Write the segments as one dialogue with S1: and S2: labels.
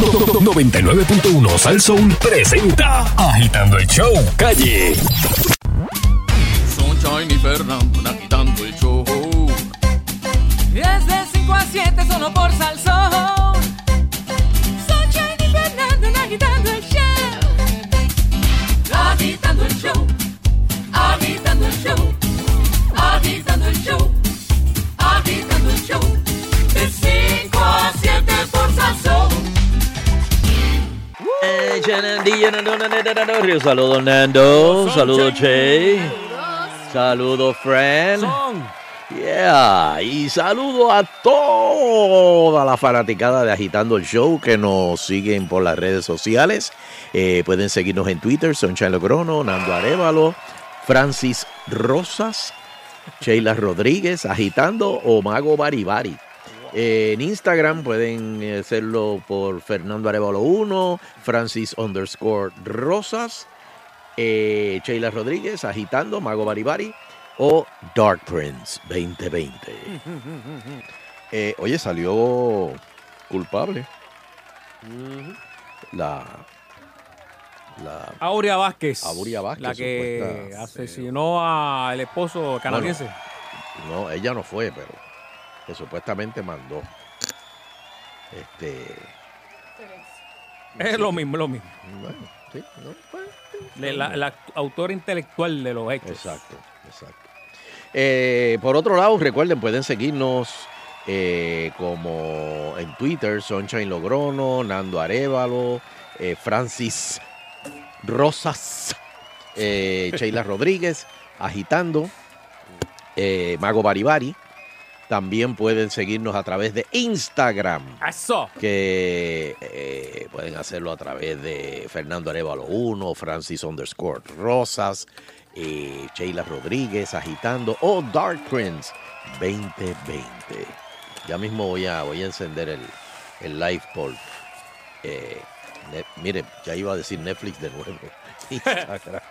S1: no, no, 99.1 Sal Soul presenta Agitando el Show Calle.
S2: Sunshine y Fernando agitando el show.
S3: Desde 5 a 7 solo por Salsón. Sunshine y Fernando en agitando el show. Agitando el show. Agitando el show. Agitando el show. Agitando el show. De 5 a 7 por Salsón.
S4: Echa Nandillo, Nando, Nando, Nando, Río. Saludos, Nando. Saludos, Che. Saludos, Fran. Yeah. Y saludo a toda la fanaticada de Agitando el Show que nos siguen por las redes sociales. Eh, pueden seguirnos en Twitter, Sunshine Logrono, Nando Arevalo, Francis Rosas, Sheila Rodríguez, Agitando o Mago Baribari. Eh, en Instagram pueden eh, hacerlo por Fernando Arevalo 1, Francis underscore Rosas, eh, Sheila Rodríguez, Agitando, Mago Baribari o Dark Prince 2020. Eh, oye, salió culpable. La. La.
S5: Aurea Vázquez.
S4: Aurea Vázquez,
S5: La que
S4: supuesta-
S5: asesinó al esposo canadiense.
S4: No, ella no fue, pero. Que supuestamente mandó. Este.
S5: es lo mismo, lo mismo.
S4: Bueno, sí, no, pues, bueno, sí,
S5: De
S4: no,
S5: La,
S4: no.
S5: la autora intelectual de los hechos.
S4: Exacto, exacto. Eh, por otro lado, recuerden, pueden seguirnos eh, como en Twitter, Sunshine Logrono, Nando Arevalo, eh, Francis Rosas, eh, Sheila Rodríguez, Agitando, eh, Mago Baribari. También pueden seguirnos a través de Instagram
S5: Eso.
S4: que eh, pueden hacerlo a través de Fernando Arevalo 1, Francis underscore Rosas, eh, Sheila Rodríguez agitando o Dark Prince 2020. Ya mismo voy a, voy a encender el, el live por... eh, Net- mire, ya iba a decir Netflix de nuevo. Instagram.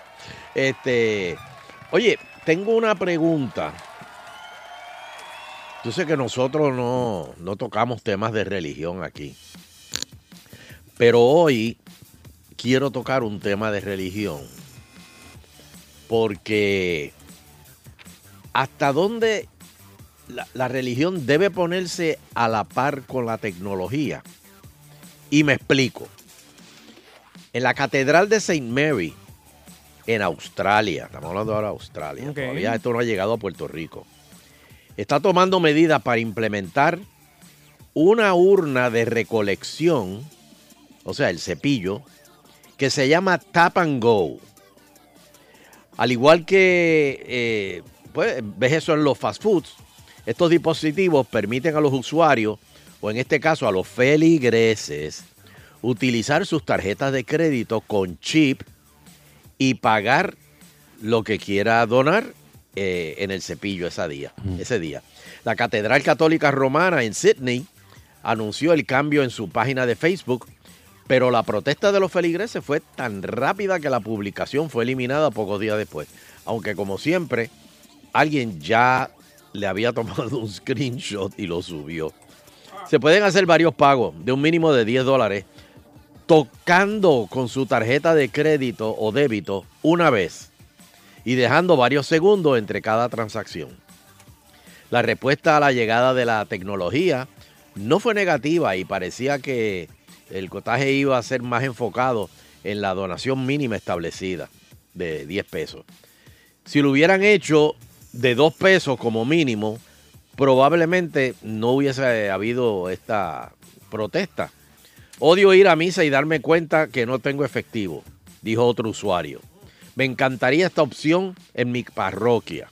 S4: este, oye, tengo una pregunta. Yo sé que nosotros no, no tocamos temas de religión aquí. Pero hoy quiero tocar un tema de religión. Porque hasta dónde la, la religión debe ponerse a la par con la tecnología. Y me explico. En la Catedral de St. Mary, en Australia, estamos hablando ahora de Australia,
S5: Ok.
S4: todavía esto no ha llegado a Puerto Rico, está tomando medidas para implementar una urna de recolección, o sea, el cepillo, que se llama Tap and Go. Al igual que eh, pues, ves eso en los fast foods, estos dispositivos permiten a los usuarios, o en este caso a los feligreses, utilizar sus tarjetas de crédito con chip y pagar lo que quiera donar eh, en el cepillo esa día, ese día. La Catedral Católica Romana en Sydney anunció el cambio en su página de Facebook, pero la protesta de los feligreses fue tan rápida que la publicación fue eliminada pocos días después. Aunque como siempre, alguien ya le había tomado un screenshot y lo subió. Se pueden hacer varios pagos de un mínimo de 10 dólares tocando con su tarjeta de crédito o débito una vez y dejando varios segundos entre cada transacción. La respuesta a la llegada de la tecnología no fue negativa y parecía que el cotaje iba a ser más enfocado en la donación mínima establecida de 10 pesos. Si lo hubieran hecho de 2 pesos como mínimo, probablemente no hubiese habido esta protesta. Odio ir a misa y darme cuenta que no tengo efectivo, dijo otro usuario. Me encantaría esta opción en mi parroquia.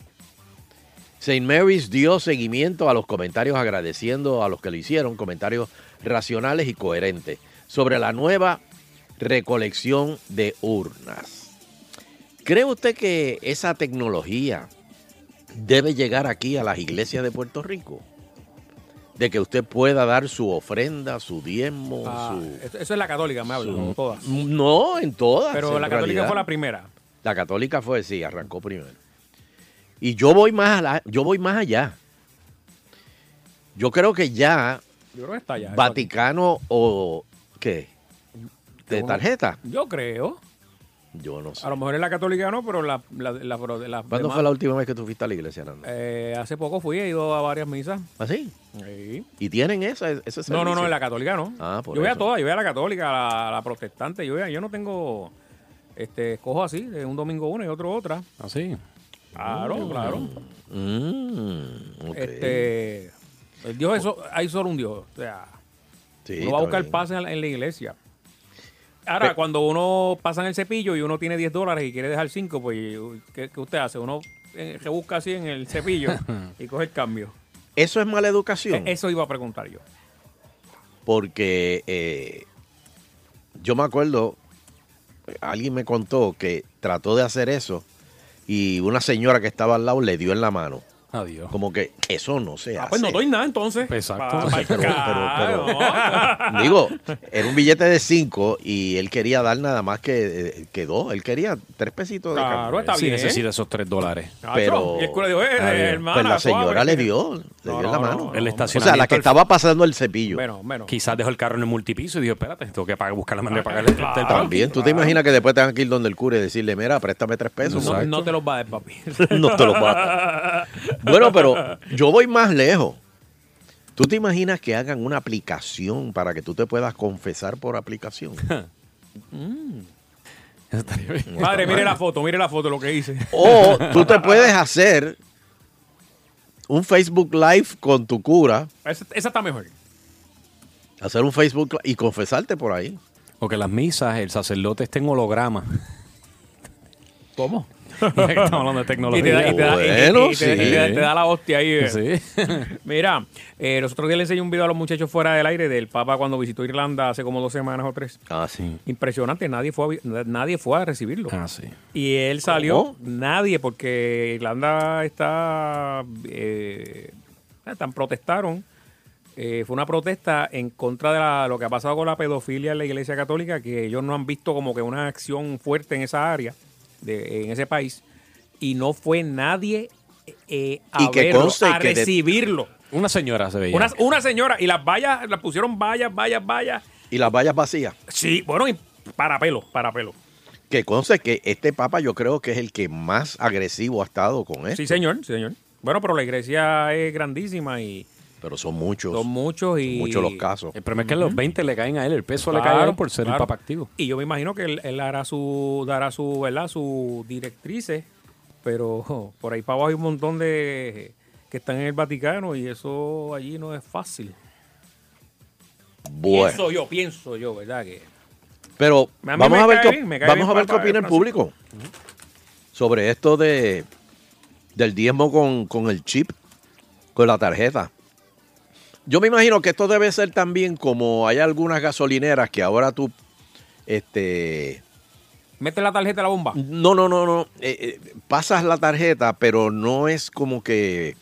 S4: St. Mary's dio seguimiento a los comentarios agradeciendo a los que lo hicieron, comentarios racionales y coherentes sobre la nueva recolección de urnas. ¿Cree usted que esa tecnología debe llegar aquí a las iglesias de Puerto Rico? De que usted pueda dar su ofrenda, su diezmo,
S5: Ah,
S4: su...
S5: eso eso es la católica, me hablo, no todas.
S4: No, en todas.
S5: Pero
S4: en
S5: la católica
S4: realidad.
S5: fue la primera.
S4: La católica fue, sí, arrancó primero. Y yo voy más, a la- yo voy más allá. Yo creo que ya
S5: Yo creo que está ya. eso aquí.
S4: Vaticano o qué? ¿De
S5: Yo-
S4: tarjeta?
S5: Yo creo.
S4: Yo no sé.
S5: A lo mejor es la católica no, pero la. la, la, pero de las
S4: ¿Cuándo
S5: demás-
S4: fue la última vez que tú fuiste a la iglesia, Nando?
S5: Eh, hace poco fui, he ido a varias misas.
S4: ¿Así?
S5: Sí.
S4: ¿Y tienen esa, ese
S5: No, no, no,
S4: servicio?
S5: en la católica no.
S4: Ah, por
S5: yo voy a
S4: eso.
S5: todas, yo voy a la católica, a la, a la protestante, yo voy a- yo no tengo, este, cojo así, de un domingo una y otro otra.
S6: Así.
S5: Claro, claro.
S4: Mm, ok.
S5: Este, el Dios es, so- hay solo un Dios, o sea,
S4: Sí,
S5: uno va
S4: está
S5: a buscar
S4: bien.
S5: paz en la, en la iglesia. Ahora, cuando uno pasa en el cepillo y uno tiene 10 dólares y quiere dejar 5, pues, ¿qué, qué usted hace? Uno eh, se busca así en el cepillo y coge el cambio. E,
S4: Eso es mala educación.
S5: Eso iba a preguntar yo.
S4: porque eh, yo me acuerdo, alguien me contó que trató de hacer eso y una señora que estaba al lado le dio en la mano.
S6: Adiós.
S4: Como que eso no se
S5: Ah,
S4: hace.
S5: pues no doy nada entonces.
S6: Exacto.
S5: Pa-
S4: Pues, Pero- pero- pero-
S5: Claro.
S4: Digo, era un billete de cinco y él quería dar nada más que, eh, que dos. Él quería tres pesitos de
S5: Claro,
S4: cambio.
S5: está
S6: Sí,
S5: bien.
S6: necesita esos tres dólares.
S5: Cacho,
S4: pero-
S5: y el cura dijo, eh,
S6: Está bien.
S5: hermana,
S4: Pues la señora
S5: suave.
S4: le dio, le
S5: No,
S4: dio en
S5: no,
S4: la
S5: no,
S4: mano.
S5: no,
S6: El
S4: o
S5: no.
S6: estacionamiento
S4: sea, la que
S6: al-
S4: estaba pasando el cepillo.
S5: Bueno, bueno.
S6: Quizás dejó el carro en el multipiso y dijo, espérate, tengo que pagar, buscar la manera de pagarle el- el- el-
S4: También, ¿tú te imaginas que después tengan que ir donde el cura y decirle, mira, préstame tres pesos?
S5: No, no te los va a dar, papi.
S4: no te lo mata. Bueno, pero yo voy más lejos. ¿Tú te imaginas que hagan una aplicación para que tú te puedas confesar por aplicación?
S6: Eso estaría bien.
S5: Padre, mire la foto, mire la foto, lo que hice.
S4: O tú te puedes hacer un Facebook Live con tu cura,
S5: Esa, esa está mejor.
S4: hacer un Facebook Li- y confesarte por ahí.
S6: O que las misas, el sacerdote esté en holograma.
S5: ¿Cómo?
S6: Ya que Estamos hablando de
S5: Y te da, y te
S6: tecnología.
S5: da, y- y-
S4: Bueno,
S5: y te- y te da-
S4: sí.
S5: te da la hostia ahí. eh.
S6: Sí.
S5: Mira, eh, los otros días le enseñé un video a los muchachos fuera del aire del Papa cuando visitó Irlanda hace como dos semanas o tres.
S4: Ah, sí.
S5: Impresionante, nadie fue a, vi- nadie fue a recibirlo.
S6: Ah, sí.
S5: Y él salió, nadie, porque Irlanda está. Eh, están protestaron. Eh, fue una protesta en contra de la- lo que ha pasado con la pedofilia en la Iglesia Católica, que ellos no han visto como que una acción fuerte en esa área, de- en ese país, y no fue nadie eh, a,
S4: Y que
S5: verlo,
S4: conste
S5: a
S4: que de-
S5: recibirlo.
S6: Una señora se veía.
S5: Una, una señora, y las vallas, las pusieron vallas, vallas, vallas.
S4: Y las vallas vacías.
S5: Sí, bueno, y para pelo, para pelo.
S4: Que conste que este papa yo creo que es el que más agresivo ha estado con esto.
S5: Sí, señor, sí, señor. Bueno, pero la iglesia es grandísima y
S4: Pero son muchos,
S5: son eh, muchos y...
S4: muchos los casos.
S6: El problema es que los 20 le caen a él, el peso le cae a
S5: Claro,
S6: él por ser
S5: claro.
S6: el papa activo.
S5: Y yo me imagino que él, él hará su, dará su, ¿verdad? Su directrices, pero por ahí para abajo hay un montón de que están en el Vaticano y eso allí no es fácil.
S4: Bueno,
S5: Pienso yo, pienso yo, ¿verdad? Que
S4: Pero
S5: A mí
S4: vamos
S5: me
S4: a ver,
S5: cae
S4: qué,
S5: bien, me cae
S4: vamos
S5: bien
S4: a ver qué
S5: Papa
S4: opina el
S5: Francisco.
S4: público sobre esto de del diezmo con, con el chip, con la tarjeta. Yo me imagino que esto debe ser también como hay algunas gasolineras que ahora tú, este,
S5: mete la tarjeta a la bomba.
S4: no, no, no, no, eh, eh, pasas la tarjeta, pero no es como que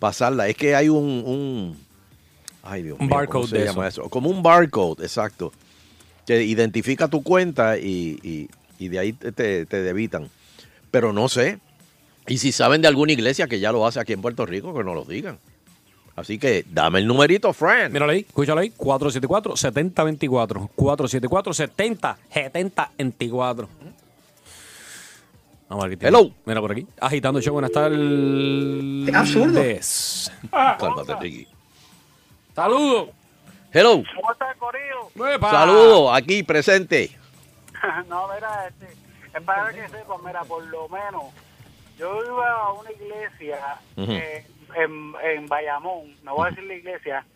S4: pasarla, es que hay un, un ay Dios
S6: Un
S4: mío, ¿cómo
S6: barcode
S4: se
S6: de
S4: llama eso? Como un barcode, exacto que identifica tu cuenta y, y- y de ahí te, te- te debitan. Pero no sé. Y si saben de alguna iglesia que ya lo hace aquí en Puerto Rico, que nos lo digan. Así que dame el numerito, friend.
S6: Míralo ahí, escúchalo ahí, 474-7024. 474-70-7024. Vamos a ver qué tiene.
S4: Hello.
S6: Mira por aquí. Agitando el show, buenas tardes. Absurdo.
S4: Cálmate, Ricky.
S6: Saludos.
S4: Hello.
S7: ¿Cómo está el corillo?
S4: Saludos, aquí presente.
S7: no, mira, este, es para que sepan, mira, por lo menos, yo iba a una iglesia
S4: Ujú.
S7: eh, en, en Bayamón, no voy a decir la iglesia,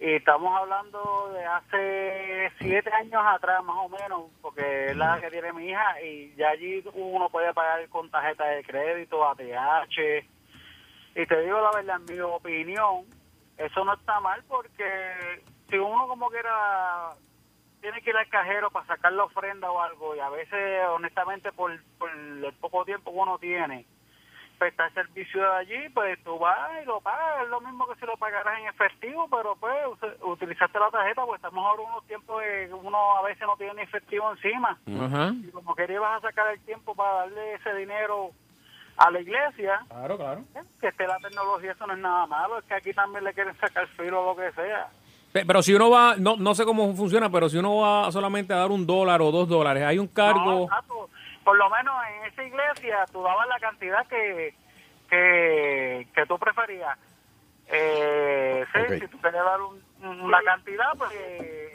S7: y estamos hablando de hace siete años atrás, más o menos, porque es la que tiene mi hija, y ya allí uno puede pagar con tarjeta de crédito, ATH, y te digo la verdad, en mi opinión, eso no está mal porque si uno como quiera tiene que ir al cajero para sacar la ofrenda o algo, y a veces, honestamente, por, por el poco tiempo que uno tiene, pues está el servicio de allí, pues tú vas y lo pagas, es lo mismo que si lo pagaras en efectivo, pero pues us- utilizaste la tarjeta, pues estamos ahora en unos tiempos que uno a veces no tiene ni efectivo encima
S5: Ajá.
S7: y como quería vas a sacar el tiempo para darle ese dinero a la iglesia,
S5: Claro, claro.
S7: ¿eh? que esté la tecnología, eso no es nada malo, es que aquí también le quieren sacar filo o lo que sea.
S5: Pe- Pero si uno va, no, no sé cómo funciona, pero si uno va solamente a dar un dólar o dos dólares, hay un
S8: No,
S6: ah,
S5: cargo.
S8: exacto. por lo menos en esa iglesia tú dabas la cantidad que, que, que tú preferías. Eh, sí,
S4: Ok.
S8: Si tú querías dar un- una cantidad, pues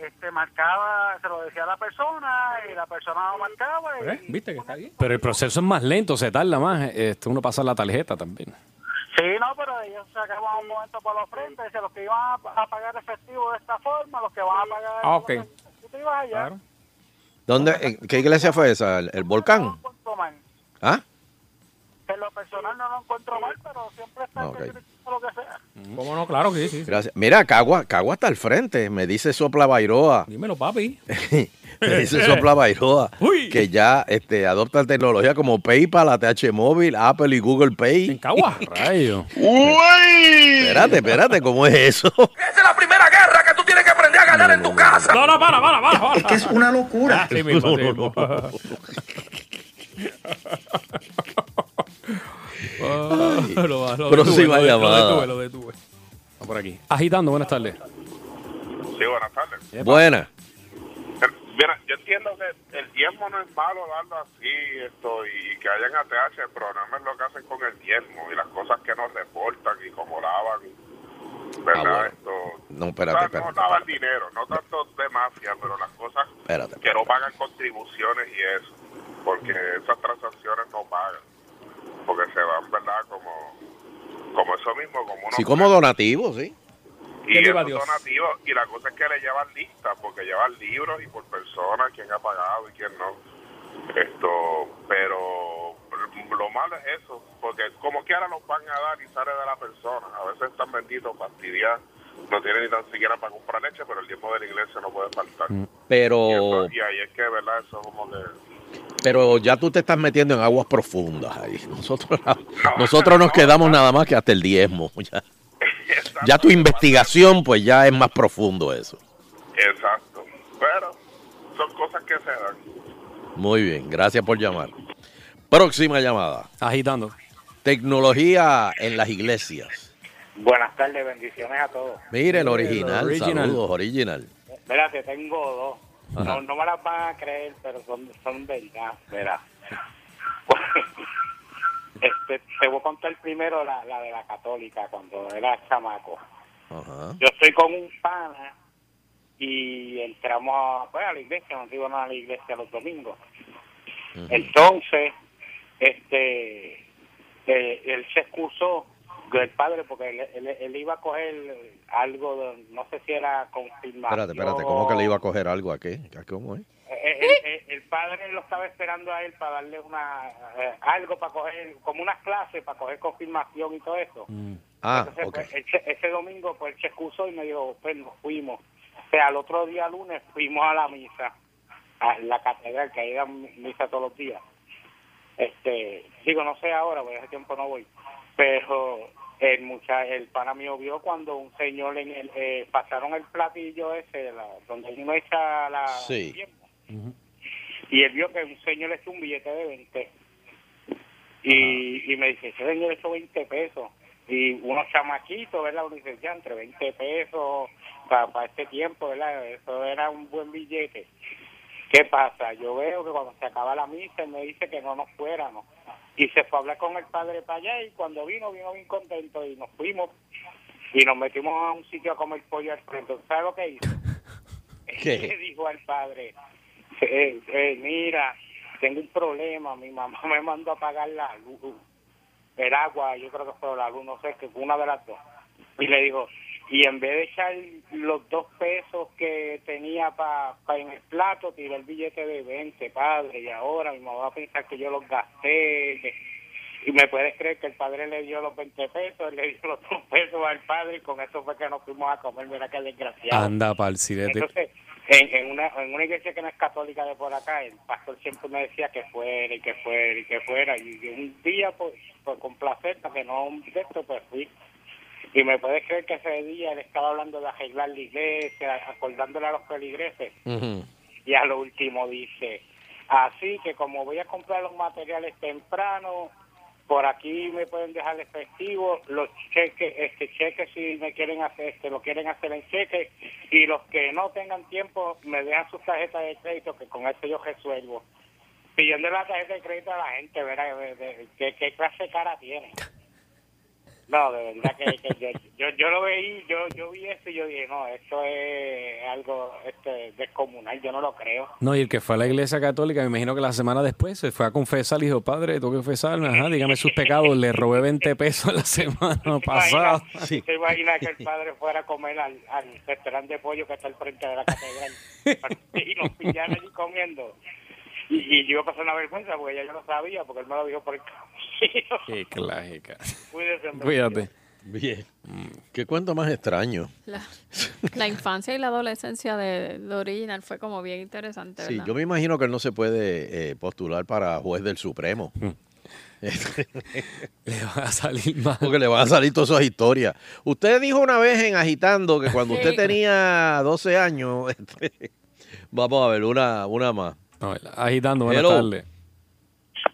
S8: este, marcaba, se lo decía a la persona y la persona lo marcaba. Y,
S5: ¿Eh? ¿Viste que está bien?
S6: Pero el proceso es más lento, se tarda más. Este, uno pasa la tarjeta también.
S8: Sí, no, pero ellos sacaban un momento por los frentes, decía, los que iban a, a pagar efectivo de esta forma, los que van a pagar...
S5: Ah, ok.
S8: ejecutivas allá.
S5: Claro.
S4: ¿Dónde, en ¿Qué iglesia fue esa? ¿El, el
S8: No lo
S4: volcán?
S8: encuentro mal.
S4: ¿Ah?
S8: En lo personal no lo encuentro mal, pero siempre está
S4: Ah, Ok.
S8: que critico lo que sea.
S5: ¿Cómo no? Claro que sí. sí.
S4: Gracias. Mira, Cagua, Cagua está al frente. Me dice Sopla Bairoa.
S5: Dímelo, papi.
S4: Me dice Sopla Bairoa.
S5: Uy.
S4: Que ya este, adoptan tecnología como PayPal, ATH Móvil, Apple y Google
S5: En
S4: Pay.
S5: Cagua.
S6: Rayo.
S4: Espérate, espérate, ¿cómo es eso?
S5: No, no, para, para, para. para.
S3: que es una locura.
S5: Así mismo, así
S4: No, no,
S5: mismo. Ah, lo-
S4: próxima
S5: lo detuve, lo detuve,
S4: llamada.
S5: lo detuve, lo detuve.
S6: Va por aquí. Agitando, buenas tardes.
S9: Sí, buenas tardes.
S4: Buena.
S9: Mira, yo entiendo que el diezmo no es malo darlo así esto y que hayan ATH, el problema es lo que hacen con el diezmo y las cosas que nos reportan y cómo lavan, ¿verdad?
S4: Ah, bueno.
S9: esto,
S4: No, espérate,
S9: O sea,
S4: espérate,
S9: no lavan dinero, no tanto de mafia, pero las cosas
S4: Espérate,
S9: que no pagan contribuciones y eso, porque esas transacciones no pagan, porque se van, ¿verdad? Como, como eso mismo, como uno...
S4: Sí, como donativo, sí.
S9: Y
S5: Que
S9: esos
S5: viva Dios.
S9: donativos, y la cosa es que le llevan listas, porque llevan libros y por persona, quién ha pagado y quién no. Esto, pero lo malo es eso, porque como quiera los van a dar y sale de la persona. A veces están benditos, fastidiados, no tienen ni tan siquiera para comprar leche, pero el tiempo de la iglesia no puede faltar.
S4: Mm.
S9: Y,
S4: Pero,
S9: eso- y ahí es que, ¿verdad? Eso es como que...
S4: pero ya tú te estás metiendo en aguas profundas ahí. Nosotros, nosotros nos quedamos nada más que hasta el diezmo. Ya, ya tu investigación, pues ya es más profundo eso.
S9: Exacto. Pero son cosas que se dan.
S4: Muy bien, gracias por llamar. Próxima llamada.
S6: Agitando.
S4: Tecnología en las iglesias.
S8: Buenas tardes, bendiciones a todos.
S4: Mire el original,
S6: original.
S4: saludos, original.
S8: Mira, te tengo dos. No, no me las van a creer, pero son, son verdad. Mira. Este, te voy a contar primero la, la de la católica, cuando era chamaco.
S4: Ajá.
S8: Yo estoy con un pana y entramos a, pues, a la iglesia, nos íbamos a la iglesia los domingos. Entonces, este, eh, él se excusó del padre porque él, él- él iba a coger algo, de- no sé si era confirmación.
S4: Espérate, espérate, ¿cómo que le iba a coger algo a qué? ¿A ¿Cómo es?
S8: Eh, eh, eh, el padre lo estaba esperando a él para darle una eh, algo para coger, como unas clases para coger confirmación y todo eso.
S4: Ah,
S8: Entonces,
S4: ok.
S8: pues, él se- ese domingo, pues él se excusó y me dijo, pues nos fuimos. O sea, al otro día, lunes, fuimos a la misa, a la catedral, que ahí dan misa todos los días. Este, digo, no sé ahora, porque hace tiempo no voy. Pero el mucha, el pana mío vio cuando un señor en el, eh, pasaron el platillo ese, la- donde uno echa la
S4: Sí.
S8: pierna. Y él vio que un señor le echó un billete de 20. Y, y me dice, ese señor echó 20 pesos. Y unos chamaquitos, ¿verdad? Uno dice, ya, entre 20 pesos para este tiempo, ¿verdad? Eso era un buen billete. ¿Qué pasa? Yo veo que cuando se acaba la misa, él me dice que no nos fuéramos. Y se fue a hablar con el padre para allá y cuando vino, vino bien contento y nos fuimos. Y nos metimos a un sitio a comer pollo al frente. ¿Sabes lo que hizo?
S4: ¿Qué?
S8: Le dijo al padre, eh, eh, mira, tengo un problema, mi mamá me mandó a pagar la luz, el agua, yo creo que fue la luz, no sé, que fue una de las dos. Y le dijo, y en vez de echar los dos pesos que tenía para en el plato, tiró el billete de 20, padre, y ahora mi mamá va a pensar que yo los gasté. que- y me puedes creer que el padre le dio los 20 pesos, él le dio los dos pesos al padre, y con eso fue que nos fuimos a comer, mira qué desgraciado.
S6: Anda pa'l sirete.
S8: Entonces, en, en, una, en una iglesia que no es católica de por acá, el pastor siempre me decía que fuera y que fuera y que fuera. Y yo un día, pues, por complacer, para que no un texto, pues fui. Y me puedes creer que ese día él estaba hablando de arreglar la iglesia, acordándole a los feligreses.
S4: Ujú.
S8: Y a lo último dice, así que como voy a comprar los materiales temprano, Por aquí me pueden dejar efectivo, los cheques, este cheques si me quieren hacer, este, lo quieren hacer en cheques y los que no tengan tiempo me dejan sus tarjetas de crédito que con eso yo resuelvo. Pidiendo la tarjeta de crédito a la gente, verá de- de- qué- qué clase de cara tiene. No, de verdad que, que yo, yo, yo lo veí, yo, yo vi esto y yo dije, no, esto es algo este, descomunal, yo no lo creo.
S6: No, y el que fue a la iglesia católica, me imagino que la semana después se fue a confesar, y dijo, padre, tengo que confesarme, ajá, dígame sus pecados, le robé 20 pesos la semana pasada.
S8: Imagina- ¿Te imaginas que el padre fuera a comer al, al restaurante de pollo que está al frente de la catedral y lo pillaron allí comiendo? Y, y yo pasé una vergüenza porque ya yo lo sabía, porque él me lo dijo por el camino.
S6: Qué clásica.
S8: Cuídese, hombre.
S6: Cuídate.
S4: Bien. ¿Qué cuento más extraño?
S10: La, la infancia y la adolescencia de, de original fue como bien interesante,
S4: Sí,
S10: ¿verdad?
S4: yo me imagino que él no se puede eh, postular para juez del Supremo.
S6: Mm. Le van a salir mal.
S4: Porque le van a salir todas esas historias. Usted dijo una vez en Agitando que cuando
S10: Sí.
S4: usted tenía 12 años. este, vamos a ver, una, una más.
S6: No, agitando, buenas
S4: Hello.
S6: tardes.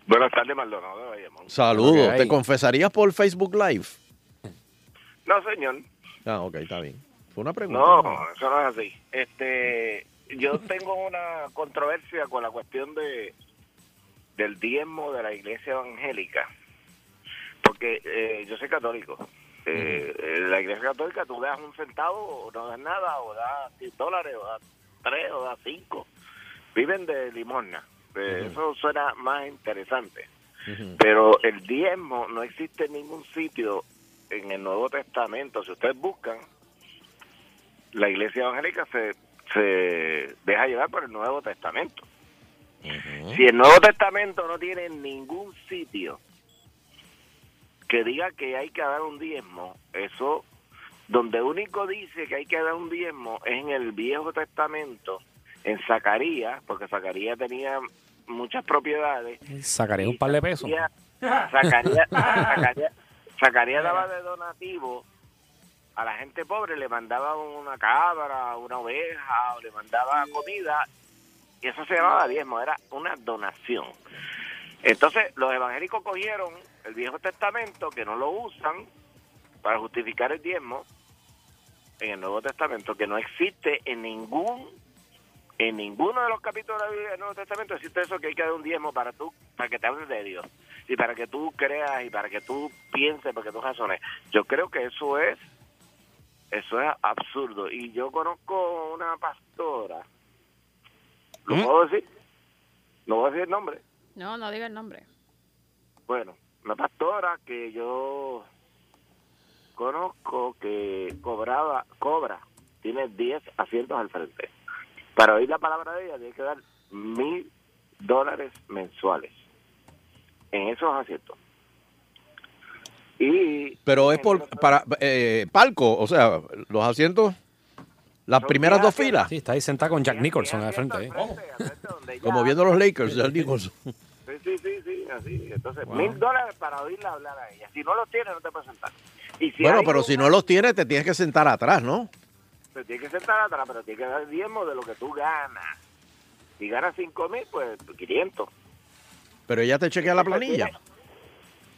S11: Buenas tardes, Maldonado de Bayamón.
S4: Saludos.
S6: Ok.
S4: ¿Te confesarías por Facebook Live?
S11: No, señor.
S4: Ah, ok, está bien. Fue una pregunta.
S11: No, eso no es así. Este, yo tengo una controversia con la cuestión de del diezmo de la iglesia evangélica, porque eh, yo soy católico. Eh, eh, la iglesia católica tú das un centavo o no das nada, o das 10 dólares, o das 3, o das 5. Viven de limosna. Eh, Eso suena más interesante. Pero el diezmo no existe en ningún sitio en el Nuevo Testamento. Si ustedes buscan, la iglesia evangélica se, se deja llevar por el Nuevo Testamento. Si el Nuevo Testamento no tiene ningún sitio que diga que hay que dar un diezmo, eso, donde único dice que hay que dar un diezmo es en el Viejo Testamento, en Zacarías, porque Zacarías tenía muchas propiedades,
S6: Sacaré un par de pesos.
S11: Zacarías- Zacarías Zacarías- Zacarías daba de donativo a la gente pobre, le mandaba una cabra, una oveja, o le mandaba comida, y eso se llamaba diezmo, era una donación. Entonces, los evangélicos cogieron el Viejo Testamento, que no lo usan, para justificar el diezmo en el Nuevo Testamento, que no existe en ningún en ninguno de los capítulos de la Biblia del Nuevo Testamento existe eso que hay que dar un diezmo para tú, para que te hables de Dios y para que tú creas y para que tú pienses, para que tú razones. Yo creo que eso es eso es absurdo y yo conozco una pastora. ¿Lo
S6: ¿Mm?
S11: puedo decir? No voy a decir el nombre.
S10: No, no diga el nombre.
S11: Bueno, una pastora que yo conozco que cobraba, cobra, tiene 10 asientos al frente. Para oír la palabra de ella tiene que dar mil dólares mensuales en esos asientos. Y
S4: Pero es por
S11: Entonces,
S4: para eh, palco, o sea, los asientos, las
S11: Son
S4: primeras dos
S11: gracias.
S4: filas,
S6: Sí, está ahí sentada con Jack
S11: diez-
S6: Nicholson
S11: diez
S6: al frente. ¿eh?
S11: asientos al frente, al frente donde ella
S4: como viendo los Lakers, ya digo,
S11: Sí, sí, sí, sí, así. Entonces, mil dólares para oírla hablar a ella. Si no los tiene, no te presentas. Y si
S4: Bueno,
S11: hay
S4: pero si
S11: una-
S4: no los tienes, te tienes que sentar atrás, ¿no?
S11: Pero tiene que sentar atrás, pero tiene que dar diezmo de lo que tú ganas. Si ganas cinco mil, pues 500.
S4: Pero ella te chequea la planilla.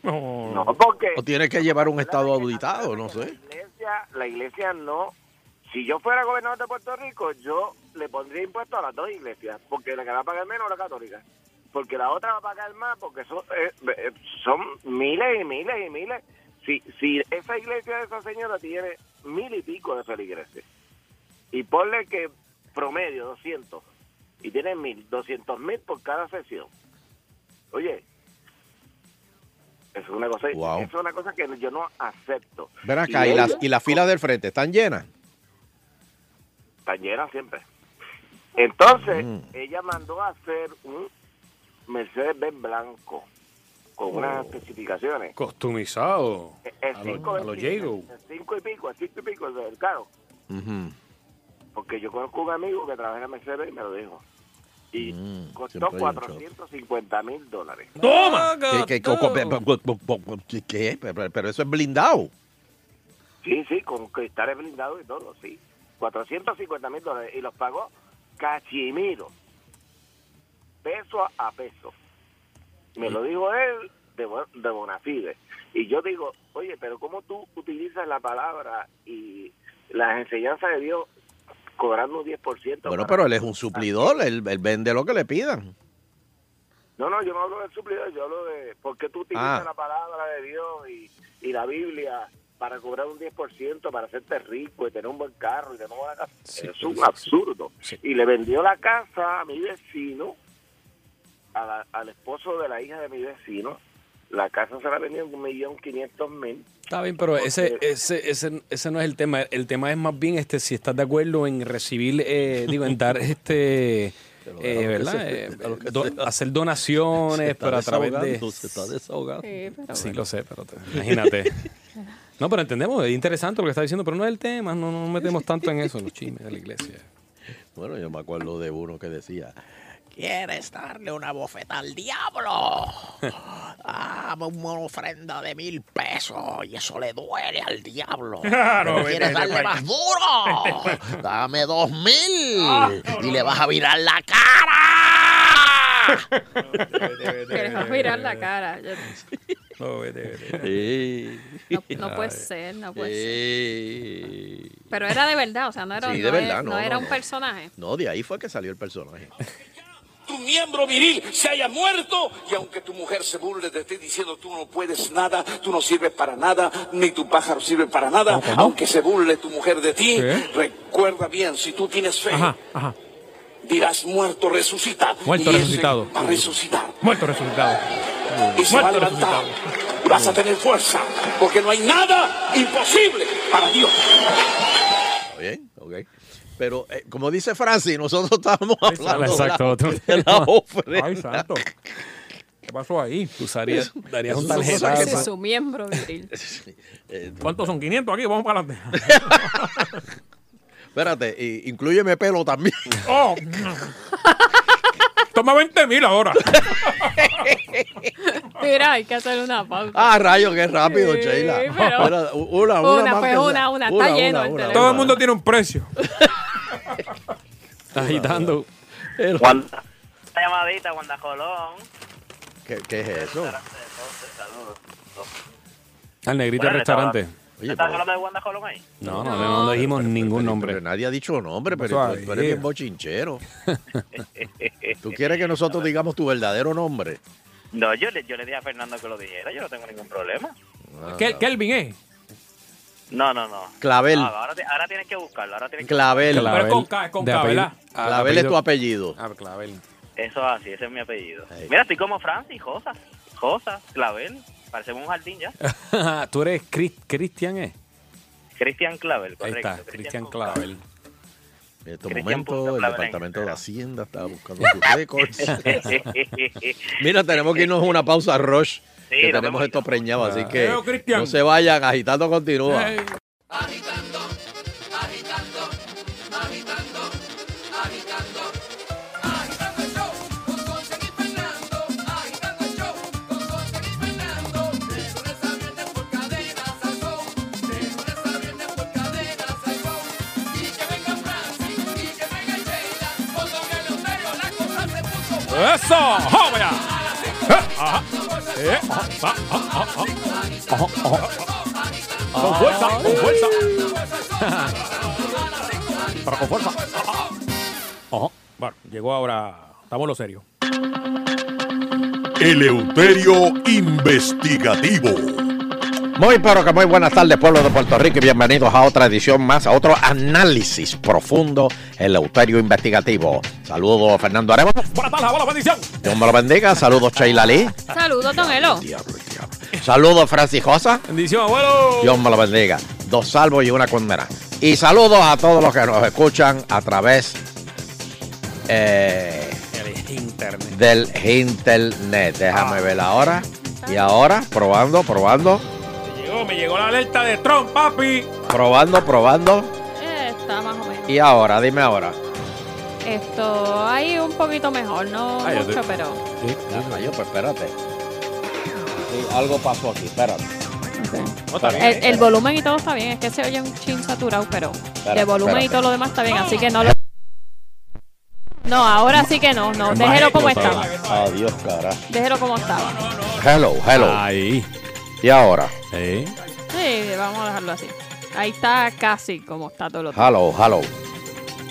S5: No.
S11: No, porque...
S4: O tienes que llevar un estado
S11: acuérdate que-
S4: auditado, no
S11: acuérdate
S4: sé.
S11: que La iglesia, la iglesia no... Si yo fuera gobernador de Puerto Rico, yo le pondría impuestos a las dos iglesias, porque la que va a pagar menos es la católica. Porque la otra va a pagar más, porque son, eh, eh, son miles y miles y miles. Si, si esa iglesia de esa señora tiene mil y pico de feligreses, y ponle que promedio 200 y tiene mil, 200 mil por cada sesión. Oye, es una cosa,
S4: Wow.
S11: es una cosa que yo no acepto.
S4: Ven acá, y las, y las filas del frente, ¿están llenas?
S11: Están llenas siempre. Entonces,
S4: Mm.
S11: ella mandó a hacer un Mercedes-Benz blanco con
S4: Oh.
S11: unas especificaciones.
S6: Costumizado.
S11: El- el
S6: A lo-
S11: cinco
S6: a lo
S11: veinti-
S6: Jago.
S11: el cinco y pico, el cinco y pico, el del carro.
S4: Ujú.
S11: Porque yo conozco un amigo que trabaja en Mercedes y me lo dijo. Y
S4: Mm,
S11: costó
S4: siempre hay un chorro.
S11: 450 mil dólares.
S6: ¡Toma!
S4: Que- que- co- co- pe- pe- pe- ¿Qué? Pero- Pero eso es blindado.
S11: Sí, sí, con cristales blindados y todo, sí. 450 mil dólares. Y los pagó Cachimiro. Peso a peso. Me lo dijo él, de, bo- de Bonafide. Y yo digo, oye, pero ¿cómo tú utilizas la palabra y las enseñanzas de Dios cobrando un 10%?
S4: Bueno,
S11: para-
S4: pero él es un suplidor, él, él vende lo que le pidan.
S11: No, no, yo no hablo de suplidor, yo hablo de por qué tú utilizas
S4: Ah.
S11: la palabra de Dios y, y la Biblia para cobrar un 10%, para hacerte rico y tener un buen carro y tener una buena casa. es un absurdo. Y le vendió la casa a mi vecino, a la- al esposo de la hija de mi vecino. La casa se la vendió en un millón quinientos mil.
S6: Está bien, pero ese, ese, ese, ese no es el tema. El tema es más bien este si estás de acuerdo en recibir, eh, digo, en dar este, eh,
S12: a lo que
S6: ¿verdad?
S12: se-
S6: Eh,
S12: a lo que
S6: do-
S12: se-
S6: hacer donaciones,
S12: está
S6: pero a través de...
S12: desahogando, se está desahogando.
S10: Sí, pero
S6: Sí,
S10: bueno.
S6: lo sé, pero te- imagínate. No, pero entendemos, es interesante lo que está diciendo, pero no es el tema, no no nos metemos tanto en eso, en los chismes de la iglesia.
S4: Bueno, yo me acuerdo de uno que decía,
S13: ¿Quieres darle una bofeta al diablo? Dame una ofrenda de mil pesos y eso le duele al diablo.
S14: Claro,
S13: Pero
S14: vete,
S13: ¿Quieres
S14: vete
S13: darle
S14: pa'
S13: más
S14: allá.
S13: duro? Dame dos mil
S14: Ah,
S13: y le vas a virar la cara.
S10: Que les va a mirar la cara. Yo-
S3: No, vete, vete.
S10: No, no puede ser, no puede
S4: Eh,
S10: ser. Pero era de verdad, o sea, no era,
S4: Sí,
S10: no
S4: de
S10: es-
S4: verdad,
S10: no
S4: no,
S10: era
S4: no,
S10: un
S4: no.
S10: personaje.
S4: no, de ahí fue que salió el personaje.
S5: tu miembro viril se haya muerto y aunque tu mujer se burle de ti diciendo tú no puedes nada, tú no sirves para nada, ni tu pájaro sirve para nada, aunque se burle tu mujer de ti,
S3: ¿Qué?
S5: recuerda bien, si tú tienes fe,
S3: Ajá, ajá.
S5: dirás muerto resucita.
S3: Muerto
S5: y ese
S3: resucitado.
S5: Va a resucitar
S3: Muerto resucitado.
S5: y se va a
S3: Muerto
S5: levantar.
S3: resucitado.
S5: Y vas a tener fuerza, porque no hay nada imposible para Dios.
S4: Está bien, ok. Pero eh, como dice Francis, nosotros estábamos hablando
S6: exacto,
S4: de
S6: otro
S4: la, de
S6: tema.
S4: la ofrenda.
S3: Ay, santo. ¿Qué pasó ahí?
S6: Usaría, darías un
S10: Ese es
S6: tarjetazo.
S10: su miembro viril.
S3: ¿Cuántos son? 500 aquí, vamos para adelante.
S4: Espérate, y- incluyeme pelo también.
S3: Oh. Toma 20 mil ahora.
S10: Mira, hay que hacer una pausa.
S4: Ah, rayo, qué rápido,
S10: Sí,
S4: Sheila.
S10: pero-
S4: Espera, una, una,
S10: Una,
S4: más
S10: pues,
S4: que sea.
S10: una, una. Está lleno el teléfono.
S3: Todo el mundo tiene un precio.
S6: Agitando.
S15: Una llamadita, Wanda Colón.
S4: ¿Qué, qué es eso?
S15: Saludos.
S6: Al negrito del
S15: Bueno, estaba-
S6: restaurante.
S15: ¿Estás hablando de Wanda Colón ahí?
S6: No, no, no, no dijimos ningún nombre.
S4: Nadie ha dicho nombre, pero
S6: Suave.
S4: tú, tú eres bien bochinchero. ¿Tú quieres que nosotros digamos tu verdadero nombre?
S15: No, yo le, yo le dije a Fernando que lo dijera, yo no tengo ningún problema.
S4: Ah,
S3: Kel- Kelvin, ¿eh?
S15: No, no, no.
S4: Clavel.
S15: Ah, ahora, te- ahora tienes que buscarlo, ahora tienes que
S4: Clavel.
S3: Pero es con K, es con
S4: De
S3: K,
S4: apellido-
S3: ¿verdad?
S15: Ah,
S4: Clavel es tu
S15: apellido.
S4: apellido.
S6: Ah, Clavel.
S15: Eso es así, ese es mi apellido. Mira, estoy como Francis, Josa. Josa, Clavel. Parecemos un jardín ya.
S6: Tú eres Cris- Cristian, ¿eh?
S15: Cristian Clavel,
S6: Ahí
S15: correcto.
S6: está, Cristian Clavel.
S4: En estos
S15: Cristian
S4: momentos,
S15: Punto
S4: el
S15: Clavel en
S4: Departamento de Hacienda estaba buscando sus récords.
S15: sí,
S4: Mira, tenemos que irnos a una pausa rush.
S15: nos
S4: que
S15: vemos
S4: tenemos esto preñado, así que
S3: Adiós, Cristian.
S4: no se vayan, agitando continúa.
S3: ¡Eso! ¡Vamos allá! Eh, ajá. Eh, ajá, ajá, ajá, ajá. Ajá, ajá. Con fuerza, con fuerza. Pero con fuerza. Ajá. Ajá. Bueno, llegó ahora. Estamos lo serio.
S16: Eleuterio Investigativo.
S4: Muy pero que muy buenas tardes pueblo de Puerto Rico y bienvenidos a otra edición más, a otro análisis profundo, el Euterio Investigativo. Saludos Fernando Arevalo,
S3: ¡Buena pala, buena bendición!
S4: Dios me lo bendiga, saludos Sheila Lee,
S10: Saludos, Don Elo.
S4: saludos Francis Josa,
S3: Bendición, abuelo.
S4: Dios me lo bendiga, dos salvos y una condena. Y saludos a todos los que nos escuchan a través eh,
S6: Internet.
S4: del internet. Déjame ver ahora. Y ahora, probando, probando,
S3: Llegó, me llegó la alerta de Trump, papi.
S4: probando, probando.
S10: Eh, está más o menos.
S4: Y ahora, dime ahora.
S10: Esto hay un poquito mejor, no
S4: Ah, yo
S10: mucho,
S4: te-
S10: pero.
S4: Ah, yo, pues espérate. Sí, algo pasó aquí, espérate.
S3: Otra
S4: Espérate,
S10: El, el volumen y todo está bien, es que se oye un chin saturado, pero
S4: Espérate,
S10: de volumen y
S4: espérate.
S10: todo lo demás está bien, así que no lo. No, ahora sí que no, no, déjelo como estaba,
S4: Adiós, cara.
S10: déjelo como estaba.
S4: Hello, hello.
S5: Ah.
S6: Ahí.
S4: Y ahora.
S10: Sí, vamos a dejarlo así. Ahí está casi como está todo lo otro.
S4: Hello, hello.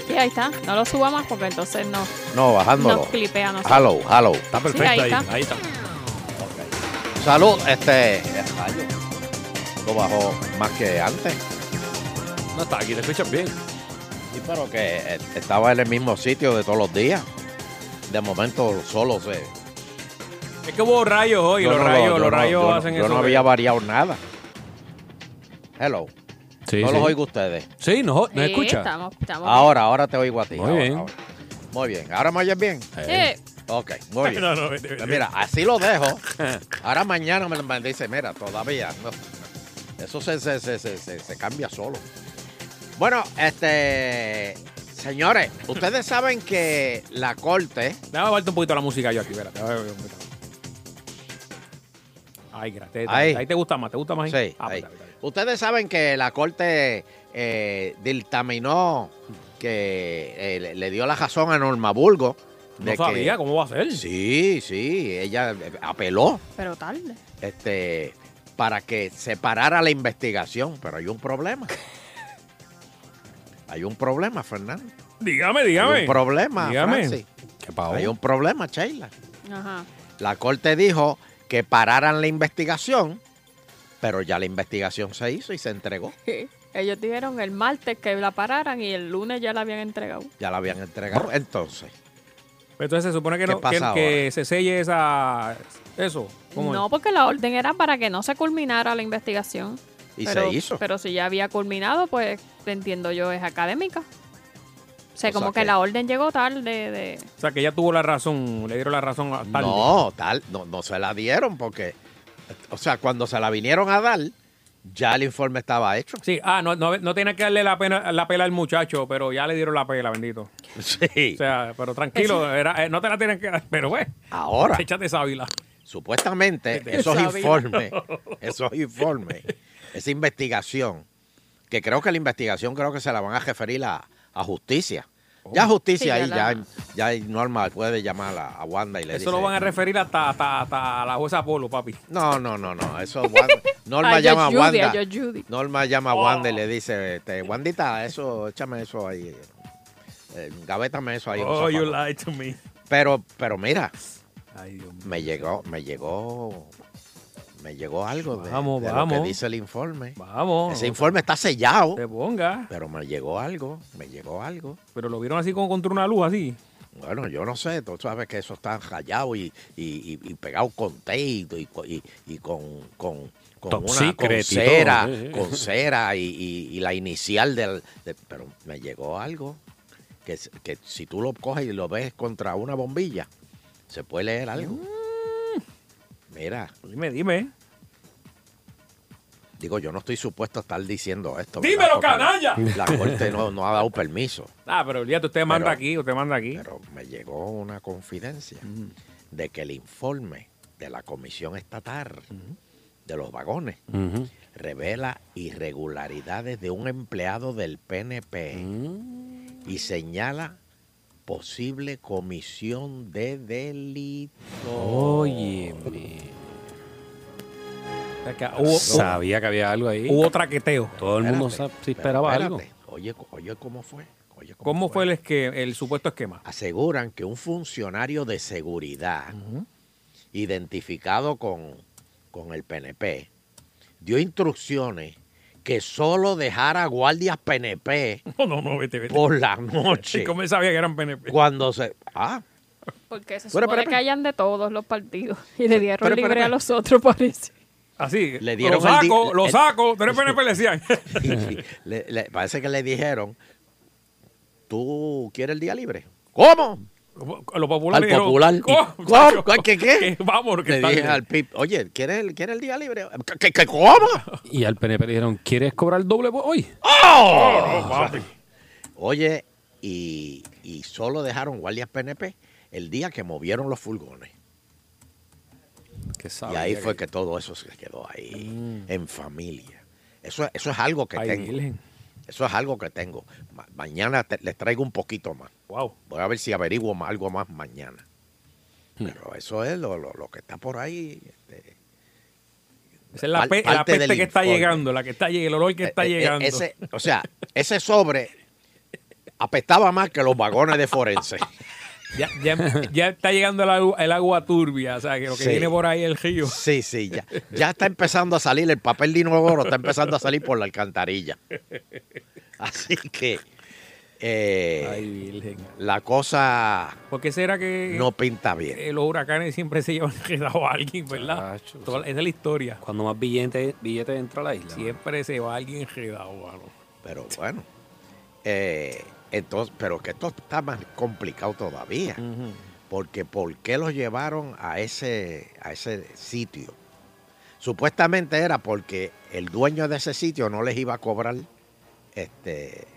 S10: Sí, ahí está. No lo suba más porque entonces no.
S4: No, bajándolo.
S10: Nos clipea a nosotros.
S4: hello, hello. Está
S10: perfecto Sí, ahí ahí, está. ahí
S4: está. Salud, este. Lo bajó más que antes.
S6: No está aquí, te escuchas bien. Sí,
S4: pero que eh, estaba en el mismo sitio de todos los días. De momento solo se.
S5: Es que hubo rayos hoy,
S4: Yo
S5: los
S4: no lo-
S5: rayos,
S4: yo
S5: los
S4: no- yo
S5: rayos
S4: no-
S5: hacen
S4: yo
S5: eso.
S4: no había variado nada. Hello.
S6: Sí,
S4: no los
S6: sí.
S4: oigo a ustedes.
S6: Sí, nos, o- nos
S10: Sí,
S6: escucha.
S10: estamos- estamos
S4: Ahora, ahora te oigo a ti.
S6: Muy
S4: ahora,
S6: bien.
S4: ahora. Muy bien. ¿Ahora me oyes bien?
S10: Sí.
S4: Ok, muy bien.
S6: No, no, vete, vete.
S4: Pues Mira, así lo dejo. Ahora mañana me, me dice, mira, todavía no. Eso se, se, se, se, se- se cambia solo. Bueno, este... Señores, ustedes saben que la corte...
S5: Déjame bajarte un poquito la música yo aquí, espérate. déjame ver un poquito. Ay, gracias.
S4: Ahí.
S5: Ahí. te gusta más, te gusta más. ahí?
S4: Sí,
S5: Ah,
S4: ahí. Ustedes saben que la corte eh, dictaminó que eh, le, le dio la razón a Norma Burgo.
S5: No sabía, ¿cómo va a ser?
S4: Sí, sí, ella eh, apeló
S10: Pero tarde.
S4: este, para que se parara la investigación, pero hay un problema. Hay un problema, Fernando.
S5: Dígame, dígame.
S4: Hay un problema,
S5: Dígame. Oh.
S4: Francis. Hay un problema, Sheila.
S10: Ajá.
S4: La corte dijo que pararan la investigación, pero ya la investigación se hizo y se entregó.
S10: Sí. Ellos dijeron el martes que la pararan y el lunes ya la habían entregado.
S4: Ya la habían entregado. Entonces,
S5: Pero Entonces se supone que,
S4: ¿Qué
S5: no, que,
S4: pasa
S5: que se selle esa. Eso. ¿Cómo
S10: No, porque la orden era para que no se culminara la investigación.
S4: Y se
S10: pero,
S4: hizo.
S10: Pero si ya había culminado, pues entiendo yo, es académica. O sea,
S5: O
S10: como
S5: sea
S10: que,
S5: que-
S10: la orden llegó tarde de...
S5: es? O sea, que ella tuvo la razón, le dieron la razón a tarde.
S4: no, tal, no, no se la dieron porque, o sea, cuando se la vinieron a dar, ya el informe estaba hecho.
S5: Sí, ah, no, no, no tiene que darle la, pena, la pela al muchacho, pero ya le dieron la pela, bendito.
S4: Sí.
S5: O sea, pero tranquilo, era, eh, no te la tienen que dar, pero güey.
S4: Ahora.
S5: Échate sábila.
S4: Supuestamente
S5: Vete.
S4: esos
S5: Sabía.
S4: informes, esos informes, esa investigación, que creo que la investigación creo que se la van a referir a, a justicia. Ya
S5: Oh.
S4: justicia
S5: Sí, ya
S4: ahí,
S5: la-
S4: ya, ya, Norma puede llamar a, a Wanda y le
S5: Eso
S4: dice,
S5: lo van a referir hasta, hasta, hasta la jueza Polo, papi.
S4: No, no, no, no. Eso Wanda- Norma
S5: A Judge
S4: llama a
S5: Judy,
S4: Wanda.
S5: a Judge Judy.
S4: Norma llama a Wanda y
S5: Oh.
S4: le dice, este, Wandita, eso, échame eso ahí. Eh, gavétame eso ahí. en los
S5: Oh, you
S4: zapatos".
S5: lied to me.
S4: Pero, pero mira, me llegó, me llegó, me llegó algo de,
S5: Vamos,
S4: de lo
S5: vamos.
S4: que dice el informe.
S5: Vamos.
S4: Ese informe está sellado.
S5: Te ponga.
S4: Pero me llegó algo, me llegó algo.
S5: Pero lo vieron así como contra una luz, así.
S4: Bueno, yo no sé, tú sabes que eso está rayado y, y, y- y pegado con tape y, y- y con, con, con
S6: Top
S4: una
S6: secret
S4: con
S6: y
S4: cera,
S6: todo, sí, sí.
S4: con cera y, y- y la inicial del... de- pero me llegó algo que, s- que si tú lo coges y lo ves contra una bombilla, se puede leer algo.
S6: Mm.
S4: Mira.
S5: Dime, dime.
S4: Digo, yo no estoy supuesto a estar diciendo esto. ¿verdad?
S5: ¡Dímelo, canalla!
S4: Porque La corte no, no ha dado permiso.
S5: Ah, pero olvídate, usted manda
S4: Pero-
S5: aquí, usted manda aquí.
S4: Pero me llegó una confidencia de que el informe de la Comisión Estatal de los Vagones revela irregularidades de un empleado del PNP y señala posible comisión de delito.
S6: Óyeme.
S5: O sea, que hubo-
S6: Sabía que había algo ahí.
S5: Hubo traqueteo.
S6: Todo el mundo sa- sí esperaba
S4: Pero
S6: algo.
S4: espérate, Oye, co- oye, ¿cómo fue? Oye,
S5: ¿Cómo fue el, esque- el supuesto esquema?
S4: aseguran que un funcionario de seguridad identificado con, con el PNP dio instrucciones que solo dejara guardias PNP
S5: No, no, no, vete, vete.
S4: por la noche.
S5: ¿Y cómo él sabía que eran PNP?
S4: Cuando se... Ah,
S10: Porque se
S4: Bueno,
S10: supone
S4: espera,
S10: que hayan de todos los partidos. Y le dieron
S5: Pero,
S10: libre
S5: espera,
S10: a
S5: espera.
S10: los otros, parece.
S5: Así.
S4: Le dieron
S5: lo saco,
S4: el di-
S5: lo
S4: el-
S5: saco. Tú eres PNP, le decían.
S4: le- le- parece que le dijeron, ¿tú quieres el día libre? ¿Cómo?
S5: Lo popular.
S4: Al
S5: dijeron,
S4: popular. ¿Y
S5: "Oh,
S4: cómo? ¿Qué, qué?
S5: Vamos, que
S4: Le
S5: está
S4: dije
S5: bien.
S4: al PIP, oye, ¿quieres el, ¿quieres el día libre? ¿Qué, qué- qué- cómo
S6: Y al PNP le dijeron, ¿quieres cobrar doble por hoy?
S4: ¡Oh! Oye, y, y solo dejaron guardias PNP el día que movieron los furgones. Y ahí fue que todo eso se quedó ahí, en familia. Eso, eso es algo que
S5: Mm. Ay,
S4: tengo.
S5: Milen.
S4: Eso es algo que tengo. Ma- mañana te- les traigo un poquito más.
S5: Wow.
S4: Voy a ver si averiguo ma- algo más mañana.
S5: Hmm.
S4: Pero eso es lo, lo- lo que está por ahí. este,
S5: Esa es la,
S4: Par-
S5: pe- la
S4: parte
S5: peste
S4: del
S5: que está
S4: informe.
S5: llegando, la que está lleg- el olor que está
S4: eh, eh,
S5: llegando.
S4: ese- o sea, ese sobre apestaba más que los vagones de forense.
S5: ya, ya- ya está llegando el agua, el agua turbia, o sea, que lo que
S4: Sí.
S5: viene por ahí es el río.
S4: Sí, sí, ya. Ya está empezando a salir el papel de inodoro, está empezando a salir por la alcantarilla. Así que eh, la cosa
S5: ¿Por qué será que
S4: no pinta bien.
S5: eh, los huracanes siempre se llevan quedado a alguien, verdad? Toda- esa es la historia.
S6: Cuando más billetes billete entra a la isla.
S5: Siempre se va alguien enredado, mano.
S4: Pero bueno, eh, entonces, pero que esto está más complicado todavía. Porque ¿por qué los llevaron a ese, a ese sitio? Supuestamente era porque el dueño de ese sitio no les iba a cobrar este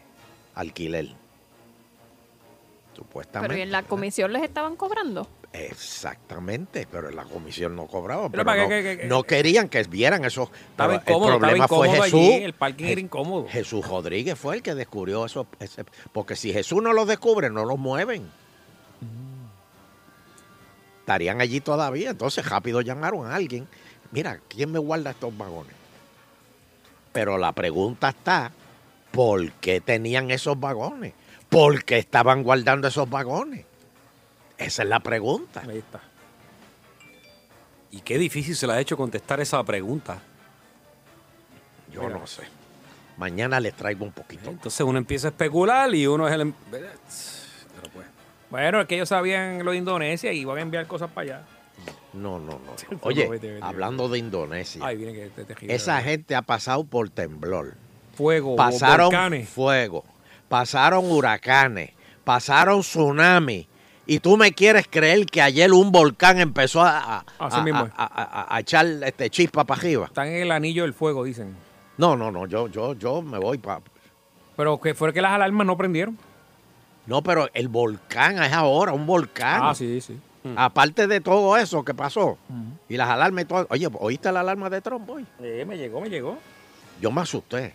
S4: alquiler.
S10: Pero ¿y
S4: Supuestamente.
S10: en la comisión les estaban cobrando.
S4: Exactamente, pero la comisión no cobraba.
S10: Pero
S4: Pero,
S10: para
S4: no,
S10: que- que- que-
S4: no querían que vieran eso.
S5: Estaba
S4: Pero
S5: incómodo,
S4: el
S5: estaba
S4: problema fue
S5: incómodo
S4: Jesús.
S5: allí, el parking era
S4: Je-
S5: incómodo.
S4: Jesús Rodríguez fue el que descubrió eso. ese- porque si Jesús no los descubre, no los mueven. Estarían allí todavía. Entonces rápido llamaron a alguien. Mira, ¿quién me guarda estos vagones? Pero la pregunta está, ¿por qué tenían esos vagones? ¿Por qué estaban guardando esos vagones? Esa es la pregunta.
S5: Ahí está.
S6: Y qué difícil se le ha hecho contestar esa pregunta.
S4: Yo no sé. Mañana les traigo un poquito.
S6: Entonces uno empieza a especular y uno es el... em- Pero pues...
S5: Bueno, es que ellos sabían lo de Indonesia y iban a enviar cosas para allá.
S4: No, no, no. no.
S5: No,
S4: Oye,
S5: vete, vete,
S4: hablando de Indonesia,
S5: Ay, viene que te, te gira.
S4: esa gente ha pasado por temblor.
S5: Fuego,
S4: pasaron
S5: volcanes.
S4: fuego, pasaron huracanes, pasaron tsunami. Y tú me quieres creer que ayer un volcán empezó a, a-
S5: Así
S4: a-
S5: mismo es.
S4: a- a- a- a echar este chispa para arriba.
S5: Están en el anillo del fuego, dicen.
S4: No, no, no, yo, yo, yo me voy para.
S5: Pero que fue que las alarmas no prendieron.
S4: No, pero el volcán es ahora, un volcán.
S5: Ah, sí, sí.
S4: Hmm. Aparte de todo eso que pasó y las alarmas y todo. Oye, ¿oíste la alarma de Trump hoy?
S5: Eh, me llegó, me llegó.
S4: Yo me asusté.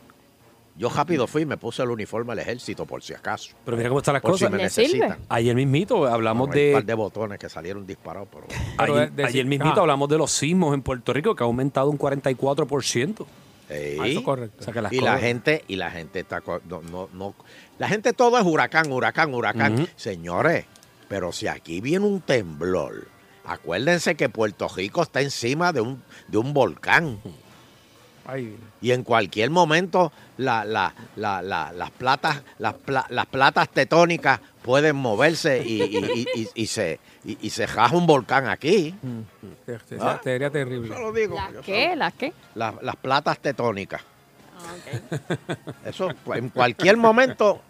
S4: Yo rápido fui y me puse el uniforme del ejército por si acaso.
S6: Pero mira cómo están las
S4: Por
S6: cosas.
S4: Si me necesitan.
S6: Ayer mismito hablamos
S4: Con el
S6: de...
S4: par de botones que salieron disparados. Pero...
S5: Pero
S6: ayer,
S5: de- de-
S6: ayer
S5: ah.
S6: mismito hablamos de los sismos en Puerto Rico que ha aumentado un 44%.
S4: Sí.
S6: O sea que las
S4: y la
S6: cosas-
S4: gente y la gente está co- no, no, no- la gente todo es huracán huracán huracán
S6: Ujú.
S4: señores pero si aquí viene un temblor acuérdense que Puerto Rico está encima de un de un volcán
S5: Ahí viene.
S4: y en cualquier momento la- la- la- la- las platas las, pla- las platas tetónicas pueden moverse y, y- y- y- y se y, y se raja un volcán aquí
S5: Te- te-
S4: Ah.
S5: este, Sería terrible.
S4: Yo lo digo,
S10: ¿Las qué? ¿Las qué?
S4: las, las platas tetónicas. Eso cu- en cualquier momento.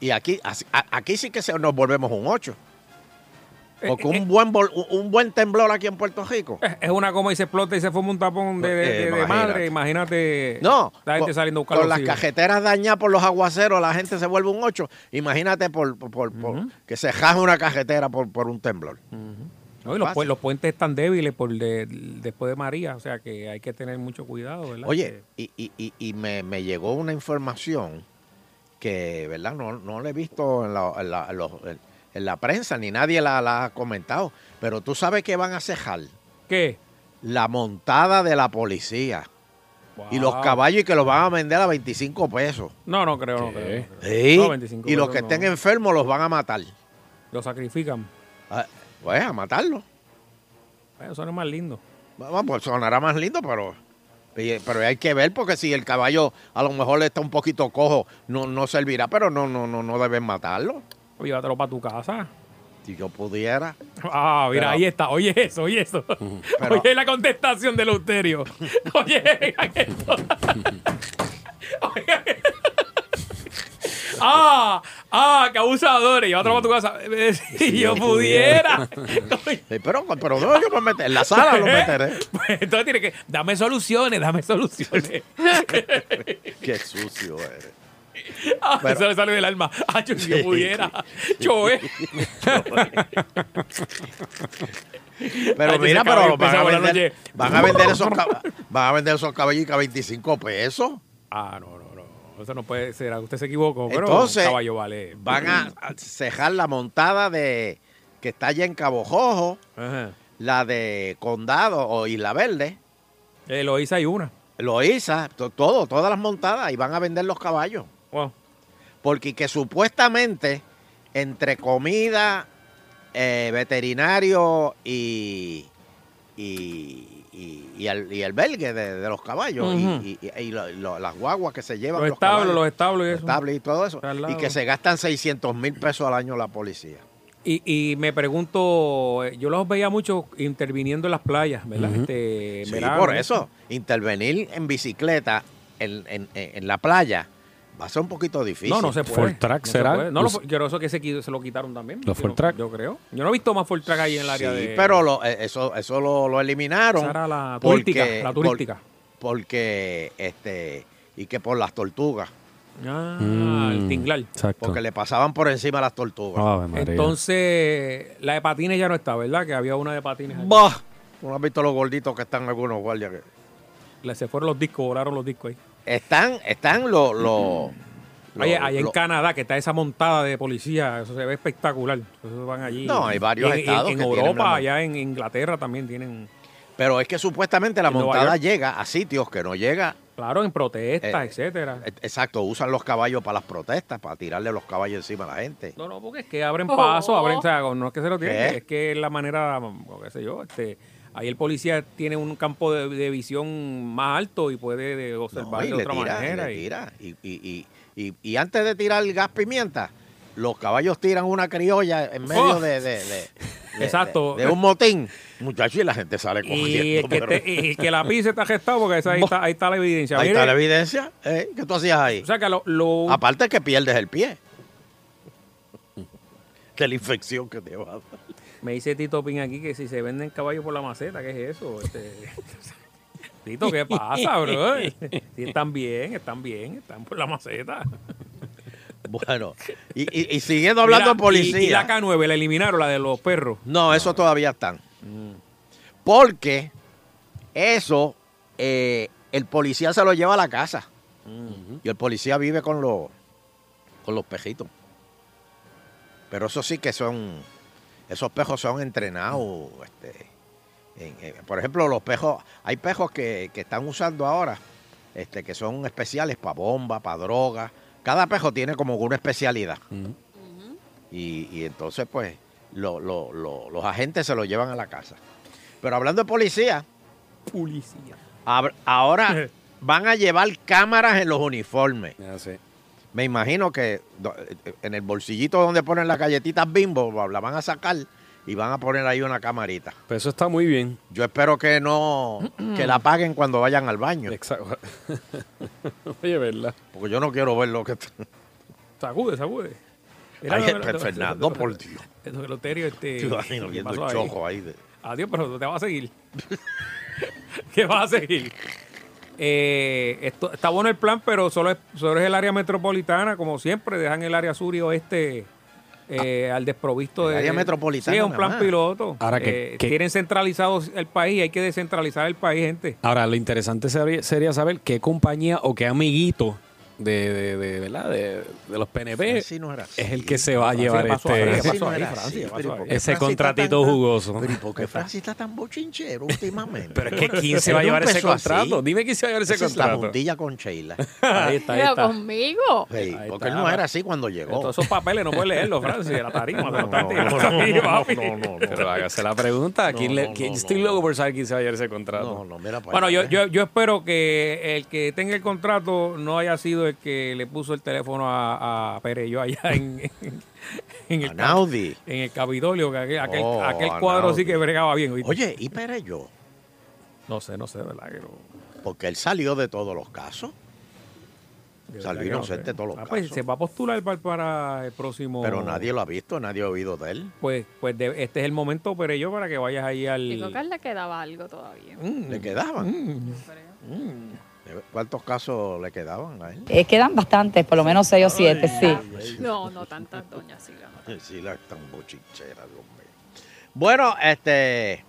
S4: Y aquí, así- a- aquí sí que se- nos volvemos un 8.
S5: Eh,
S4: Porque un buen, vol- un- un buen temblor aquí en Puerto Rico.
S5: Es una coma y se explota y se forma un tapón de, de- de-
S4: Eh,
S5: de
S4: imagínate.
S5: madre. Imagínate.
S4: No,
S5: La gente
S4: con-
S5: saliendo a buscar
S4: con
S5: los
S4: las
S5: hijos.
S4: cajeteras dañadas por los aguaceros, la gente se vuelve un 8. Imagínate por, por- por- por que se jaja una cajetera por, por un temblor.
S5: No, y los,
S4: Fácil.
S5: pue- los puentes están débiles por de- después de María. O sea que hay que tener mucho cuidado, ¿verdad?
S4: Oye, y, y- y- y me, me llegó una información que, ¿verdad? No, no la he visto en la, en la- en los- en- en la prensa, ni nadie la, la ha comentado, pero tú sabes que van a cejar.
S5: ¿Qué?
S4: La montada de la policía. Y los
S5: Wow.
S4: caballos y que los van a vender a 25 pesos.
S5: No, no creo, no creo. no creo.
S4: Sí.
S5: No, 25
S4: y los
S5: pesos
S4: que estén
S5: no.
S4: enfermos los van a matar.
S5: Los sacrifican.
S4: Ah, Pues a matarlos.
S5: Bueno, eso no es más lindo.
S4: Vamos, pues sonará más lindo, pero, pero hay que ver porque si el caballo a lo mejor está un poquito cojo, no, no servirá, pero no, no, no, no deben matarlo.
S5: Pues Llévatelo para tu casa.
S4: Si yo pudiera.
S5: Ah, mira,
S4: Pero-
S5: ahí está. Oye eso, oye eso.
S4: Pero-
S5: Oye la contestación del Euterio. Oye, oigan esto. Oigan. Ah, ah, que abusadores. Yo otro para tu casa. Eh, Si yo pudiera.
S4: Sí, pero, pero no, yo me meteré. En la sala lo meteré.
S5: Pues entonces tiene que. Dame soluciones, dame soluciones.
S4: Qué sucio eres.
S5: Ah,
S4: Pero-
S5: eso le sale del alma. Ah, yo, si yo
S4: Sí.
S5: pudiera. Yo, eh.
S4: Pero
S5: Ay, ese
S4: mira, pero
S5: caballo
S4: van a,
S5: empezaba la
S4: vender,
S5: noche.
S4: van, a vender esos, cab- van a vender esos caballitos a 25 pesos.
S5: Ah, no, no, no. Eso no puede Ah, ser. Usted se equivocó, pero
S4: Entonces,
S5: Mm. caballo vale.
S4: Van a a cejar la montada de, que está allá en Cabo Jojo, la de Condado o Isla Verde.
S5: Eh, lo hice hay una.
S4: Loiza, to- todo, todas las montadas, y van a vender los caballos. Porque que supuestamente, entre comida, eh, veterinario y, y, y- y al- y albergue de, de los caballos, y-
S5: Ujú.
S4: y, y- y lo- lo- las guaguas que se llevan.
S5: Los establos,
S4: caballos,
S5: los establos y eso.
S4: establos y todo eso.
S5: al lado.
S4: Y que se gastan 600 mil pesos al año la policía.
S5: Y, y me pregunto, eh, yo los veía mucho interviniendo en las playas, ¿verdad?
S4: Ujú.
S5: Este,
S4: Sí,
S5: verano,
S4: por eso, intervenir en bicicleta en, en- en- en la playa va a ser un poquito difícil.
S5: No, no se puede.
S6: Track
S5: no se
S6: será.
S5: puede. No,
S6: Los-
S5: lo- yo creo eso que se, qui- se lo quitaron también.
S6: Los
S5: Yo-
S6: full track.
S5: Yo creo. Yo no he visto más full track ahí en el área
S4: Sí,
S5: de...
S4: pero lo- eh, eso, eso lo, lo eliminaron.
S5: Esa era la
S4: porque-
S5: turística, la
S4: por-
S5: turística.
S4: porque, este, y que por las tortugas.
S5: Ah,
S6: Mm,
S5: el tinglar.
S6: Exacto.
S5: Ah.
S4: Porque le pasaban por encima a las tortugas.
S6: Ave María.
S5: Entonces, la de patines ya no está, ¿verdad? Que había una de patines. aquí.
S4: Bah, tú no has visto los gorditos que están algunos guardias. que-
S5: Le- Se fueron los discos, volaron los discos ahí.
S4: Están, están los... los- los-
S5: Oye, allá en
S4: los-
S5: Canadá, que está esa montada de policía, eso se ve espectacular. Eso van allí.
S4: No, hay varios
S5: Y en-
S4: estados
S5: En,
S4: que
S5: en
S4: tienen
S5: Europa,
S4: una-
S5: allá en Inglaterra también tienen.
S4: Pero es que supuestamente la
S5: En Nueva
S4: montada
S5: York.
S4: llega a sitios que no llega.
S5: Claro, en protestas,
S4: Eh,
S5: etcétera.
S4: eh, Exacto, usan los caballos para las protestas, para tirarle los caballos encima a la gente.
S5: No, no, porque es que abren paso,
S4: Oh.
S5: abren, o sea, no es que se lo tienen,
S4: ¿Qué?
S5: es que es la manera, o qué sé yo, este, ahí el policía tiene un campo de, de visión más alto y puede de- observar
S4: No, y
S5: de
S4: le
S5: otra
S4: tira, y
S5: manera.
S4: le
S5: y-
S4: tira. Y, y- y- y- y antes de tirar el gas pimienta, los caballos tiran una criolla en medio
S5: Oh.
S4: de, de- de- de-
S5: Exacto.
S4: de- de un motín. Muchachos, y la gente sale
S5: Y,
S4: corriendo.
S5: el que
S4: pero-
S5: te- y el que la pise está gestado porque esa- ahí, está, ahí está la evidencia.
S4: Ahí
S5: Mire,
S4: está la Ah, evidencia. ¿eh? ¿Qué tú hacías ahí?
S5: O sea, que lo, lo-
S4: Aparte que pierdes el pie. De la infección que te va a dar.
S5: me dice Tito Pin aquí que si se venden caballos por la maceta, ¿qué es eso? Este, Tito, ¿qué pasa, bro? Si están bien, están bien, están por la maceta.
S4: Bueno, y, y- y siguiendo hablando
S5: Mira,
S4: de policía.
S5: Y, y la K9 la eliminaron, la de los perros.
S4: No, eso todavía están. Porque eso, eh, el policía se lo lleva a la casa. Y el policía vive con los, con los pejitos. Pero eso sí que son, esos pejos son entrenados. este, en- en- por ejemplo, los pejos, hay pejos que, que están usando ahora, este, que son especiales para bomba, para droga. Cada pejo tiene como una especialidad. Y, y entonces, pues, lo- lo- lo- los agentes se lo llevan a la casa. Pero hablando de policía,
S5: Policía.
S4: ab- ahora van a llevar cámaras en los uniformes. Me imagino que do- eh, en el bolsillito donde ponen las galletitas bimbo, la van a sacar y van a poner ahí una camarita.
S6: Pero eso está muy bien.
S4: Yo espero que no, que la apaguen cuando vayan al baño.
S6: Exacto. Oye, ¿verdad?
S4: Porque yo no quiero ver lo que...
S5: Sacude, sacude.
S4: Ay, Fernando, por Dios.
S5: El loterio, este.
S4: Te imagino
S5: ¿qué
S4: viendo
S5: pasó
S4: el choco ahí de-
S5: Adiós, pero te vas a seguir. ¿Qué vas a seguir? Eh, esto, está bueno el plan, pero solo es, solo es el área metropolitana, como siempre, dejan el área sur y oeste eh, al desprovisto
S4: el
S5: de.
S4: área metropolitana
S5: Sí, es un
S4: nada
S5: plan
S4: más.
S5: piloto.
S6: Ahora que-
S5: Eh,
S6: que-
S5: Tienen centralizado el país, hay que descentralizar el país, gente.
S6: Ahora, lo interesante sería, sería saber qué compañía o qué amiguito de, de, de, ¿verdad? de, de los PNP
S4: Así no era así.
S6: es el que se va a
S4: Así
S6: llevar
S4: pasó ahora,
S6: este,
S4: así no era así,
S6: ese
S4: pero ¿y por qué Francis
S6: ese
S4: está
S6: contratito
S4: tan-
S6: jugoso.
S4: Pero ¿y por qué Francis está tan bochinchero últimamente?
S6: Pero es que ¿quién se va a
S4: Él
S6: llevar ese
S4: empezó así.
S6: contrato? Dime quién se va a llevar ese
S4: Esa es
S6: contrato.
S4: la puntilla con Sheila.
S6: Ahí está, ahí
S10: Pero
S6: está.
S10: conmigo.
S4: Sí, porque él
S5: está.
S4: no era así cuando llegó.
S5: Todos esos papeles no puedes leerlos, Francis, de la tarima. de la tarima,
S4: no,
S5: de la tarima,
S4: no, no,
S5: papi.
S6: Pero hágase la pregunta. ¿a ¿quién le, quién- estoy loco por saber quién se va a llevar ese contrato.
S4: No, no, mira para eh.
S5: Bueno, yo, yo, yo espero que el que tenga el contrato no haya sido el que le puso el teléfono a, a Perello allá en, en- en el,
S4: Anaudi.
S5: en el Capitolio, que aquel, aquel-
S4: Oh,
S5: aquel
S4: Anaudi.
S5: cuadro sí que bregaba bien. ¿oíste?
S4: Oye, ¿y Perello?
S5: No sé, no sé, ¿verdad? Que no-
S4: Porque él salió de todos los casos.
S5: de
S4: Salió
S5: verdad que no sé.
S4: inocente de todos los
S5: Ah,
S4: casos.
S5: pues, se va a postular pa- para, el próximo...
S4: Pero nadie lo ha visto, nadie ha oído de él.
S5: Pues, pues de- este es el momento, Perello, para que vayas ahí
S10: Digo que a
S5: al...
S10: él le quedaba algo todavía.
S5: Mm.
S4: ¿Le quedaban?
S5: Mm.
S4: Mm. ¿Cuántos casos le quedaban a él?
S17: Eh, quedan bastantes, por lo menos seis o siete, sí.
S10: No, no tantas doñas, sí, no.
S4: Sí, la tan bochinchera, Dios mío. Bueno, este.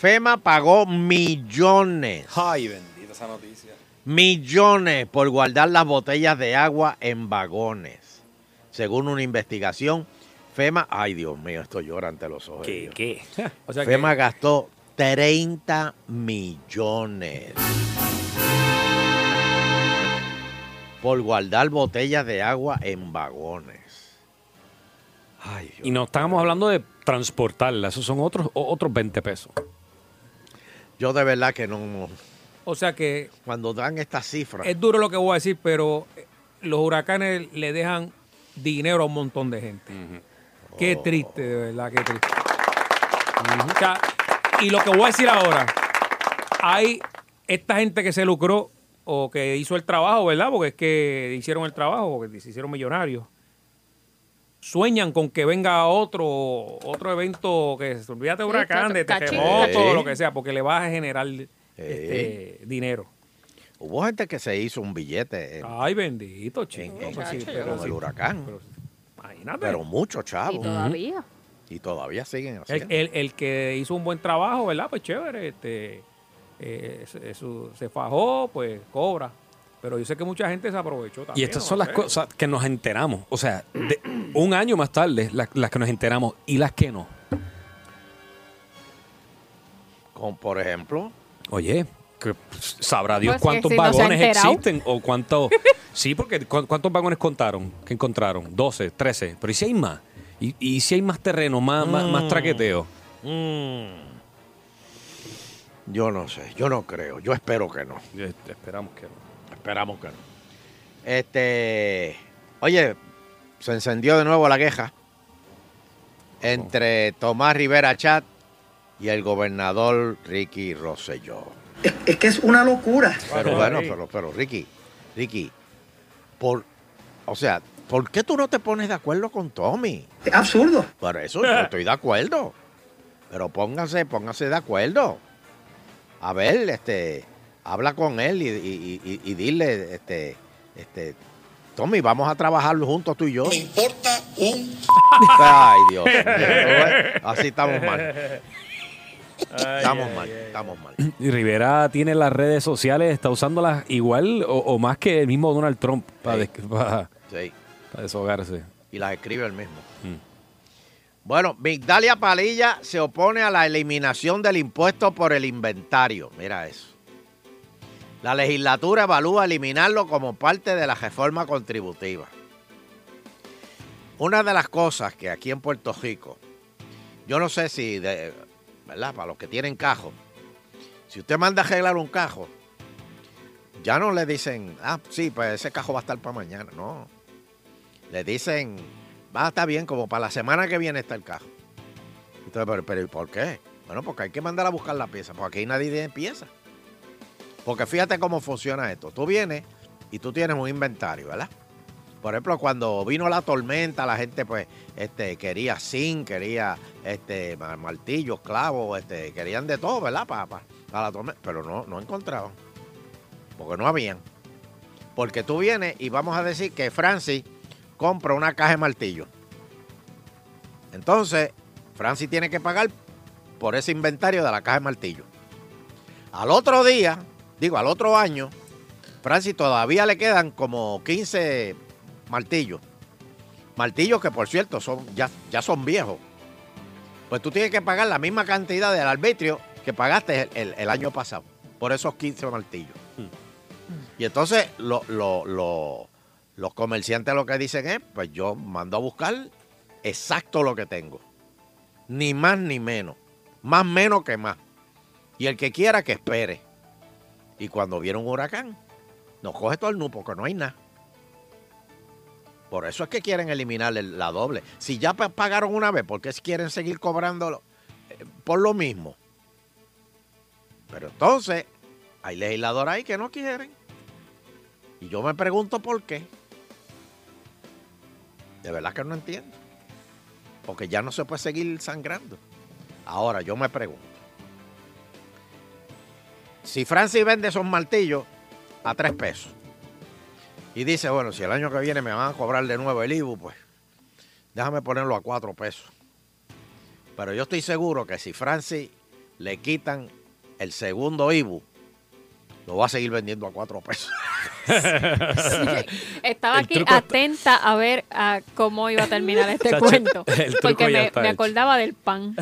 S4: FEMA pagó millones.
S6: Ay, bendita esa noticia.
S4: millones por guardar las botellas de agua en vagones, según una investigación FEMA, ay Dios mío, esto llora ante los ojos. de Dios.
S5: ¿Qué? O sea que-
S4: FEMA gastó 30 millones por guardar botellas de agua en vagones.
S6: Y no estábamos hablando de transportarla, esos son otros, o- otros 20 pesos.
S4: Yo de verdad que no...
S5: O sea que
S4: Cuando dan estas cifras...
S5: es duro lo que voy a decir, pero eh, los huracanes le dejan dinero a un montón de gente. Qué triste, de verdad, qué triste. O sea, y lo que voy a decir ahora, hay esta gente que se lucró o que hizo el trabajo, ¿verdad? Porque es que hicieron el trabajo, porque se hicieron millonarios. Sueñan con que venga otro otro evento que se olvídate
S6: Sí,
S5: de huracán, de
S6: cachín,
S5: terremoto,
S6: cachín.
S5: lo que sea, porque le va a generar este, dinero.
S4: Hubo gente que se hizo un billete en-
S5: Ay, bendito, chico.
S4: en-
S5: pues Ah, sí,
S4: con
S5: pero sí.
S4: el huracán.
S5: Pero- imagínate.
S4: Pero mucho, chavo.
S10: Y todavía.
S4: Y todavía siguen haciendo.
S5: El, el- el que hizo un buen trabajo, ¿verdad? Pues chévere, este, eh, se, su- se fajó, pues cobra. Pero yo sé que mucha gente se aprovechó también.
S6: Y estas
S5: no
S6: son las
S5: sé.
S6: cosas que nos enteramos. O sea, de- un año más tarde, las, las que nos enteramos y las que no.
S4: Con, por ejemplo,
S6: Oye, que sabrá Dios
S4: Pues,
S6: cuántos
S4: si no se ha
S6: vagones
S4: enterado.
S6: existen o cuántos. sí, porque cu- ¿cuántos vagones contaron? que encontraron? 12, 13. Pero ¿y si hay más? ¿Y, y si hay más terreno, más, más, más
S4: Mm.
S6: traqueteo?
S4: yo no sé, yo no creo, yo espero que no.
S6: Esperamos que no.
S4: Esperamos que no. Este, oye, se encendió de nuevo la queja entre Tomás Rivera Chat y el gobernador Ricky Rosselló.
S18: Es que es una locura.
S4: Pero bueno, pero, pero Ricky, Ricky, por, o sea, ¿por qué tú no te pones de acuerdo con Tommy?
S18: Es absurdo.
S4: Para eso yo estoy de acuerdo. Pero póngase, póngase de acuerdo. A ver, este, habla con él y, y- y- y dile, este, este, Tommy, vamos a trabajar juntos tú y yo. Me importa un. Ay, Dios. mío, tú ves, Así estamos mal. Estamos mal, estamos mal.
S6: Y Rivera tiene las redes sociales, está usándolas igual o, o más que el mismo Donald Trump para, des- para-
S4: Sí.
S6: para deshogarse.
S4: Y las escribe él mismo.
S6: Mm.
S4: Bueno, Migdalia Palilla se opone a la eliminación del impuesto por el inventario. Mira eso. La legislatura evalúa eliminarlo como parte de la reforma contributiva. Una de las cosas que aquí en Puerto Rico, yo no sé si, de- ¿verdad? Para los que tienen cajo, si usted manda a arreglar un cajo, ya no le dicen, ah, sí, pues ese cajo va a estar para mañana. No. Le dicen, va, está bien, como para la semana que viene está el cajo. Entonces, pero, pero ¿y por qué? Bueno, porque hay que mandar a buscar la pieza, porque aquí nadie tiene pieza. Porque fíjate cómo funciona esto. Tú vienes y tú tienes un inventario, ¿verdad? Por ejemplo, cuando vino la tormenta, la gente pues este, quería zinc, quería este, ma- martillos, clavos, este, querían de todo, ¿verdad? Para, la tormenta. Pero no, no encontraban. Porque no habían. Porque tú vienes y vamos a decir que Francis compra una caja de martillo. Entonces, Francis tiene que pagar por ese inventario de la caja de martillo. Al otro día, digo, al otro año, Francis todavía le quedan como 15 martillos. Martillos que, por cierto, son, ya, ya son viejos. Pues tú tienes que pagar la misma cantidad del arbitrio que pagaste el, el- el año pasado por esos 15 martillos. Y entonces lo- lo- lo- los comerciantes lo que dicen es, pues yo mando a buscar exacto lo que tengo. Ni más ni menos. Más menos que más. Y el que quiera que espere. Y cuando viene un huracán, nos coge todo el nu porque no hay nada. Por eso es que quieren eliminar el- la doble. Si ya pa- pagaron una vez, ¿por qué quieren seguir cobrándolo eh, por lo mismo? Pero entonces, hay legisladores ahí que no quieren. Y yo me pregunto por qué. De verdad que no entiendo. Porque ya no se puede seguir sangrando. Ahora, yo me pregunto. Si Francis vende esos martillos a tres pesos y dice, bueno, si el año que viene me van a cobrar de nuevo el IBU, pues déjame ponerlo a cuatro pesos. Pero yo estoy seguro que si Francis le quitan el segundo IBU, lo va a seguir vendiendo a cuatro pesos.
S10: Estaba
S6: El
S10: aquí
S6: truco está-
S10: atenta a ver a cómo iba a terminar este
S4: Chacho,
S10: cuento.
S4: el truco
S10: Porque
S4: ya
S10: me,
S4: está
S10: me
S4: hecho.
S10: acordaba del pan.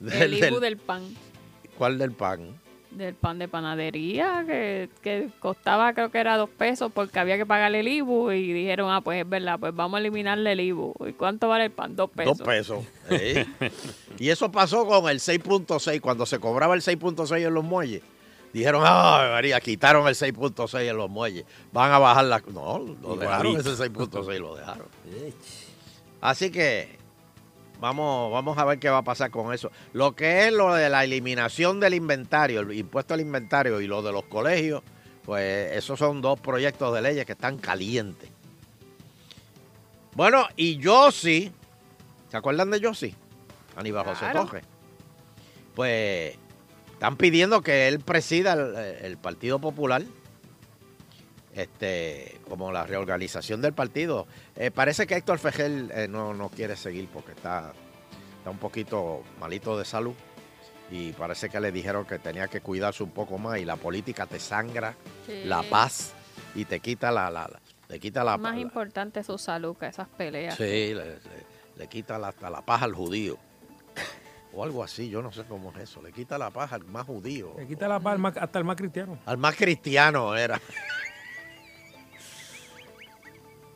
S4: Del-
S10: el ibu
S4: del-
S10: del pan.
S4: ¿Cuál del pan?
S10: Del pan de panadería, que, que costaba creo que era dos pesos porque había que pagarle el ibu. Y dijeron, ah, pues es verdad, pues vamos a eliminarle el ibu. ¿Y cuánto vale el pan? Dos pesos.
S4: Dos pesos. ¿eh? y eso pasó con el 6.6. Cuando se cobraba el 6.6 en los muelles, dijeron, ah, María, quitaron el 6.6 en los muelles. Van a bajar la... No, lo dejaron
S19: Igualito.
S4: ese 6.6, lo dejaron. Así que vamos, vamos a ver qué va a pasar con eso. Lo que es lo de la eliminación del inventario, el impuesto al inventario y lo de los colegios, pues esos son dos proyectos de leyes que están calientes. Bueno, y Yossi, ¿se acuerdan de Yossi? Aníbal José
S19: Claro.
S4: Torres. Pues están pidiendo que él presida el, el Partido Popular, este, como la reorganización del partido. Eh, parece que Héctor Fejel eh, no, no quiere seguir porque está, está un poquito malito de salud y parece que le dijeron que tenía que cuidarse un poco más y la política te sangra
S10: Sí.
S4: la paz y te quita la, la- la- te quita la,
S10: Más
S4: la-
S10: importante su salud que esas peleas.
S4: Sí, le, le- le quita la, hasta la paz al judío. O algo así, yo no sé cómo es eso. Le quita la paz al más judío.
S5: Le quita la palma hasta el más cristiano.
S4: Al más cristiano era.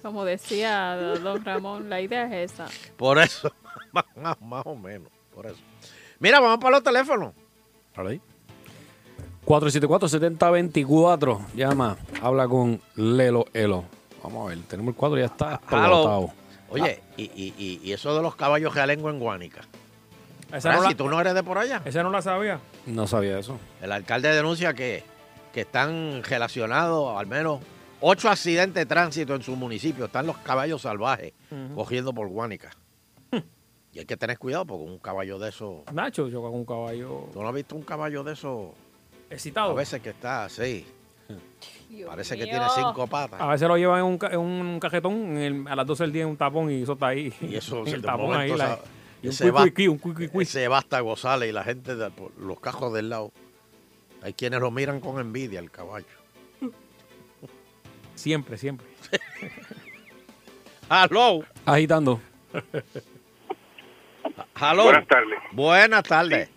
S10: Como decía don Ramón, la idea es esa.
S4: Por eso. más, más- más o menos. Por eso. Mira, vamos para los teléfonos.
S6: Ahora ahí. 474-7024. Llama, habla con Lelo Elo. Vamos a ver, tenemos el cuadro, ya está explotado.
S4: Oye,
S5: Ah.
S4: y, y- y- y eso de los caballos que lengua en Guánica.
S5: Esa
S4: Ahora,
S5: no la-
S4: si tú no eres de por allá.
S5: Esa no la sabía.
S6: No sabía eso.
S4: El alcalde denuncia que, que están relacionados al menos ocho accidentes de tránsito en su municipio. Están los caballos salvajes
S5: Ujú.
S4: cogiendo por Guánica. y hay que tener cuidado porque un caballo de esos.
S5: Nacho, yo con un caballo.
S4: ¿Tú no has visto un caballo de esos?
S5: Excitado.
S4: A veces que está así. Parece que
S5: mío. Ah,
S4: tiene cinco patas.
S5: A veces lo llevan en un, ca- en un cajetón en el- a las 12 del día en un tapón y eso está ahí.
S4: Y eso
S5: En
S4: se
S5: el tapón ahí. la- y un
S4: se va,
S5: cuicuiquí, un
S4: ese basta González y la gente de por los cajos del lado. Hay quienes lo miran con envidia al caballo.
S5: Siempre, siempre.
S4: ¡Aló!
S6: Agitando.
S4: ¡Aló!
S20: Buenas tardes.
S4: Buenas tardes.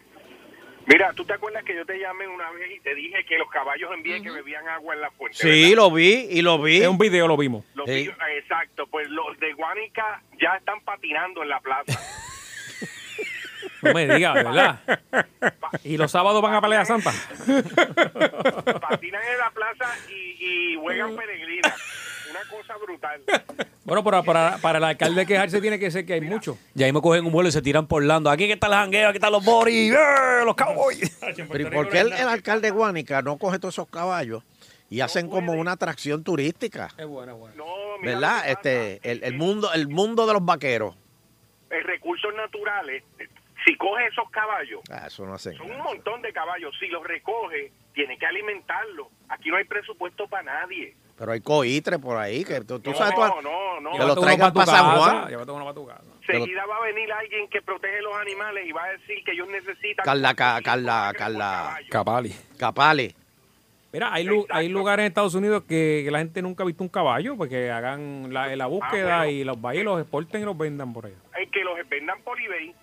S20: Mira, ¿tú te acuerdas que yo te llamé una vez y te dije que los caballos en Vieques bebían agua en la fuente?
S4: Sí, lo vi y lo vi.
S5: En un video lo vimos.
S20: Los pillos- exacto, pues los de Guánica ya están patinando en la plaza.
S5: No me digas, ¿verdad? ¿Y los sábados van a Palea Santa?
S20: Patinan en la plaza y, y
S17: Mm.
S20: juegan peregrinas. Una cosa brutal.
S5: Bueno, para, para, para el alcalde quejarse tiene que ser que hay mucho.
S6: Y ahí me cogen un vuelo y se tiran por Lando. Aquí que está el jangueo, aquí están los boris, ¡eh! los cowboys.
S4: Pero ¿y por qué el, el alcalde de Guánica no coge todos esos caballos y hacen como una atracción turística?
S5: Es bueno, es bueno.
S4: ¿Verdad? Este, el, el mundo, el mundo de los vaqueros.
S20: Eh, recursos naturales, eh, si coge esos caballos,
S4: Ah, eso no hacen.
S20: son un montón de caballos, si los recoge, tiene que alimentarlos. Aquí no hay presupuesto para nadie.
S4: Pero hay coitre por ahí que tú, tú
S20: No,
S4: sabes tú,
S20: no, no.
S4: que lo
S20: Llévate uno
S4: traigan para
S5: pa' tu
S4: San
S5: casa,
S4: Juan.
S5: Llévate uno para tu casa.
S20: Seguida va a venir alguien que protege los animales y va a decir que ellos necesitan...
S4: Carla, Ca- Carla, Carla.
S6: Capali.
S4: Capali.
S5: Mira, hay, lu- hay lugares en Estados Unidos que, que la gente nunca ha visto un caballo, porque hagan la, la búsqueda y los vayan y los exporten y los vendan por allá.
S20: Hay que los vendan por eBay.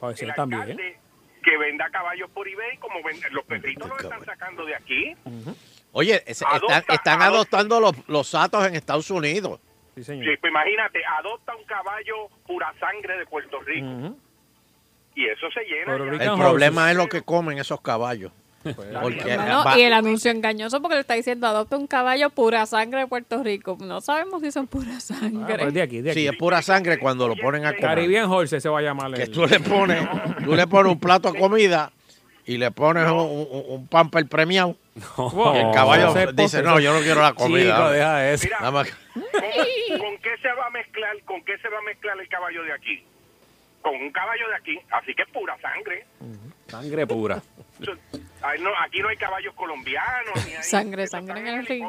S5: Para
S20: El
S5: decir también. ¿eh?
S20: alcalde que venda caballos por eBay, como vende- los perritos
S4: este
S20: los están sacando de aquí.
S5: Mm.
S4: Oye, es- están, están adoptando los, los satos en Estados Unidos.
S5: Sí,
S20: Sí, pues imagínate, adopta un caballo pura sangre de Puerto Rico
S5: Mm.
S20: y eso se llena. ya.
S4: El problema es lo que comen esos caballos. Porque eh,
S10: Bueno,
S4: va-
S10: y el anuncio engañoso porque le está diciendo adopta un caballo pura sangre de Puerto Rico. No sabemos si son
S4: Ah, pues
S10: pura sangre.
S5: Ah, pues de aquí, de
S4: Sí, es pura sangre cuando lo ponen a comer.
S5: Caribbean Horse se va a llamar.
S4: que
S5: el-
S4: tú le pones, tú le pones un plato de comida y le pones un, un, un pamper premiado. Y el caballo
S19: Eso es
S4: dice,
S19: postre,
S4: no,
S19: eso-
S4: yo no quiero la comida.
S19: Chico, deja eso.
S4: Nada más que-
S20: ¿Cómo- ¿Con qué se va a mezclar? ¿Con qué se va a mezclar el caballo de aquí? Con un caballo de aquí, así que es pura sangre.
S6: Sangre pura.
S20: Ay, no, aquí no hay caballos colombianos ni hay
S10: Sangre, sangre en el río.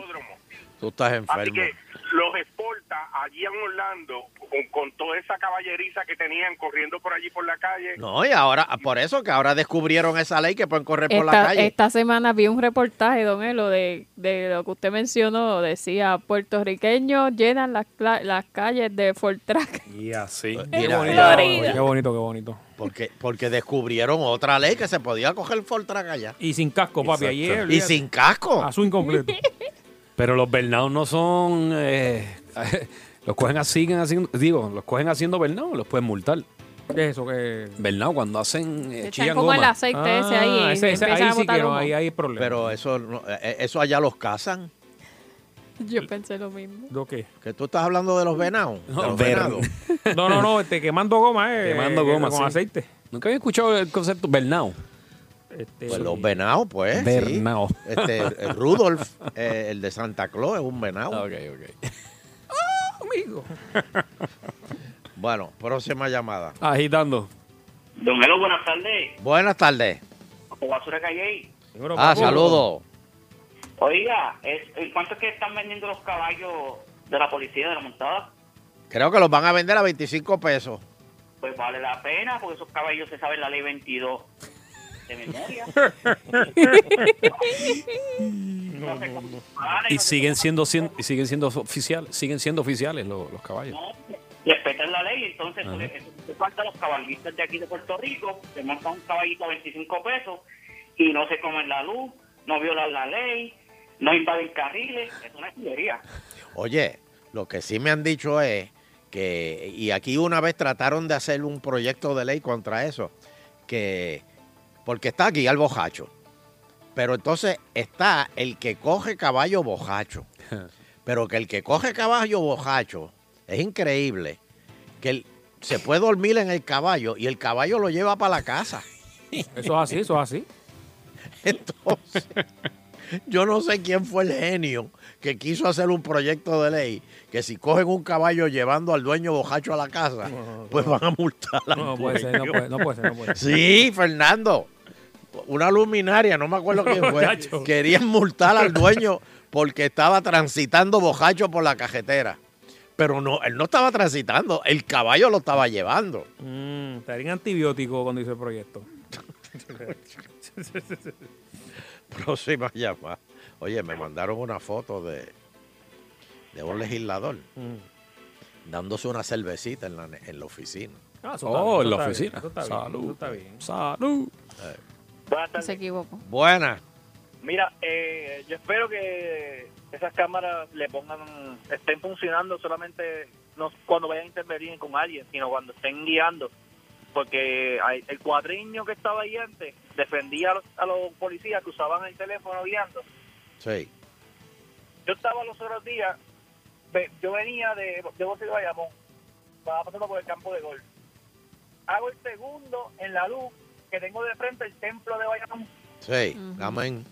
S4: tú estás enfermo.
S20: Así que los exportan vuelta allí en Orlando con, con toda esa caballeriza que tenían corriendo por allí por la calle.
S4: No, y ahora, por eso que ahora descubrieron esa ley que pueden correr por la
S10: Esta,
S4: calle.
S10: esta semana vi un reportaje, don Elo, de, de lo que usted mencionó. Decía, puertorriqueños llenan las, cla- las calles de Fortrack.
S5: Y así.
S4: Pues Mira,
S5: qué, bonito,
S4: mira.
S5: qué bonito, qué bonito.
S4: Porque, porque descubrieron otra ley que se podía coger Fortran allá.
S5: Y sin casco, papi.
S4: Exacto.
S5: Ayer,
S4: Y
S5: olvídate.
S4: sin casco.
S19: Ah,
S5: A su incompleto.
S6: Pero los Bernados no son. eh, los cogen así, siguen haciendo. Digo, los cogen haciendo Bernado, los pueden multar.
S5: ¿Qué es eso? que
S6: Bernado, cuando hacen. eh,
S10: Echan
S6: chillan
S10: como el
S6: goma.
S10: aceite ese ahí,
S5: Ah, ese- ese-
S10: empiezan
S5: ahí
S10: a
S5: sí
S10: botar
S5: que no,
S10: humo.
S5: ahí hay problema.
S4: Pero eso, no- eh, eso allá los cazan.
S10: Yo pensé lo mismo.
S5: ¿Lo qué?
S4: Que tú estás hablando de los venados. de los venados.
S5: No, no, no, este, quemando goma, eh.
S6: Quemando goma,
S5: Con
S6: sí.
S5: aceite. Este,
S6: Nunca había escuchado el concepto Bernado.
S4: Pues los venados, pues. sí.
S6: Venado.
S4: Este, el Rudolf, eh, el de Santa Claus, es un venado.
S6: Ok, ok.
S5: Amigo.
S4: Bueno, próxima llamada.
S6: Agitando.
S19: Don Elo, buenas tardes.
S4: Buenas tardes.
S19: O basura que hay ahí.
S4: Ah, saludos.
S19: Oiga, es- ¿en cuánto es que están vendiendo los caballos de la policía de la montada?
S4: Creo que los van a vender a 25 pesos.
S19: Pues vale la pena, porque esos caballos se saben la ley 22 de memoria. Entonces, vale,
S6: Y siguen siendo, cien- y siguen siendo oficiales, siguen siendo oficiales los, los caballos.
S19: respetan la ley, entonces
S6: Ajá.
S19: pues, eso se falta a los caballistas de aquí de Puerto Rico, se montan un caballito a 25 pesos y no se comen la luz, no violan la ley, no invaden carriles, es una chulería.
S4: Oye, lo que sí me han dicho es que, y aquí una vez trataron de hacer un proyecto de ley contra eso, que, porque está aquí el bojacho, pero entonces está el que coge caballo bojacho, pero que el que coge caballo bojacho, es increíble, que el- se puede dormir en el caballo y el caballo lo lleva para la casa.
S5: Eso es así, eso es así.
S4: Entonces, yo no sé quién fue el genio que quiso hacer un proyecto de ley que si cogen un caballo llevando al dueño bojacho a la casa, pues van a multar al
S5: No, puede ser,
S4: dueño.
S5: no puede- no puede ser, no puede ser.
S4: Sí, Fernando. Una luminaria, no me acuerdo quién fue.
S5: Bojacho.
S4: Querían multar al dueño porque estaba transitando bojacho por la cajetera. Pero no, él no estaba transitando, el caballo lo estaba llevando.
S5: Mm, te harían antibiótico cuando hice el proyecto.
S4: Próxima llamada. Oye, me mandaron una foto de, de un legislador
S5: Mm.
S4: dándose una cervecita en la, ne- en la oficina.
S5: Ah, eso está
S6: Oh, en
S5: bien,
S6: la
S5: eso está bien,
S6: oficina.
S5: eso está bien, eso
S6: Salud.
S5: está bien.
S6: Salud.
S4: Eh,
S10: Se equivocó.
S4: Buena.
S13: Mira, eh, yo espero que esas cámaras le pongan, estén funcionando solamente no cuando vayan a intervenir con alguien, sino cuando estén guiando. Porque hay- el cuadriño que estaba ahí antes defendía a los, a los policías que usaban el teléfono guiando.
S4: Sí.
S13: Yo estaba los otros días, ve- yo venía de, de Bosque de Bayamón, estaba pasando por el campo de gol. Hago el segundo en la luz que tengo de frente el templo de Bayamón.
S4: Sí, amén.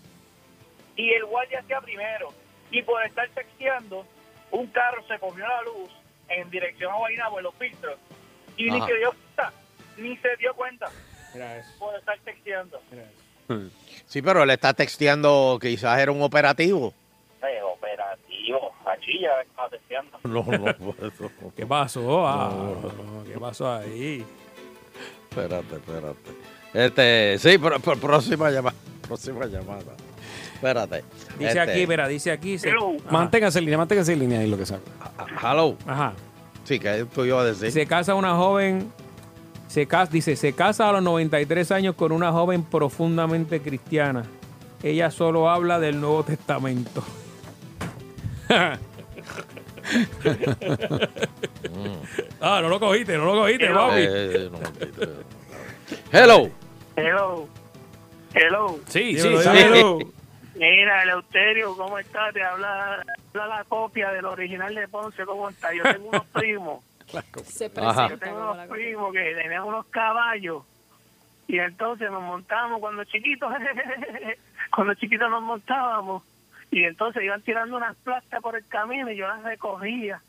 S13: y el guardia hacía primero. Y por estar texteando, un carro se comió la luz en dirección a Guaynabo en los filtros. Y ni
S4: Ajá.
S13: se dio cuenta, ni se dio cuenta por estar texteando.
S4: Sí, pero él está texteando, quizás era un operativo.
S13: Eh, operativo, aquí ya estaba texteando.
S4: No, no puedo.
S5: ¿Qué pasó? Ah, no, ¿Qué pasó ahí?
S4: Espérate, espérate. Este, sí, pro- pro- próxima llamada. Próxima llamada. Espérate.
S5: Dice
S4: Este,
S5: aquí, mira, dice aquí. se- Ajá.
S6: Manténgase en línea, manténgase en línea ahí lo que saca.
S4: ah, Hello.
S5: Ajá.
S4: Sí, que tú ibas a decir. Eh,
S5: Se casa una joven, se casa, dice, se casa a los 93 años con una joven profundamente cristiana. Ella solo habla del Nuevo Testamento. ah, no lo cogiste, no lo cogiste,
S13: Hello.
S5: papi.
S4: Eh, no, Hello.
S13: Hello, hello.
S6: Sí,
S5: Dímelo, dímelo.
S13: Mira, Eleuterio, ¿cómo estás? Te habla, habla la copia del original de Ponce, ¿cómo estás? Yo tengo unos primos.
S10: Se
S4: Ajá.
S13: Yo tengo unos primos que tenían unos caballos y entonces nos montábamos cuando chiquitos, cuando chiquitos nos montábamos y entonces iban tirando unas plastas por el camino y yo las recogía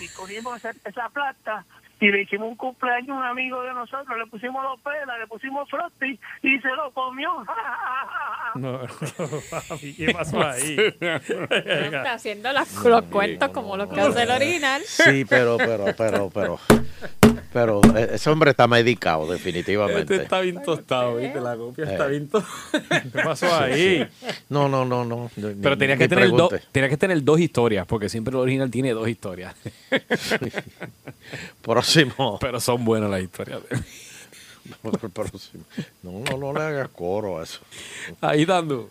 S13: y cogíamos esa, esa plasta
S21: y le hicimos un cumpleaños a un amigo de nosotros, le pusimos dos pelas, le pusimos frosty y se lo comió.
S5: No, papi, ¿qué pasó ahí?
S10: Está haciendo las- los cuentos como los que hace el original.
S4: Sí, pero, pero, pero, pero. Pero eh, ese hombre está medicado, definitivamente.
S6: Este está bien tostado, ¿viste? La copia está
S4: Eh.
S6: bien tostada. ¿Qué
S4: Sí, sí. No, no, no, no. Ni-
S6: Pero
S4: ni-
S6: tenías
S4: ni
S6: que, tener do-
S4: pregunte.
S6: tenías que tener dos historias, porque siempre el original tiene dos historias.
S4: Próximo.
S6: Pero son buenas las historias.
S4: Próximo. No, no, no le hagas coro a eso.
S6: Ahí dando.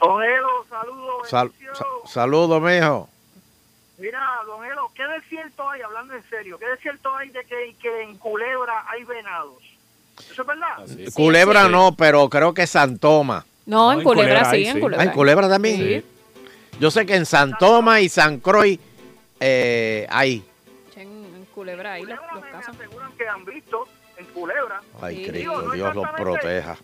S21: Don Elo, saludos.
S4: Sal- sa- Saludos, mijo.
S21: Mira, don Elo, ¿qué desierto hay, hablando en serio, qué desierto hay de que, que en Culebra hay venados? ¿Eso es verdad?
S4: Culebra no, pero creo que Santoma.
S10: No,
S5: Ah,
S10: en, culebra, sí, en culebra.
S4: Ah, en Culebra también.
S10: Sí.
S4: Yo sé que en Santoma y San Croix eh, hay.
S10: En, en culebra ahí los, los casos.
S21: que han visto en Culebra.
S4: Ay,
S21: Sí.
S4: Cristo,
S21: Digo, no
S4: Dios los
S21: exactamente-
S4: proteja.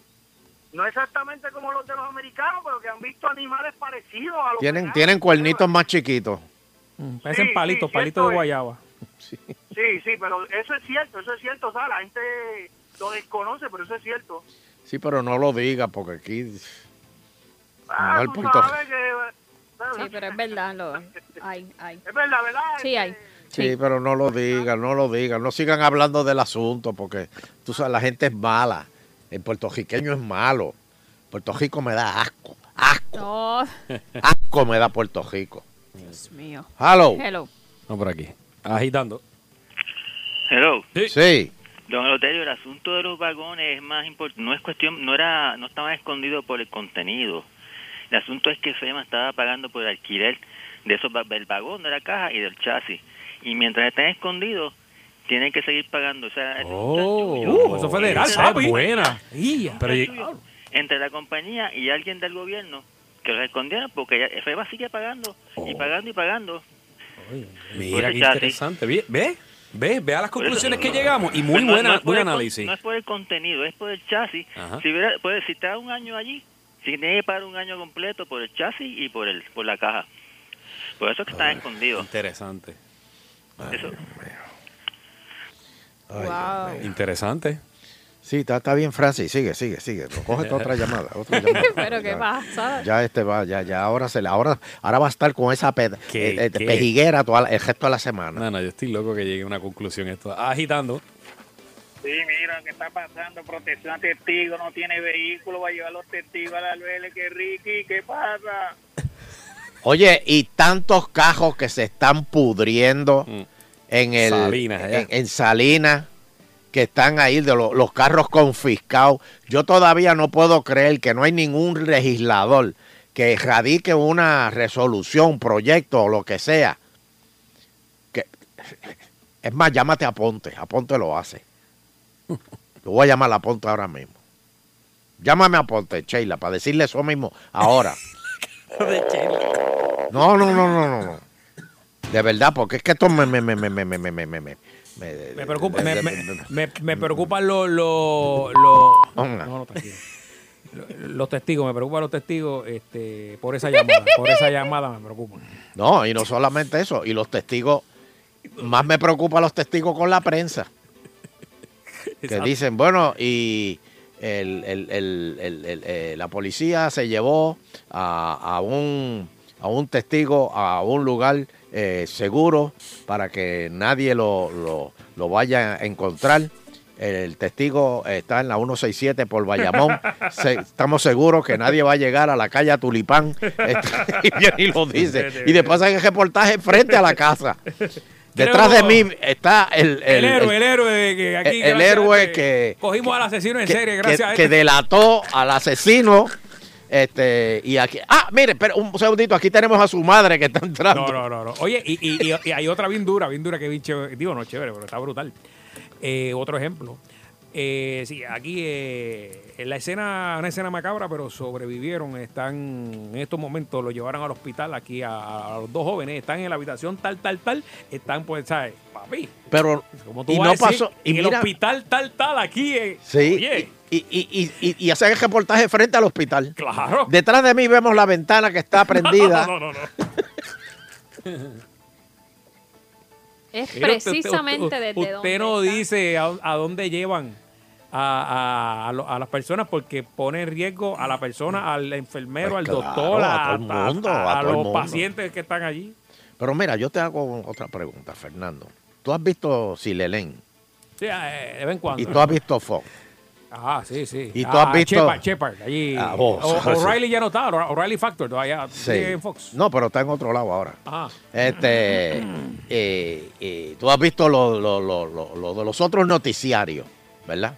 S21: No exactamente como los de los americanos, pero que han visto animales parecidos a los
S4: Tienen, tienen cuernitos más chiquitos.
S5: Parecen
S21: Sí,
S5: palitos,
S21: sí,
S5: palitos
S21: cierto
S5: de
S21: es.
S5: guayaba.
S21: Sí, sí, pero eso es cierto, eso es cierto, o sea, la gente lo desconoce, pero eso es cierto.
S4: Sí, pero no lo diga porque aquí.
S21: Ah,
S4: no, el
S21: tú
S4: Puerto-
S21: sabes que-
S10: Sí, pero es verdad. Lo, ay, ay.
S21: Es verdad, ¿verdad? Este,
S10: Sí, hay.
S4: Sí, pero no lo digan, no lo digan. No sigan hablando del asunto porque tú sabes, la gente es mala. El puertorriqueño es malo. Puerto Rico me da asco.
S10: No,
S4: Asco me da Puerto Rico.
S10: Dios mío.
S4: Hello.
S10: Hello.
S6: No, por aquí. Agitando.
S15: Hello.
S4: Sí.
S15: Don Eloterio, el asunto de los vagones es más importante. No es cuestión, no era, no estaba escondido por el contenido. El asunto es que FEMA estaba pagando por el alquiler de esos va- del vagón, de la caja y del chasis. Y mientras estén escondidos, tienen que seguir pagando. O sea,
S6: Oh, eso federal,
S15: esa es
S6: papi. buena. Pero,
S15: entre la compañía y alguien del gobierno que los escondieron porque ya- FEMA sigue pagando y
S6: Oh.
S15: pagando y pagando.
S6: mira qué
S15: Chasis.
S6: interesante. Ve, ve, ve, ve a las conclusiones que llegamos. Y
S15: Pero
S6: muy
S15: no- no
S6: buena,
S15: es por
S6: buen
S15: el con-
S6: análisis.
S15: No es por el contenido, es por el chasis.
S6: Ajá.
S15: Si, hubiera, pues, si está un año allí, si tiene que pagar un año completo por el chasis y por el por la caja. Por eso es que está escondido.
S6: Interesante.
S15: Eso.
S10: Wow.
S6: Interesante.
S4: Sí, está, está bien, Francis. Sigue, sigue, sigue. Coge otra llamada. Otra llamada.
S10: pero qué
S4: Ya.
S10: pasa.
S4: Ya este va, ya, ya ahora se le, ahora, ahora va a estar con esa pe-
S6: ¿Qué,
S4: eh, eh,
S6: qué?
S4: pejiguera toda la- el resto de la semana.
S6: No, no, yo estoy loco que llegue a una conclusión esto. Agitando.
S8: Sí, mira, ¿qué está pasando? Protección a testigos, no tiene vehículo, va a llevar los testigos a la LL, que Ricky, ¿qué pasa?
S4: Oye, y tantos cajos que se están pudriendo en el
S6: Mm. Salinas, allá.
S4: en, en Salinas que están ahí de lo- los carros confiscados. Yo todavía no puedo creer que no hay ningún legislador que radique una resolución, proyecto o lo que sea. Que, es más, llámate a Ponte, a Ponte lo hace. Lo voy a llamar a Ponte ahora mismo. Llámame a Ponte, Sheila, para decirle eso mismo ahora. No, no, no, no, no, no. De verdad, porque es que esto me, me, me, me, me, me, me, me, me, me, me-
S5: Me preocupa,
S4: de-
S5: me,
S4: de-
S5: me,
S4: de-
S5: me- me preocupan los los los-
S4: Onda.
S5: no, no, tranquilo. Lo- los testigos, me preocupan los testigos, este, por esa llamada, por esa llamada me preocupan.
S4: No, y no solamente eso, y los testigos, más me preocupa los testigos con la prensa, que
S5: Exacto.
S4: dicen, bueno, y el, el- el- el- el- eh, la policía se llevó a, a un, a un testigo a un lugar eh, seguro para que nadie lo, lo- lo vaya a encontrar. El testigo está en la 167 por Bayamón. Se- estamos seguros que nadie va a llegar a la calle Tulipán. Este, y viene y lo dice. Y después hay el reportaje frente a la casa. Detrás de mí está el,
S5: El, héroe, el, héroe que aquí
S4: el
S5: gracias
S4: héroe
S5: a este,
S4: que-
S5: cogimos al asesino en serie,
S4: que-
S5: gracias a
S4: que
S5: este.
S4: delató al asesino. Este, y aquí. Ah, mire, pero un segundito, aquí tenemos a su madre que está entrando.
S5: No, no, no, no. Oye, y, y- y- y hay otra bien dura, bien dura que bien chévere. Digo, no chévere, pero está brutal. Eh, otro ejemplo. Eh, sí, aquí eh, en la escena, una escena macabra, pero sobrevivieron. Están en estos momentos, lo llevaron al hospital aquí a, a los dos jóvenes. Están en la habitación tal, tal, tal. Están, pues, ¿sabes? Papi.
S4: Pero.
S5: Como tú
S4: y
S5: vas
S4: no
S5: a decir,
S4: pasó. Y
S5: en el
S4: mira-
S5: hospital tal, tal, aquí. eh.
S4: Sí.
S5: Oye.
S4: Y, y, y, y- y hacen el reportaje frente al hospital.
S5: Claro.
S4: Detrás de mí vemos la ventana que está prendida.
S5: No, no, no. no.
S10: Es
S5: Mira, usted-
S10: precisamente
S5: usted-
S10: desde
S5: usted
S10: donde
S5: no dice a, a dónde llevan a, a- a lo- a las personas porque pone en riesgo a la persona, al enfermero, al
S4: Pues claro,
S5: doctor,
S4: a todo el
S5: a- a-
S4: mundo,
S5: a-
S4: a todo
S5: a
S4: el
S5: los
S4: mundo.
S5: pacientes que están allí.
S4: Pero mira, yo te hago otra pregunta, Fernando. Tú has visto Silelén
S5: Sí, eh, de vez en cuando.
S4: y tú has visto Fox.
S5: Ah, sí, sí.
S4: Y tú
S5: Ah,
S4: has visto-
S5: Shepard, Shepard, allí.
S4: Ah, vos,
S5: O-
S4: sí.
S5: O'Reilly ya no está, O'Re- O'Reilly Factor, todavía
S4: Sí.
S5: sigue en Fox. Ah,
S4: No, pero está en otro lado ahora.
S5: Ajá.
S4: Este, eh, eh, tú has visto lo, lo- lo- lo- lo de los otros noticiarios, ¿verdad?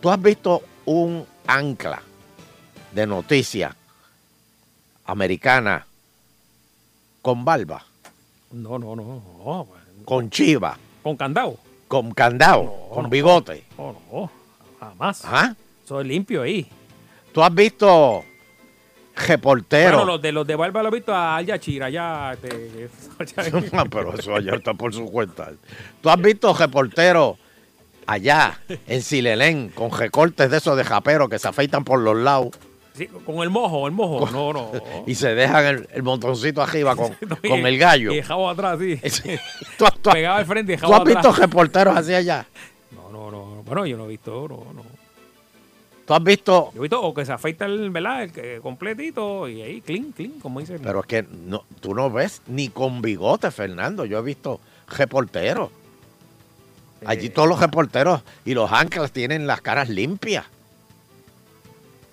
S4: Tú has visto un ancla de noticias americana con barba,
S5: No, no, no. no.
S4: con chiva,
S5: Con candado.
S4: con candado, con bigote.
S5: No, no. Jamás.
S4: Ajá.
S5: Soy limpio ahí.
S4: Tú has visto reporteros.
S5: Bueno, los de los de Barba lo he visto a Al Yachir, allá. este,
S4: Ah, pero eso allá está por su cuenta. Tú has visto reporteros allá en Silelén con recortes de esos de japeros que se afeitan por los lados
S5: Sí, con el mojo, el mojo. No, no.
S4: y se dejan el, el montoncito arriba con,
S5: Y-
S4: con el gallo.
S5: Y dejado atrás, sí. Pegado al frente y
S4: ¿Tú
S5: dejado
S4: has
S5: atrás.
S4: visto reporteros así allá?
S5: No, no, no. Bueno, yo no he visto, no, no.
S4: ¿Tú has visto?
S5: Yo he visto o que se afeita el, ¿verdad? El que- completito y ahí, clean, clean, como dicen.
S4: Pero es que no, tú no ves ni con bigote, Fernando. Yo he visto reporteros. Allí todos los reporteros y los anclas tienen las caras limpias.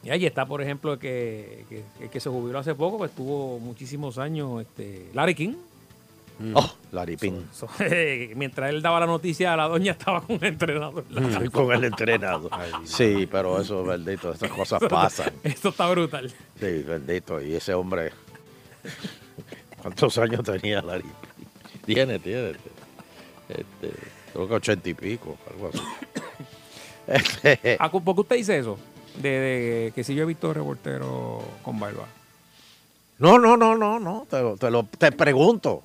S5: Y ahí está, por ejemplo, el que, que, el que se jubiló hace poco, que estuvo muchísimos años, este, Larry King.
S4: Oh, Laripín.
S5: So, mientras él daba la noticia, la doña estaba con el entrenador.
S4: Mm, con el entrenado. Sí, pero eso, bendito, esas cosas pasan.
S5: Esto está brutal.
S4: Sí, bendito. Y ese hombre, ¿cuántos años tenía Larry? Tiene, tiene. Este, creo que ochenta y pico, algo así. Este,
S5: Ah, ¿Por qué usted dice eso? De, de que si yo he visto reportero con barba.
S4: no, no, no, no, no. Te, lo- te, lo, te pregunto.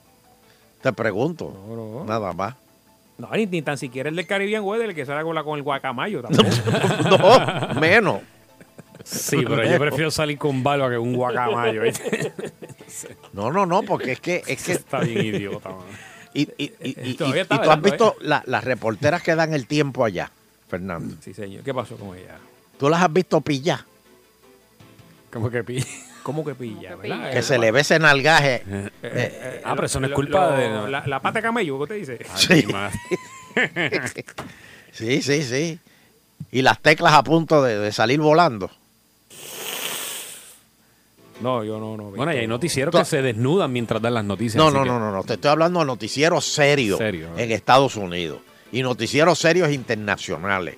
S4: Te pregunto. Nada más.
S5: No, ni, ni tan siquiera el del Caribbean Weather, el que sale con, la, con el guacamayo tampoco.
S4: No, menos.
S6: Sí, pero yo prefiero salir con barba que un guacamayo. ¿viste?
S4: No, no, no, porque es que. Es que
S6: Está bien idiota, mano.
S4: Y, y- y- y- y-
S5: Todavía está
S4: y tú has
S5: velando, ¿eh?
S4: visto la- las reporteras que dan el tiempo allá, Fernando.
S5: Sí, señor. ¿Qué pasó con ella?
S4: Tú las has visto pillar.
S6: ¿Cómo que pilla?
S5: ¿Cómo que pilla? ¿verdad?
S4: Que se le ve ese nalgaje.
S5: Eh,
S4: Eh,
S5: eh,
S6: ah, pero eso no es
S5: lo-
S6: culpa
S5: lo-
S6: de-
S5: La, la pata de camello, ¿qué usted dice?
S4: Sí. sí, sí, sí. Y las teclas a punto de, de salir volando.
S5: No, yo no, no.
S6: Bueno, y hay noticieros que se desnudan mientras dan las noticias.
S4: No,
S6: así
S4: no,
S6: que-
S4: no, no, no. Te estoy hablando de noticieros serios
S6: Serio, eh.
S4: en Estados Unidos. Y noticieros serios internacionales.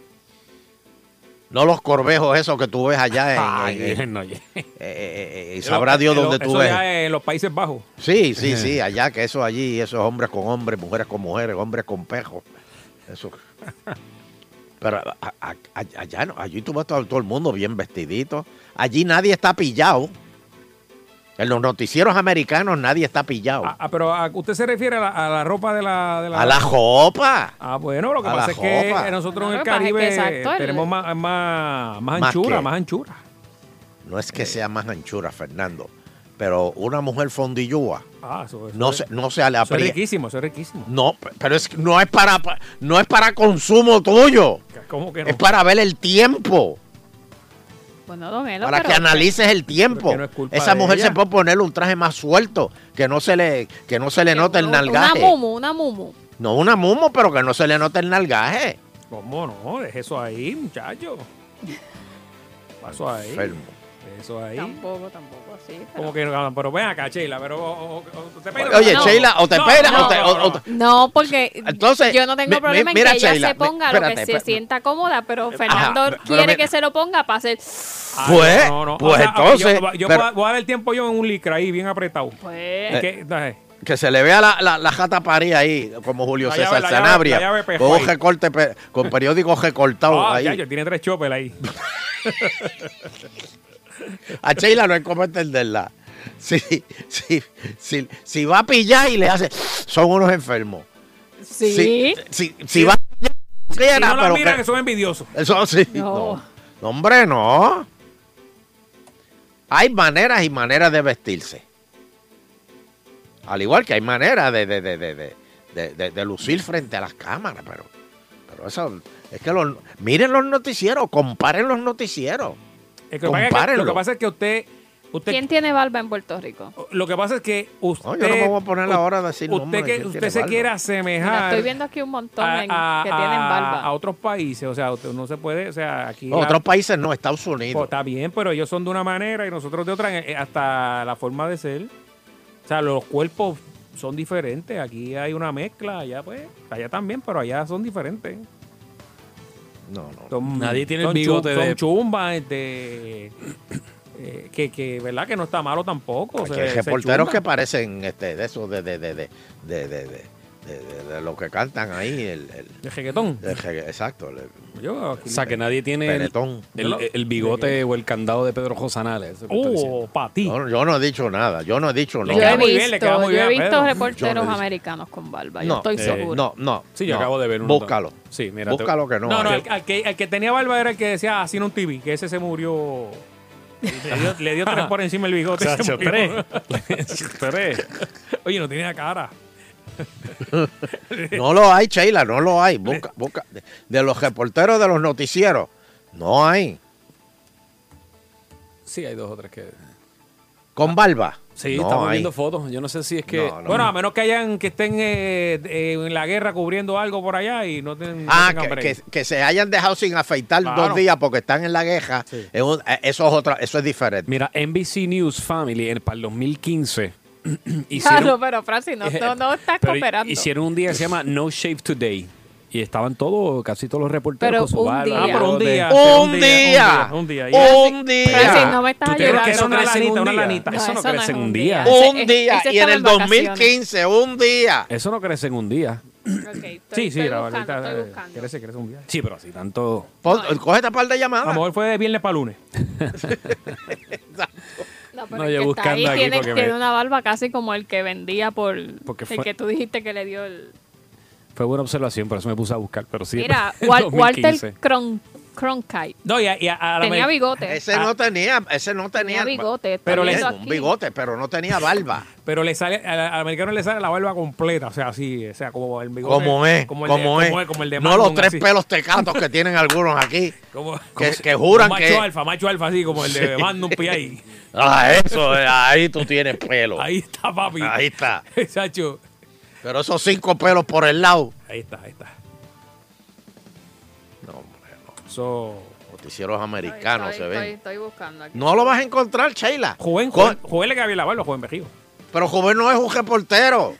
S4: No los corvejos esos que tú ves allá en...
S6: Ay,
S4: en- en-
S6: no, Ah, oye.
S4: eh, y sabrá Dios
S5: Eso-
S4: dónde tú
S5: eso
S4: ves.
S5: ya en los Países Bajos.
S4: Sí, sí, sí. Allá que eso allí, esos hombres con hombres, mujeres con mujeres, hombres con pejos. Eso. Pero a- a- a- allá no, allí tú ves todo, todo el mundo bien vestidito. Allí nadie está pillado. En los noticieros americanos nadie está pillado.
S5: Ah, pero ah, usted se refiere a la, a la ropa de la, de
S4: Oh. a la jopa.
S5: Ah, bueno, lo que
S4: A la
S5: pasa es que
S4: jopa.
S5: nosotros
S10: No,
S5: en
S10: lo
S5: el
S10: que pasa es que
S5: Caribe
S10: exacto, el-
S5: tenemos más, más, más
S4: ¿Más
S5: anchura,
S4: qué?
S5: más anchura.
S4: No es que sea más anchura, Fernando. Pero una mujer fondillúa
S5: Ah, eso, eso
S4: no
S5: es-
S4: se, no se le
S5: eso es
S4: aprieta.
S5: riquísimo, eso es riquísimo.
S4: No, pero es que no es para no es para consumo tuyo.
S5: ¿Cómo que no?
S4: Es para ver el tiempo.
S10: Bueno, don Elo,
S4: para
S10: pero-
S4: que analices el tiempo.
S5: que no es culpa
S4: Esa
S5: de
S4: mujer
S5: ella.
S4: se puede poner un traje más suelto, que no se le, que no se le note el
S10: Una-
S4: nalgaje.
S10: Una mumu, una mumu.
S4: no una mumo, pero que no se le note el nalgaje.
S5: ¿Cómo no? Deje eso ahí, muchacho. Eso ahí.
S4: Enfermo.
S5: Eso ahí.
S10: Tampoco, tampoco, sí. pero-
S5: Como que no, Ah, pero ven acá, Sheila, pero o- o- o te peinas-
S4: Oye,
S10: No.
S4: Sheila, o te
S5: No,
S4: peinas
S5: no,
S4: o te.
S5: no,
S4: o-
S5: no.
S4: o te-
S10: No, porque
S4: Entonces,
S10: yo no
S4: mi-
S10: tengo
S4: mi-
S10: problema en
S4: mira,
S10: que ella
S4: Sheila,
S10: se
S4: mi-
S10: ponga lo
S4: espérate,
S10: que se
S4: espérate.
S10: sienta cómoda, pero Fernando
S4: pero
S10: quiere
S4: mira.
S10: que se lo ponga para hacer...
S5: Ah,
S4: Pues,
S5: no, no.
S4: pues
S5: O sea,
S4: entonces,
S5: Yo, yo
S4: pero- Eh.
S5: voy, a, voy a dar el tiempo yo en un licra ahí, bien apretado.
S10: Pues,
S5: Es que, dale.
S4: que se le vea la, la, la jata parida ahí, como Julio
S5: La
S4: César
S5: llave, la llave,
S4: Sanabria.
S5: la llave pejó
S4: con
S5: ahí.
S4: un recorte pe- con periódico recortado
S5: Ah,
S4: Oh, ahí.
S5: ya, yo tiene tres chopper ahí.
S4: A Sheila no hay cómo entenderla. Si, si, si, si va a pillar y le hace. Son unos enfermos.
S10: sí.
S4: Si, si, si va a pillar.
S5: Si no la
S4: pero
S5: miran,
S4: que-
S5: que son envidiosos.
S4: Eso sí.
S10: No.
S4: No. No, hombre, no. Hay maneras y maneras de vestirse. Al igual que hay maneras de, de, de, de, de- de- de- de lucir frente a las cámaras, pero, pero eso es que los, miren los noticieros, comparen los noticieros.
S5: Es que lo, que pasa es que, lo que
S4: Compárenlo.
S5: pasa es que usted, usted
S10: ¿Quién tiene barba en Puerto Rico?
S5: lo que pasa es que usted
S4: yo no me voy a poner ahora a decir
S5: usted
S4: nombres,
S5: que
S4: ¿quién
S5: usted
S4: tiene
S5: se
S4: barba?
S5: quiere
S10: Mira,
S5: asemejar
S10: estoy viendo aquí un montón
S6: Ah,
S5: a,
S10: en-
S5: a-
S10: que tienen
S5: a-
S10: barba.
S5: a otros países, o sea, usted no se puede, o sea, aquí
S4: No,
S5: la-
S4: otros países no, Estados Unidos.
S5: Pues está bien, pero ellos son de una manera y nosotros de otra, eh, hasta la forma de ser. O sea, los cuerpos son diferentes. Aquí hay una mezcla, allá pues, allá también, pero allá son diferentes.
S4: No, no.
S5: Son-
S6: Nadie tiene el
S5: son chu-
S6: bigote
S5: son
S6: de-
S5: chumbas, este, eh, que, que, ¿verdad? Que no está malo tampoco.
S4: Hay
S5: se-
S4: que-
S5: se
S4: reporteros
S5: chumban.
S4: que parecen este, de esos de, de, de, de, de, de, de- de- de- de lo que cantan ahí. El, el,
S5: ¿El reggaetón?
S4: exacto. el-
S5: Yo, aquí-
S6: O sea, que nadie tiene el,
S4: Peretón.
S6: el- el bigote o el candado de Pedro Josanales. eso que está diciendo.
S5: Oh, para ti.
S4: Yo, yo no he dicho nada, yo no he dicho
S10: yo
S4: nada.
S10: he visto, yo he visto
S4: Yo no
S10: reporteros
S4: he dicho-
S10: americanos con barba,
S4: No,
S10: yo estoy
S4: eh,
S10: seguro.
S4: No, no.
S6: Sí, yo
S4: no.
S6: acabo de ver uno.
S4: Búscalo.
S6: Sí, mira.
S4: Búscalo que no.
S5: No, no,
S4: hay.
S5: al, al que, al que tenía barba era el que decía así no un TV, que ese se murió. Le dio, le dio tres por encima el bigote. se
S6: Chacho,
S5: murió.
S6: tres. Tres.
S5: Oye, no tenía cara.
S4: No lo hay, Sheila, no lo hay. Busca, busca. De, de los reporteros de los noticieros, no hay.
S6: Sí, hay dos o tres que.
S4: Con barba.
S6: Sí,
S4: no
S6: estamos
S4: hay.
S6: viendo fotos. Yo no sé si es que.
S5: bueno, a menos que hayan que estén eh, eh, en la guerra cubriendo algo por allá y no, ten- no
S4: Ah,
S5: tengan
S4: que,
S5: break.
S4: que- que se hayan dejado sin afeitar
S5: Claro.
S4: dos días porque están en la guerra. es un- eh, eso es otra, eso es diferente.
S6: Mira, NBC News Family en- para el 2015 hicieron,
S10: Claro, pero Francis, no, no, no estás
S6: Eh, pero
S10: cooperando.
S6: hicieron un día que se llama No Shave Today. Y estaban todos, casi todos los reporteros
S10: Pero
S6: con su
S10: un
S6: barba,
S10: día. Ah,
S5: pero un
S6: bigote.
S5: día, Un un día, día, un día, un día.
S4: Un día.
S10: Francis, no me estás
S6: ¿Tú te crees
S10: ayudando.
S6: que eso
S5: Una
S6: crece en
S5: lanita,
S6: un
S5: una
S6: día?
S5: lanita.
S10: No,
S6: Eso no
S10: eso no
S6: crece
S10: es
S6: en
S10: un
S6: un día.
S10: día.
S4: un
S10: Ese-
S4: día.
S10: ese estaba
S4: y en el
S10: en vacaciones.
S4: 2015, un día.
S6: Eso no crece en un
S10: Ok,
S6: día.
S10: estoy-
S5: Sí, sí,
S10: estoy
S5: la
S10: buscando,
S5: bolita,
S10: estoy
S5: eh,
S10: buscando.
S5: Crece, crece un día.
S6: Sí, pero así tanto.
S4: Pon-
S10: eh.
S4: coge esta par de
S5: A
S10: Ah.
S5: lo
S4: llamadas.
S5: mejor fue de viernes para lunes.
S10: No, pero
S6: No,
S10: el que está ahí
S6: yo buscando aquí
S10: tiene,
S6: porque
S10: tiene
S6: me-
S10: una barba casi como el que vendía por
S6: Porque
S10: el
S6: fue-
S10: que tú dijiste que le dio el...
S6: Fue buena observación, por eso me puse a buscar. Pero sí,
S10: Mira,
S6: en
S10: Wal-
S6: 2015.
S10: Walter Cron- Cronkite
S5: No, y a, y a- a la
S10: tenía
S5: me-
S10: bigote. Ah.
S4: Ese no tenía, ese no tenía,
S10: tenía bigote. está
S5: Pero le-
S10: viendo
S4: un
S10: aquí.
S4: bigote, pero no tenía barba.
S5: Pero le sale, al, al americano le sale la barba completa, o sea, así, o sea, como el bigote.
S4: Como es, como,
S5: el de-
S4: es.
S5: como como el de
S4: no los
S5: Magnum,
S4: tres
S5: así.
S4: pelos tecatos que tienen algunos aquí.
S5: Como-
S4: que,
S5: como-
S4: que juran
S5: como
S4: que.
S5: Macho alfa, macho alfa, así como el de Magnum P.I.
S4: Ah, eso, eh, ahí tú tienes pelo. Ahí,
S5: Ahí está, papi.
S4: está.
S5: Chacho.
S4: Pero esos cinco pelos por el lado.
S5: Ahí está, ahí está.
S4: No, hombre, no.
S5: So,
S4: Noticieros
S10: Estoy-
S4: americanos
S10: estoy-
S4: se ven.
S10: Estoy, estoy buscando aquí.
S4: No lo vas a encontrar, Sheila.
S5: Joven,
S4: Co-
S5: joven, joven le cabía la barba, joven Bejigo.
S4: Pero Joven no es un reportero.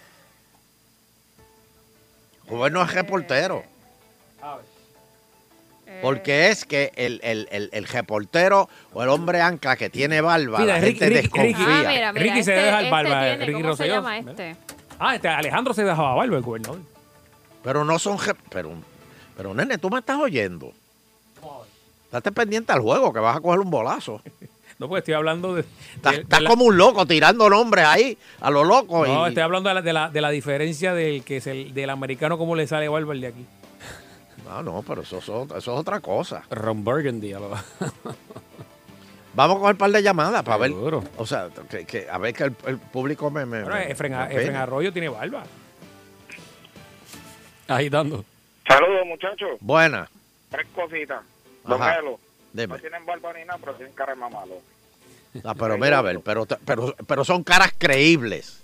S4: Joven no es reportero.
S10: Eh.
S4: Porque es que el, el, el, el reportero o el hombre ancla que tiene barba,
S5: Mira,
S4: la
S5: Ricky-
S4: gente
S5: Ricky-
S4: desconfía.
S5: Ricky-
S10: Ah, mira, mira,
S5: Ricky se
S10: este-
S5: deja el
S10: este
S5: barba,
S10: tiene,
S5: Ricky
S10: ¿Cómo se
S5: Rosselló?
S10: llama
S5: ¿verdad?
S10: este?
S5: Ah, este Alejandro se dejaba barba, el gobernador.
S4: Pero no son... re- Pero, pero nene, tú me estás oyendo. Estate pendiente al juego que vas a coger un bolazo.
S5: No, pues estoy hablando de. de-
S4: Estás,
S5: de
S4: estás
S5: la-
S4: como un loco tirando nombres ahí a lo loco.
S5: No, este-
S4: y-
S5: estoy hablando de la, de la, de la diferencia del que es el, del americano, cómo le sale barba al de aquí.
S4: Ah, no, pero eso, es otra- eso es otra cosa.
S6: Ron Burgundy. a lo-
S4: Vamos a coger un par de llamadas para ver.
S6: Seguro.
S4: O sea, que, que- a ver que el, el público me. me,
S5: Bueno,
S4: me-
S5: Efren,
S4: me
S5: Efren
S4: opine.
S5: Arroyo tiene barba.
S6: Agitando.
S11: Saludos, muchachos.
S4: Buena.
S11: Tres cositas. Don
S4: Ajá,
S11: Elo,
S4: dime.
S11: no tienen barba ni nada, pero tienen cara de mamalo.
S4: Ah, pero mira, a ver, pero, pero, pero son caras creíbles.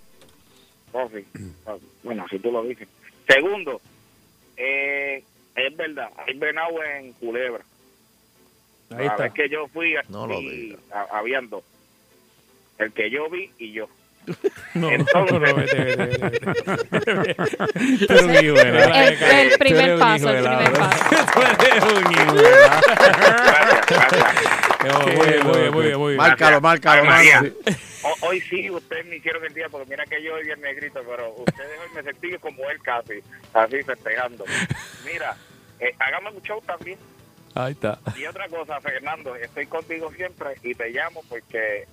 S11: Oh, sí. Ah, Bueno, así tú lo dices. Segundo, eh, es verdad, hay venado en Culebra.
S5: Ahí
S11: la
S5: está.
S11: vez que yo fui,
S4: No lo
S11: vi-
S4: digas.
S11: a- habían dos. El que yo vi y yo.
S5: No,
S11: Entonces-
S5: no, vete, vete, vete, vete.
S6: Pero un hijo de la-
S10: El, el
S6: Tú eres
S10: primer
S6: un
S10: paso,
S6: hijo de
S10: el
S6: la-
S10: primer paso.
S5: Tú eres un hijo de la- Qué Muy bien, muy bien, muy bien, muy bien.
S4: Márcalo, márcalo,
S11: Ave María.
S4: márcalo.
S11: Ho- hoy sí, ustedes me hicieron el día, porque mira que yo hoy el negrito, pero ustedes hoy me sentí como él casi, así festejando. Mira, eh, hagamos un show también.
S6: Ahí está.
S11: Y otra cosa, Fernando, estoy contigo siempre y te llamo porque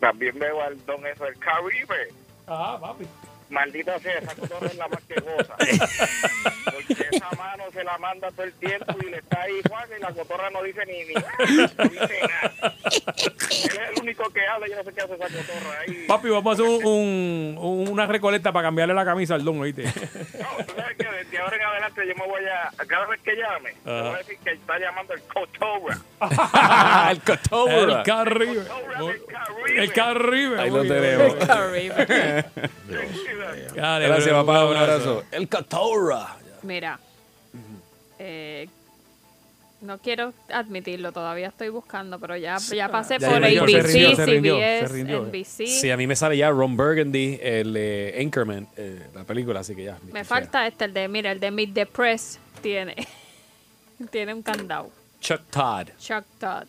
S11: también veo al don eso del Caribe.
S5: Ah, papi.
S11: Maldita sea, esa cotorra es la más que goza. Porque esa mano se la manda todo el tiempo y le está ahí, Juan, y
S20: la cotorra no dice ni, ni no dice nada. Él es el único que habla, yo no sé qué hace esa cotorra ahí.
S5: Papi, vamos a hacer un- un- un- una recoleta para cambiarle la camisa al don, ¿oíste?
S20: No, tú sabes que desde ahora en adelante yo me voy a, cada vez que llame, te voy a decir que está llamando el cotorra.
S5: el Cotorra. El Carribe. El Carribe.
S22: Ahí lo
S5: muy bien.
S22: tenemos.
S5: El Carribe. Dale,
S22: Gracias,
S5: bro,
S22: papá. Un abrazo. El Catorra.
S10: Mira, eh, no quiero admitirlo, todavía estoy buscando, pero ya, ya pasé
S22: Ya,
S10: por
S22: ya, ya,
S10: ABC,
S22: se rindió, se rindió,
S10: CBS,
S22: se rindió.
S10: NBC.
S22: Sí, a mí me sale ya Ron Burgundy, el eh, Anchorman, eh, la película, así que ya.
S10: Me falta este, el de, mira, el de Meet the Press tiene, tiene un candado.
S22: Chuck Todd.
S10: Chuck Todd.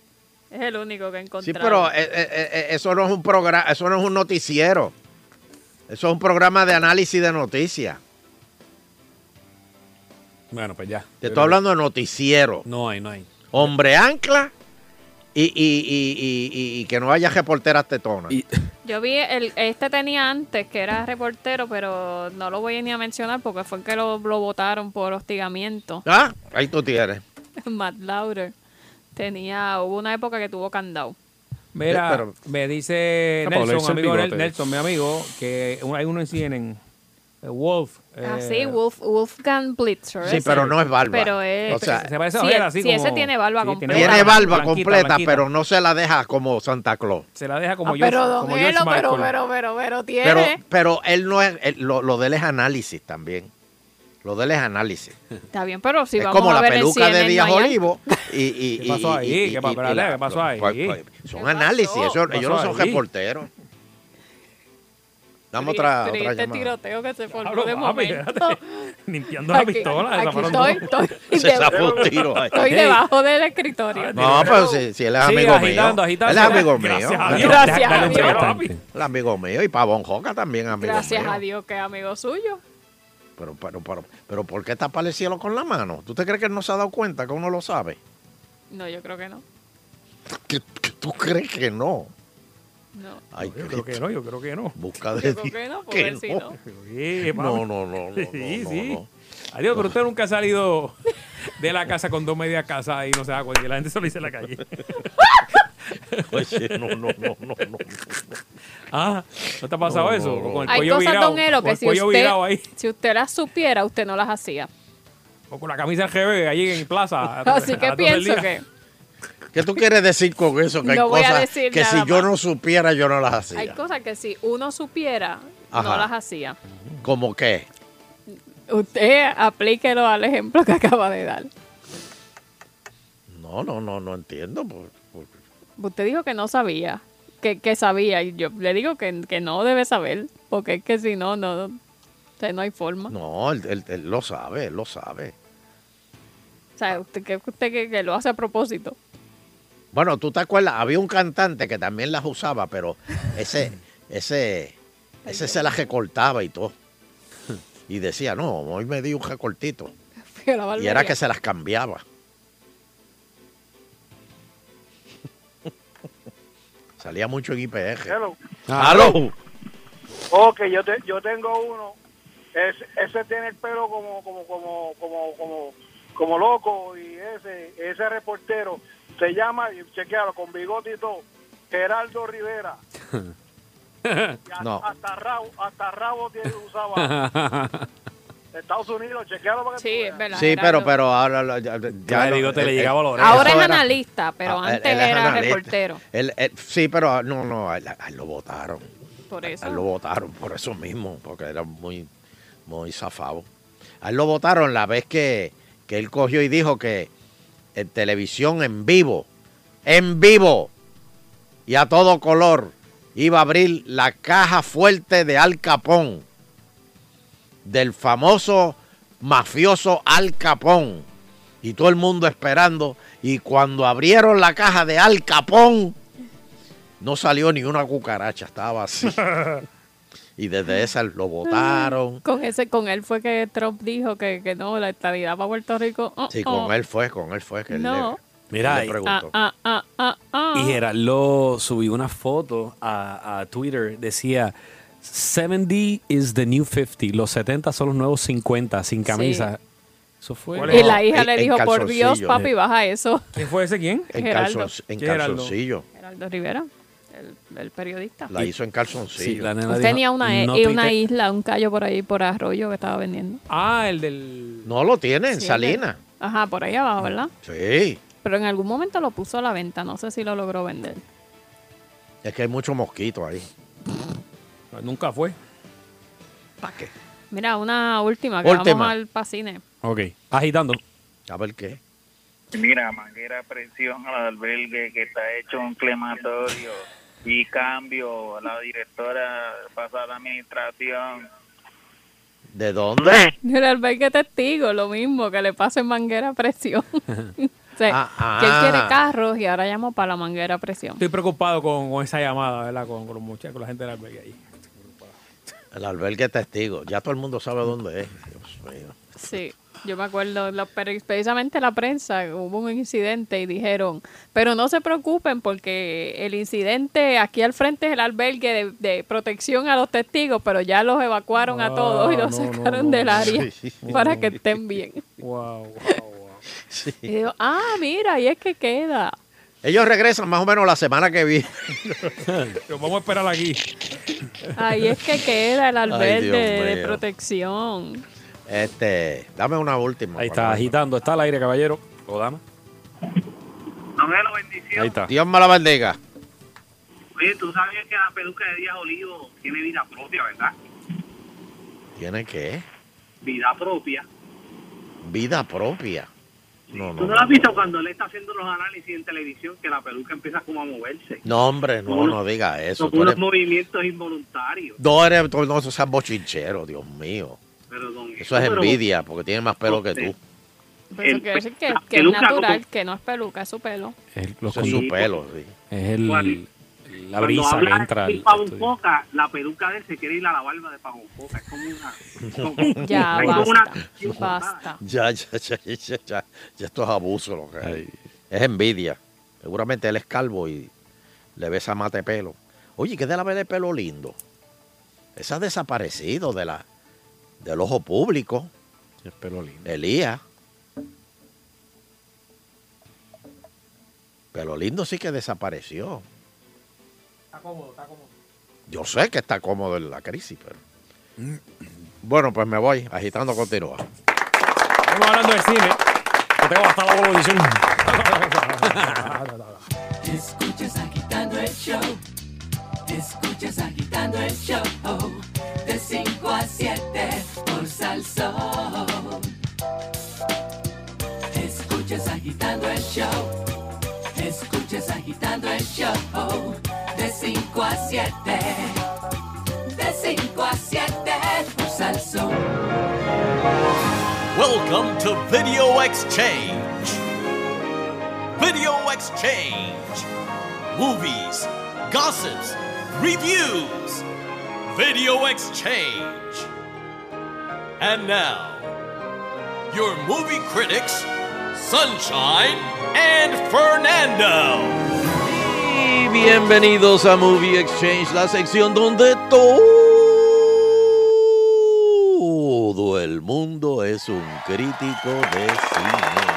S10: Es el único que he encontrado.
S4: Sí, pero eh, eh, eh, eso no es un programa, eso no es un noticiero. Eso es un programa de análisis de noticias.
S22: Bueno, pues ya.
S4: Te estoy hablando de noticiero.
S22: No hay, no hay.
S4: Hombre ancla y, y- y- y- y- y que no haya reporteras tetonas.
S10: Yo vi, el, este tenía antes, que era reportero, pero no lo voy ni a mencionar porque fue que lo, lo votaron por hostigamiento.
S4: Ah, ahí tú tienes.
S10: Matt Lauder. Tenía, hubo una época que tuvo candado.
S5: Mira,
S10: Sí, pero-
S5: me dice
S22: Ah, Pablo,
S5: Nelson,
S22: hizo el
S5: amigo Nel-
S22: bigote.
S5: Nelson, mi amigo, que un- hay uno en CNN. eh, Wolf.
S10: Ah,
S5: eh,
S10: sí, Wolf, Wolfgang Blitzer.
S4: Sí,
S10: ese.
S4: pero no es barba.
S10: Pero es-
S4: O sea,
S5: Se parece a
S10: sí,
S5: Abel,
S10: es-
S5: así
S10: sí,
S5: como-
S10: ese tiene barba
S5: sí,
S10: completa.
S4: Tiene barba
S5: blanquita,
S4: completa,
S5: blanquita.
S4: pero no se la deja como Santa Claus.
S5: Se la deja como
S10: Ah,
S5: yo.
S10: pero don
S5: como
S10: Elo,
S5: George
S10: pero,
S5: Michael.
S10: pero, pero, pero,
S4: Pero,
S10: tiene.
S4: pero él no es, él- lo, lo de él es análisis también. Lo de él es análisis.
S10: Está bien, pero si
S4: es
S10: vamos
S4: como
S10: a
S4: la
S10: ver el
S4: peluca de
S10: CNN
S4: Díaz
S10: mañana.
S4: Olivo. Y, y,
S5: ¿Qué pasó
S4: y-
S5: ahí?
S4: y- y-
S5: ¿Qué pa-
S4: y-
S5: espérate,
S4: y la-
S5: ¿qué pasó ahí?
S4: pues, pues, Son análisis, eso-
S5: ¿Qué
S4: ellos no
S5: pasó
S4: son
S5: ahí?
S4: reporteros. Damos
S10: Tri-
S4: otra,
S10: triste
S4: otra llamada.
S10: tiroteo que se formó
S5: Pablo,
S10: de
S5: papi,
S10: momento.
S5: Limpiando la
S10: Aquí-
S5: pistola.
S10: aquí
S5: zafaron
S10: estoy,
S5: dos.
S10: estoy
S4: Se zafó un tiro ahí.
S10: Estoy
S4: Ey.
S10: debajo del escritorio.
S4: No, pero si, si él
S22: Sigue
S4: es Ah, amigo
S22: agitando,
S4: mío.
S22: agitando.
S4: él es amigo
S22: Gracias
S4: mío. Ah,
S22: a Dios. Gracias
S10: a Dale un Dios. break,
S4: El amigo mío y Pavón Joca también amigo
S10: Gracias
S4: mío.
S10: a Dios que es amigo suyo.
S4: Pero, pero, pero, pero ¿por qué tapar el cielo con la mano? ¿Tú te crees que él no se ha dado cuenta que uno lo sabe?
S10: No, yo creo que no.
S4: ¿Que, que tú crees que no?
S10: No.
S4: Ay,
S5: Yo creo que no, yo creo que no.
S4: Busca de
S5: Yo
S4: Dios.
S5: creo
S10: que no,
S4: que
S10: pobrecito.
S4: no.
S5: Sí, papi.
S4: No, no, no, no,
S5: Sí,
S4: no,
S5: sí.
S4: no.
S5: Adiós, pero usted nunca ha salido de la casa con dos medias casas y no se da cuenta. y La gente se lo dice en la calle.
S4: Oye, Pues no, no, no, no, no.
S5: Ah, ¿no te ha pasado
S4: No,
S5: eso?
S4: no,
S5: O
S4: no.
S5: Con el
S10: Hay
S5: cuello
S10: cosas,
S5: virado.
S10: don Elo,
S5: con
S10: que
S5: el
S10: si
S5: cuello
S10: usted,
S5: virado ahí.
S10: si usted las supiera, usted no las hacía.
S5: O con la camisa al GB ahí en plaza.
S10: Así que pienso que
S4: ¿Qué tú quieres decir con eso? Que hay
S10: No voy a
S4: cosas
S10: decir
S4: que si
S10: nada
S4: yo
S10: más.
S4: no supiera, yo no las hacía.
S10: hay cosas que si uno supiera,
S4: Ajá.
S10: no las hacía.
S4: ¿Cómo qué?
S10: Usted aplíquelo al ejemplo que acaba de dar.
S4: No, no, no, no entiendo. pues, por- por-
S10: Usted pues, dijo que no sabía, que, que sabía, y yo le digo que, que no debe saber, porque es que si no, no, no, o sea, no hay forma.
S4: No, él, él- él lo sabe, él lo sabe.
S10: O sea, usted, que, usted que, que lo hace a propósito.
S4: Bueno, tú te acuerdas, había un cantante que también las usaba, pero ese, ese, ese se las recortaba y todo. Y decía, no, hoy me di un recortito.
S10: Fui a la
S4: Y
S10: barbería.
S4: era que se las cambiaba. Salía mucho en IPR.
S21: Hello.
S4: Ah. ¡Aló!
S21: Ok, yo, te, yo tengo uno. Es, ese tiene el pelo como, como, como, como, como, como loco y ese, ese reportero se llama, y chequealo, con bigote y todo, Geraldo Rivera. Y hasta-
S4: No.
S21: Hasta rabo, hasta rabo tiene- usaba. Estados Unidos, chequealo para que
S10: Sí, es verdad.
S4: Sí,
S10: era-
S4: pero, pero ahora lo- ya,
S22: Ya el bigote le llegaba a la oreja.
S10: Ahora
S4: eso
S10: es
S4: era-
S10: analista, pero
S4: Ah, él-
S10: antes
S4: él es
S10: era
S4: analista.
S10: reportero.
S4: Él- él- sí, pero ah, no, no, a él- a él lo votaron.
S10: Por
S4: A él lo
S10: eso.
S4: votaron por eso mismo, porque era muy, muy zafado. A él lo votaron la vez que, que él cogió y dijo que en televisión en vivo, en vivo y a todo color, iba a abrir la caja fuerte de Al Capón, del famoso mafioso Al Capón. Y todo el mundo esperando. Y cuando abrieron la caja de Al Capón, no salió ni una cucaracha, estaba así. Y desde esa lo votaron.
S10: Con ese, con él fue que Trump dijo que, que no, la estadidad para Puerto Rico. oh,
S4: Sí,
S10: oh.
S4: con él fue, con él fue que él
S10: No.
S4: le-
S22: Mira,
S4: le
S22: y-
S10: Ah,
S4: preguntó.
S10: ah, ah, ah, ah.
S22: Y Gerardo subió una foto a, a Twitter, decía 70 is the new 50, los 70 son los nuevos 50 sin camisa.
S6: Eso fue.
S10: Y la hija le dijo, por Dios, papi, baja eso.
S5: ¿Quién fue ese quién?
S4: En,
S10: Geraldo.
S4: calzon- en
S5: ¿Quién, Geraldo?
S4: calzoncillo.
S10: Geraldo Rivera, el, el periodista.
S4: La hizo en calzoncillo.
S6: Sí, la nena
S10: Él
S6: dijo,
S10: tenía una, e-,
S6: "No
S10: y una
S6: tuite-
S10: isla, un callo por ahí, por arroyo que estaba vendiendo.
S5: Ah, el del.
S4: No lo tiene en
S10: Sí,
S4: Salina.
S10: Ajá, por ahí abajo, ¿verdad?
S4: Sí.
S10: Pero en algún momento lo puso a la venta, no sé si lo logró vender.
S4: Es que hay muchos mosquitos ahí.
S5: Nunca fue.
S4: ¿Para qué?
S10: Mira, una última, que
S4: Última.
S10: vamos al pasine.
S6: Ok. Agitando.
S4: A ver qué.
S1: Mira, manguera a presión al albergue que está hecho un crematorio y cambio la directora pasada administración.
S4: ¿De dónde?
S10: Mira, el que testigo, lo mismo, que le pasa en manguera a presión. O sea,
S5: Ah,
S10: que él
S5: ah.
S10: quiere carros y ahora llamó para la manguera a presión.
S5: Estoy preocupado con, con esa llamada, ¿verdad? Con, con los muchachos, con la gente del albergue ahí.
S4: El albergue testigo. Ya todo el mundo sabe dónde es. Dios mío.
S10: Sí, yo me acuerdo, la- pero precisamente la prensa, hubo un incidente y dijeron, pero no se preocupen porque el incidente aquí al frente es el albergue de, de protección a los testigos, pero ya los evacuaron a todos y los
S5: Ah, no, no,
S10: sacaron
S5: no.
S10: del área
S5: Sí.
S10: para que estén bien.
S5: Wow,
S10: Y digo, ah, mira, y es que queda.
S4: Ellos regresan más o menos la semana que viene.
S5: Los vamos a esperar aquí.
S10: Ahí es que queda el albergue
S4: Dios
S10: de, de
S4: mío.
S10: protección.
S4: Este, dame una última.
S6: Ahí
S4: por
S6: está,
S4: favor.
S6: agitando. Está al aire, caballero. O dama. Ahí está.
S4: Dios me la bendiga.
S1: Oye, tú sabías que la peluca de Díaz Olivo tiene vida propia, ¿verdad?
S4: ¿Tiene qué?
S1: Vida propia.
S4: Vida propia. No,
S1: ¿Tú
S4: no.
S1: no la has visto cuando él está haciendo los análisis en televisión que la peluca empieza como a moverse?
S4: No, hombre, no, no diga eso.
S1: Son
S4: Tú
S1: unos
S4: eres,
S1: movimientos involuntarios.
S4: no eres, tú no seas bochinchero, Dios mío.
S1: Pero don
S4: Eso es
S1: Pero-
S4: envidia, porque tiene más pelo que tú.
S10: Pero eso
S1: El
S10: quiere decir que,
S1: pe- ah,
S10: que es
S1: peluca
S10: natural,
S1: como-
S10: que no es peluca, es su pelo.
S6: Los
S4: Eso es su
S6: condu-
S4: pelo, sí.
S6: Es el, la
S1: Cuando
S6: brisa que
S1: habla
S6: entra.
S1: de
S6: al
S1: Pavón
S6: estudio.
S1: Poca, la peluca de él se quiere ir a la barba de Pavón Poca. Es como una... como-
S10: Ya,
S1: es como
S10: basta,
S1: una-
S10: basta.
S4: Ya, ya, ya, ya, ya, ya, ya esto es abuso lo que hay. Es envidia. Seguramente él es calvo y le besa mate pelo. Oye, ¿qué de la vez de pelo lindo? Esa ha desaparecido de la, del ojo público.
S6: El pelo lindo.
S4: Elías. Pelo lindo sí que desapareció.
S5: Está cómodo, está cómodo.
S4: Yo sé que está cómodo en la crisis, pero... Bueno, pues me voy. Agitando continúa.
S5: Estamos hablando del cine.
S6: Yo tengo hasta la audición.
S3: Escuchas agitando el show. Escuchas agitando el show. De 5 a 7 por Salsón. Escuchas agitando el show. Escuchas agitando el show. De 5 a 7. De 5 a 7 por Salsón.
S23: Welcome to Video Exchange. Video Exchange. Movies, gossips, reviews. Video Exchange. And now, your movie critics, Sunshine and Fernando.
S4: Y bienvenidos a Movie Exchange, la sección donde todo el mundo es un crítico de cine.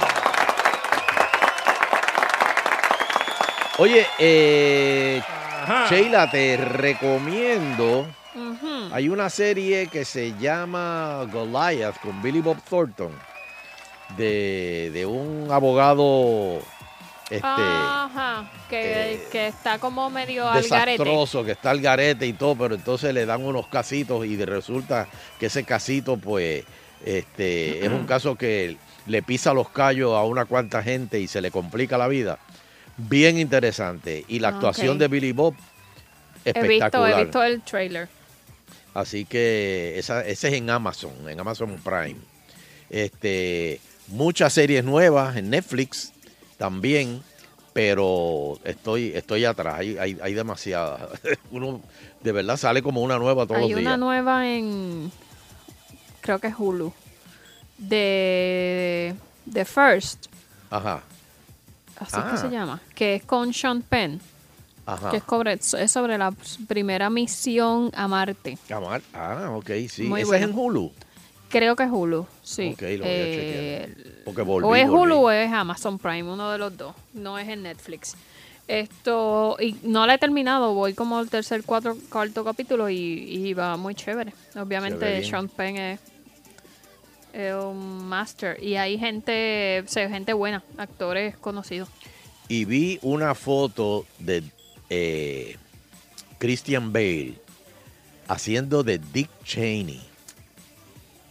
S4: Oye, eh, Sheila, te recomiendo.
S10: Ujú.
S4: Hay una serie que se llama Goliath con Billy Bob Thornton, de, de un abogado este,
S10: Ah.
S4: eh,
S10: Ajá, que, que está como medio al garete.
S4: desastroso que está el garete y todo, pero entonces le dan unos casitos y de- resulta que ese casito, pues, este, es un caso que le pisa los callos a una cuanta gente y se le complica la vida. Bien interesante. Y la
S10: Ah,
S4: actuación
S10: ok.
S4: de Billy Bob,
S10: He visto,
S4: espectacular.
S10: he visto el trailer.
S4: Así que esa, ese es en Amazon, en Amazon Prime. Este, muchas series nuevas en Netflix también, pero estoy, estoy atrás, hay, hay, hay demasiadas. Uno de verdad sale como una nueva todos
S10: Hay
S4: los
S10: una
S4: días.
S10: nueva en, creo que es Hulu, de, de First,
S4: Ajá,
S10: así es
S4: Ah.
S10: que se llama, que es con Sean Penn,
S4: ajá.
S10: que es sobre, es sobre la primera misión a Marte.
S4: Amar- Ah, ok, sí.
S10: Muy
S4: Ese es
S10: bueno.
S4: en Hulu.
S10: Creo que es Hulu, sí.
S4: Ok, lo voy a
S10: Eh,
S4: chequear. Porque volví,
S10: o es
S4: volví.
S10: Hulu o es Amazon Prime, uno de los dos. No es en Netflix. Esto, y no la he terminado, voy como al tercer, cuatro, cuarto capítulo y, y va muy chévere.
S2: Se ve
S10: Obviamente
S2: bien.
S10: Sean Penn es, es un master y hay gente, se ve gente buena, actores conocidos.
S4: y vi una foto de eh, Christian Bale haciendo de Dick Cheney.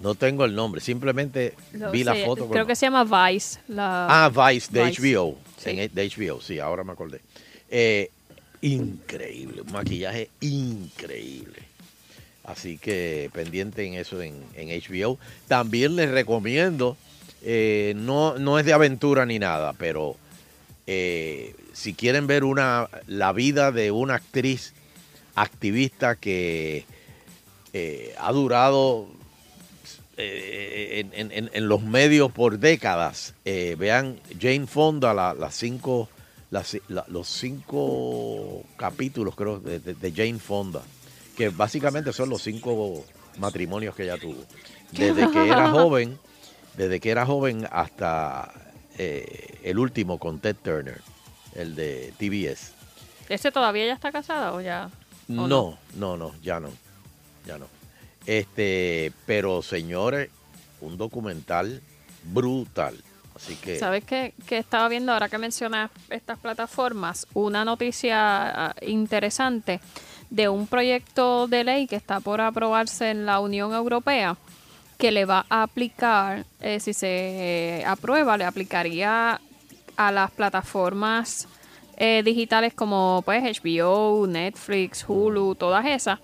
S4: No tengo el nombre, simplemente
S10: Lo-
S4: vi la
S10: se-
S4: foto. con-
S10: Creo que se llama Vice. La,
S4: Ah, Vice de
S10: Vice.
S4: HBO. En- E, de HBO, sí, ahora me acordé. Eh, increíble, un maquillaje increíble. Así que pendiente en eso en, en HBO. También les recomiendo, eh, no, no es de aventura ni nada, pero eh, si quieren ver una, la vida de una actriz activista que eh, ha durado eh, en, en- en- en los medios por décadas. Eh, vean Jane Fonda, la- las cinco, las- la- los cinco capítulos, creo, de, de- de Jane Fonda, que básicamente son los cinco matrimonios que ella tuvo. Desde que era joven, desde que era joven hasta eh, el último con Ted Turner, el de TBS.
S10: ¿Ese ¿Este todavía ya está casada o ya?
S4: No, no, no, ya no. Ya no. Este, pero señores, un documental brutal. Así que
S10: ¿Sabes qué, qué estaba viendo ahora que mencionas estas plataformas? Una noticia ah, interesante de un proyecto de ley que está por aprobarse en la Unión Europea que le va a aplicar, eh, si se eh, aprueba, le aplicaría a las plataformas eh, digitales como pues HBO, Netflix, Hulu, todas esas,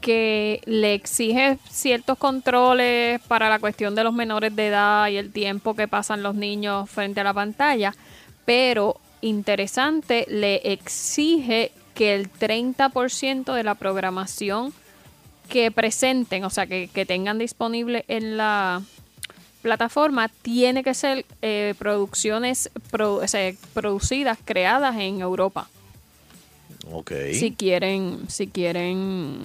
S10: que le exige ciertos controles para la cuestión de los menores de edad y el tiempo que pasan los niños frente a la pantalla, pero interesante, le exige que el 30% de la programación que presenten, o sea, que, que tengan disponible en la plataforma, tiene que ser eh, producciones produ- o sea, producidas, creadas en Europa
S4: ok.
S10: si quieren, si quieren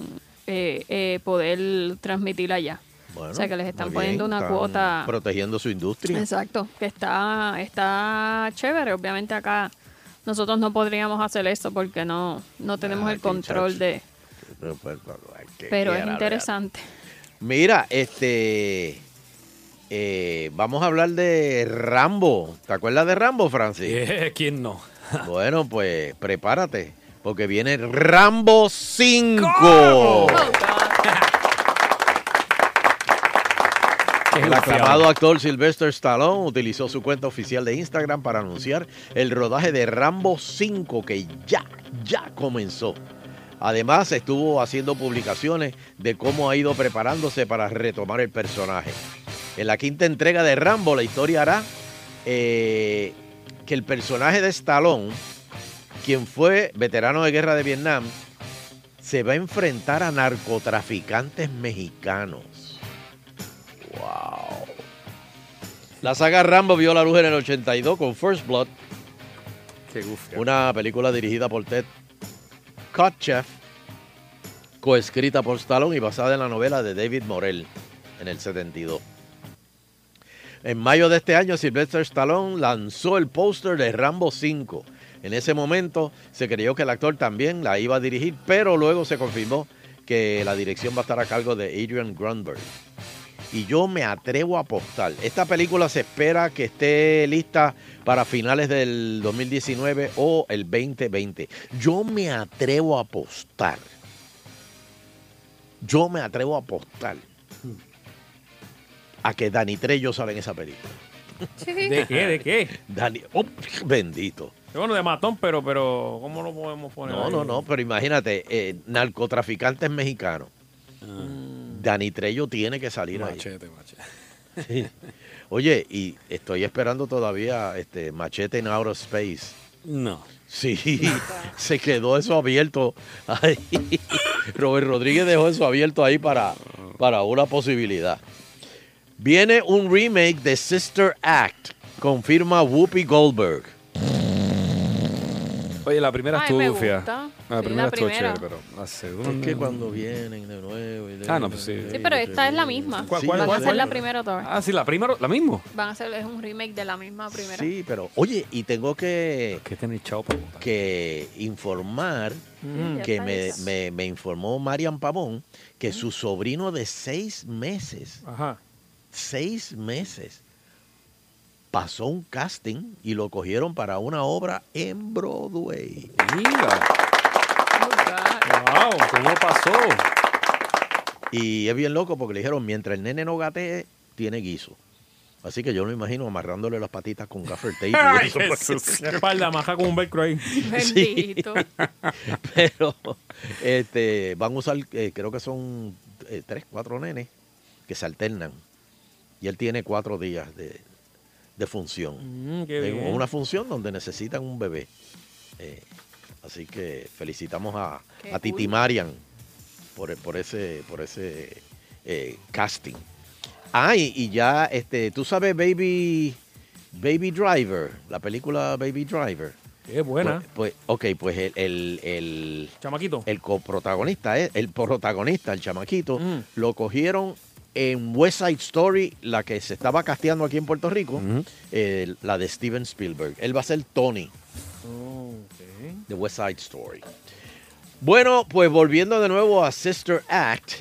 S10: eh, eh, poder transmitir allá.
S4: bueno,
S10: o sea que les
S4: muy
S10: están
S4: bien,
S10: poniendo una
S4: están
S10: cuota.
S4: protegiendo su industria.
S10: Exacto, que está, está chévere. Obviamente acá nosotros no podríamos hacer eso porque no, no tenemos el control de.
S4: Pero, pues, bueno, hay que-
S10: Pero
S4: que
S10: es
S4: hablar.
S10: interesante.
S4: Mira, este eh, vamos a hablar de Rambo. ¿Te acuerdas de Rambo, Francis?
S6: Eh,
S22: ¿Quién no?
S4: bueno, pues prepárate, porque viene Rambo 5. El aclamado actor Sylvester Stallone utilizó su cuenta oficial de Instagram para anunciar el rodaje de Rambo 5 que ya, ya comenzó. Además, estuvo haciendo publicaciones de cómo ha ido preparándose para retomar el personaje. En la quinta entrega de Rambo, la historia hará eh, que el personaje de Stallone, quien fue veterano de guerra de Vietnam, se va a enfrentar a narcotraficantes mexicanos. Wow. La saga Rambo vio la luz en el 82 con First Blood, una película dirigida por Ted Kotcheff, coescrita por Stallone y basada en la novela de David Morell en el 72. En mayo de este año, Sylvester Stallone lanzó el póster de Rambo 5. En ese momento se creyó que el actor también la iba a dirigir, pero luego se confirmó que la dirección va a estar a cargo de Adrian Grunberg. Y yo me atrevo a apostar. Esta película se espera que esté lista para finales del 2019 o el 2020. Yo me atrevo a apostar. Yo me atrevo a apostar a que Dani Trejo sale en esa película.
S5: ¿De qué? ¿De qué?
S4: Dani, oh, bendito.
S5: Bueno, de matón, pero, pero ¿cómo lo podemos poner?
S4: No,
S5: ahí?
S4: no, no, pero imagínate, eh, narcotraficantes mexicanos. Dani Trejo tiene que salir ahí. Sí. Oye, y estoy esperando todavía este Machete en Outer Space.
S22: No.
S4: Sí, se quedó eso abierto ahí. Robert Rodríguez dejó eso abierto ahí para, para una posibilidad. Viene un remake de Sister Act, confirma Whoopi Goldberg.
S22: Oye, la primera
S10: Ay,
S22: estuvo
S10: me
S22: gufia.
S10: gusta.
S22: La
S10: Sí,
S22: primera
S10: la
S22: estuvo
S10: primera.
S22: chévere, pero la segunda.
S4: Es que cuando vienen de nuevo. y de-
S22: Ah, no, pues sí.
S10: Sí, pero esta es la misma.
S22: ¿Cuál-
S10: Van
S22: cuál-
S10: a
S22: cuál-
S10: hacer la primera otra vez.
S22: Ah, sí, la primera, la misma.
S10: Van a hacer es un remake de la misma primera.
S4: Sí, pero oye, y tengo que
S6: este
S22: que,
S4: informar
S10: Mm.
S4: que
S10: Ya
S4: me,
S10: sabes.
S4: me- me informó Marian Pavón que su sobrino de seis meses, seis meses, pasó un casting y lo cogieron para una obra en Broadway.
S22: Wow, ¿cómo pasó?
S4: Y es bien loco porque le dijeron, mientras el nene no gatee, tiene guiso. Así que yo lo imagino amarrándole las patitas con gaffer tape. y
S5: Ay,
S4: eso, porque-
S5: Jesús. Qué espalda, maja con un velcro ahí.
S4: Bendito. Pero este, van a usar, eh, creo que son eh, tres, cuatro nenes que se alternan. Y él tiene cuatro días de, de función.
S5: Mm, qué
S4: Eh,
S5: bien.
S4: Una función donde necesitan un bebé. Eh, así que felicitamos a,
S5: Qué
S4: a Titi
S5: cool.
S4: Marian por, por ese, por ese eh, casting. Ah, y, y ya, este, tú sabes, Baby, Baby Driver, la película Baby Driver.
S5: Qué buena.
S4: Pues, pues, ok, pues el, el, el
S5: chamaquito.
S4: El coprotagonista, eh, el protagonista, el chamaquito, lo cogieron en West Side Story, la que se estaba casteando aquí en Puerto Rico, eh, la de Steven Spielberg. Él va a ser Tony de West Side Story. Bueno, pues volviendo de nuevo a Sister Act,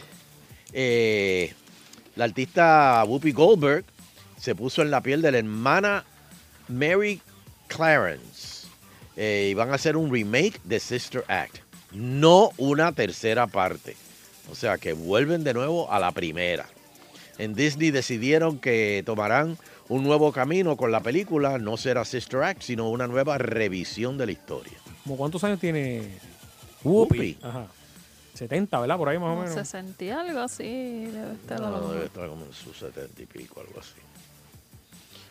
S4: eh, la artista Whoopi Goldberg se puso en la piel de la hermana Mary Clarence eh, y van a hacer un remake de Sister Act, no una tercera parte. O sea que vuelven de nuevo a la primera. En Disney decidieron que tomarán un nuevo camino con la película, no será Sister Act, sino una nueva revisión de la historia.
S5: ¿Cómo ¿Cuántos años tiene
S4: Whoopi.
S5: Ajá. 70, ¿verdad? Por ahí más o
S10: Como
S5: menos.
S10: 60 y algo así. Debe estar a lo
S4: No,
S10: mejor.
S4: Ah, debe estar como en sus 70 y pico, algo así.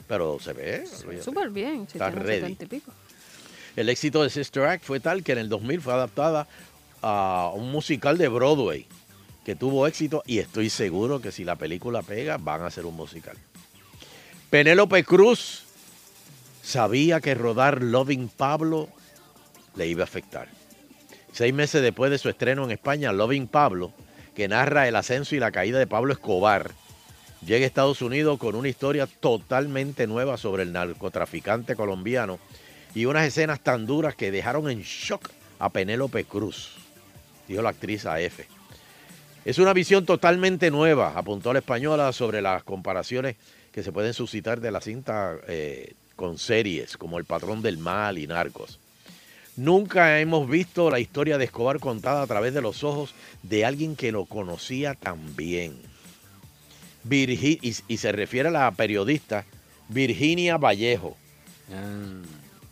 S4: Pero se ve. olvídate.
S10: Súper bien. Si
S4: Está
S10: tiene
S4: ready.
S10: 70 y pico.
S4: El éxito de Sister Act fue tal que en el 2000 fue adaptada a un musical de Broadway que tuvo éxito y estoy seguro que si la película pega van a hacer un musical. Penélope Cruz sabía que rodar Loving Pablo le iba a afectar. Seis meses después de su estreno en España, Loving Pablo, que narra el ascenso y la caída de Pablo Escobar, llega a Estados Unidos con una historia totalmente nueva sobre el narcotraficante colombiano y unas escenas tan duras que dejaron en shock a Penélope Cruz, dijo la actriz a F. Es una visión totalmente nueva, apuntó la española sobre las comparaciones que se pueden suscitar de la cinta eh, con series como El Patrón del Mal y Narcos. Nunca hemos visto la historia de Escobar contada a través de los ojos de alguien que lo conocía tan bien. Virgi- y, y se refiere a la periodista Virginia Vallejo,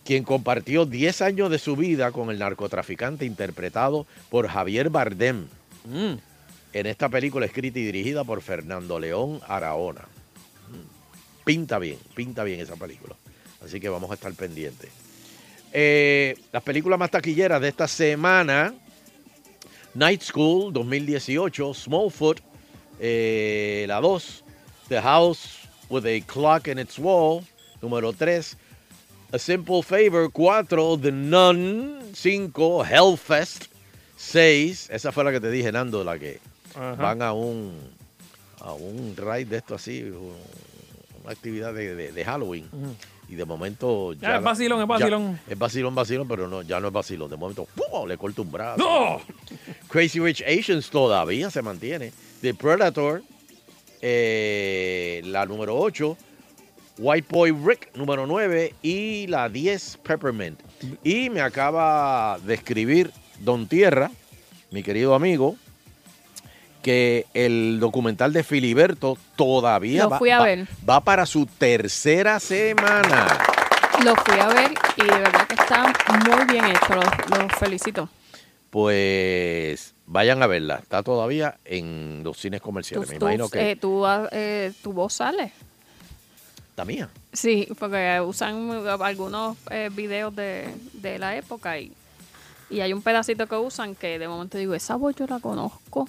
S4: quien compartió 10 años de su vida con el narcotraficante interpretado por Javier Bardem en esta película escrita y dirigida por Fernando León Araona. Mm. Pinta bien, pinta bien esa película. Así que vamos a estar pendientes. Eh, las películas más taquilleras de esta semana, Night School 2018, Smallfoot, eh, la 2, The House with a Clock in its Wall, número 3, A Simple Favor 4, The Nun 5, Hellfest 6, esa fue la que te dije, Nando, la que
S5: Ajá.
S4: van a un, a un raid de esto así, un- una actividad de, de- de Halloween.
S5: Ujú.
S4: Y de momento
S5: Ah, es vacilón, es
S4: ya-
S5: vacilón.
S4: es vacilón, vacilón, pero no, ya no es vacilón. De momento, ¡pum! le corto un brazo. Crazy Rich Asians todavía se mantiene. The Predator, eh, la número 8. White Boy Rick, número 9. Y la 10, Peppermint. Y me acaba de escribir Don Tierra, mi querido amigo, que el documental de Filiberto todavía
S10: Lo
S4: va,
S10: fui a
S4: va-
S10: ver.
S4: va para su tercera semana.
S10: Lo fui a ver y de verdad que está muy bien hecho. Los, los felicito.
S4: Pues vayan a verla. Está todavía en los cines
S10: Tú,
S4: comerciales. Me
S10: tú,
S4: imagino que
S10: eh, tú, ah, eh, tu voz sale.
S4: la mía.
S10: Sí, porque usan algunos eh, videos de, de la época y, y hay un pedacito que usan que de momento digo, esa voz yo la conozco.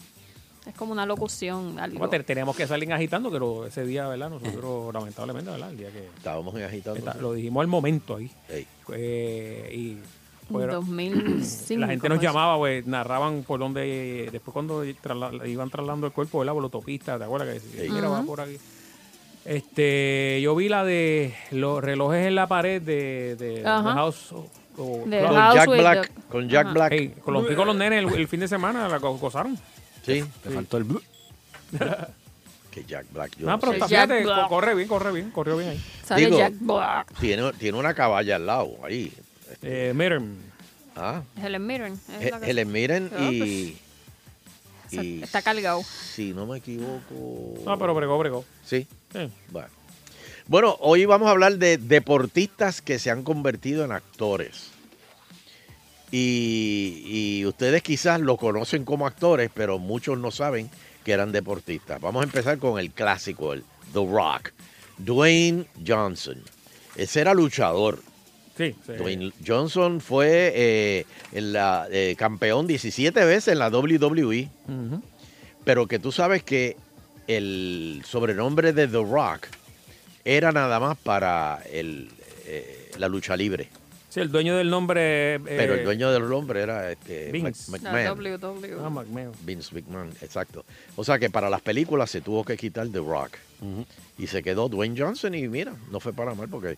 S10: Es como una locución. Algo.
S5: Bueno, te- teníamos que salir agitando, pero ese día, ¿verdad? Nosotros, lamentablemente, ¿verdad? El día que.
S4: Estábamos agitando.
S5: lo dijimos al momento ahí.
S4: Ey.
S5: Eh, y Fuera.
S10: 2005.
S5: La gente nos llamaba, pues, narraban por donde, después cuando trasla- iban trasladando el cuerpo, ¿verdad? Por la autopista, ¿te acuerdas? Que decía, mira, va
S10: Ajá.
S5: por aquí. Este, yo vi la de los relojes en la pared de, de, de
S10: Ajá.
S5: House. o- o-
S10: De Con House Jack with Black, the-
S4: con Jack Ajá. Black.
S5: Ey, con los picos los nenes el, el fin de semana la go- gozaron.
S4: Sí.
S5: Te faltó
S4: el Que Jack Black. Yo
S5: No,
S4: no
S5: pero
S4: sé.
S5: está-
S10: Jack
S5: fíjate,
S10: Black.
S5: co- corre bien, corre bien, corrió bien ahí.
S10: Sale
S4: Digo,
S10: Jack Black.
S4: Tiene, tiene una caballa al lado ahí. Este,
S5: Eh, miren.
S4: Ah.
S10: Helen Mirren. es la que-
S4: Helen Mirren
S10: Ah,
S4: y,
S10: pues,
S4: y-
S10: Está cargado.
S4: Si no me equivoco.
S5: No, pero bregó, bregó.
S4: Sí.
S5: Sí.
S4: Bueno. Bueno, hoy vamos a hablar de deportistas que se han convertido en actores. Y, y ustedes quizás lo conocen como actores, pero muchos no saben que eran deportistas. Vamos a empezar con el clásico, el The Rock. Dwayne Johnson. Ese era luchador.
S5: Sí, sí.
S4: Dwayne Johnson fue eh, en la, eh, campeón 17 veces en la WWE
S5: Ujú.
S4: pero que tú sabes que el sobrenombre de The Rock era nada más para el, eh, la lucha libre.
S5: Sí, el dueño del nombre. eh,
S4: Pero el dueño del nombre era este,
S5: Vince.
S4: Mc-
S10: La E.
S4: McMahon.
S10: WWE.
S5: Ah, McMahon.
S4: Vince McMahon, exacto. O sea que para las películas se tuvo que quitar The Rock. Y se quedó Dwayne Johnson y mira, no fue para mal porque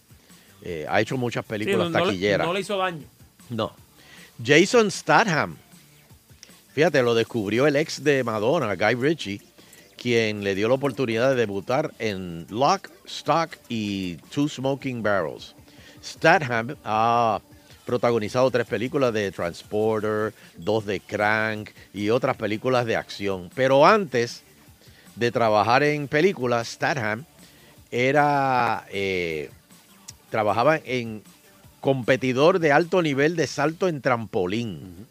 S4: eh, ha hecho muchas
S5: Sí,
S4: películas
S5: no- no le-
S4: taquilleras.
S5: no le hizo daño.
S4: No. Jason Statham. Fíjate, lo descubrió el ex de Madonna, Guy Ritchie, quien le dio la oportunidad de debutar en Lock, Stock y Two Smoking Barrels. Statham ha protagonizado tres películas de Transporter, dos de Crank y otras películas de acción. Pero antes de trabajar en películas, Statham era eh, trabajaba en competidor de alto nivel de salto en trampolín.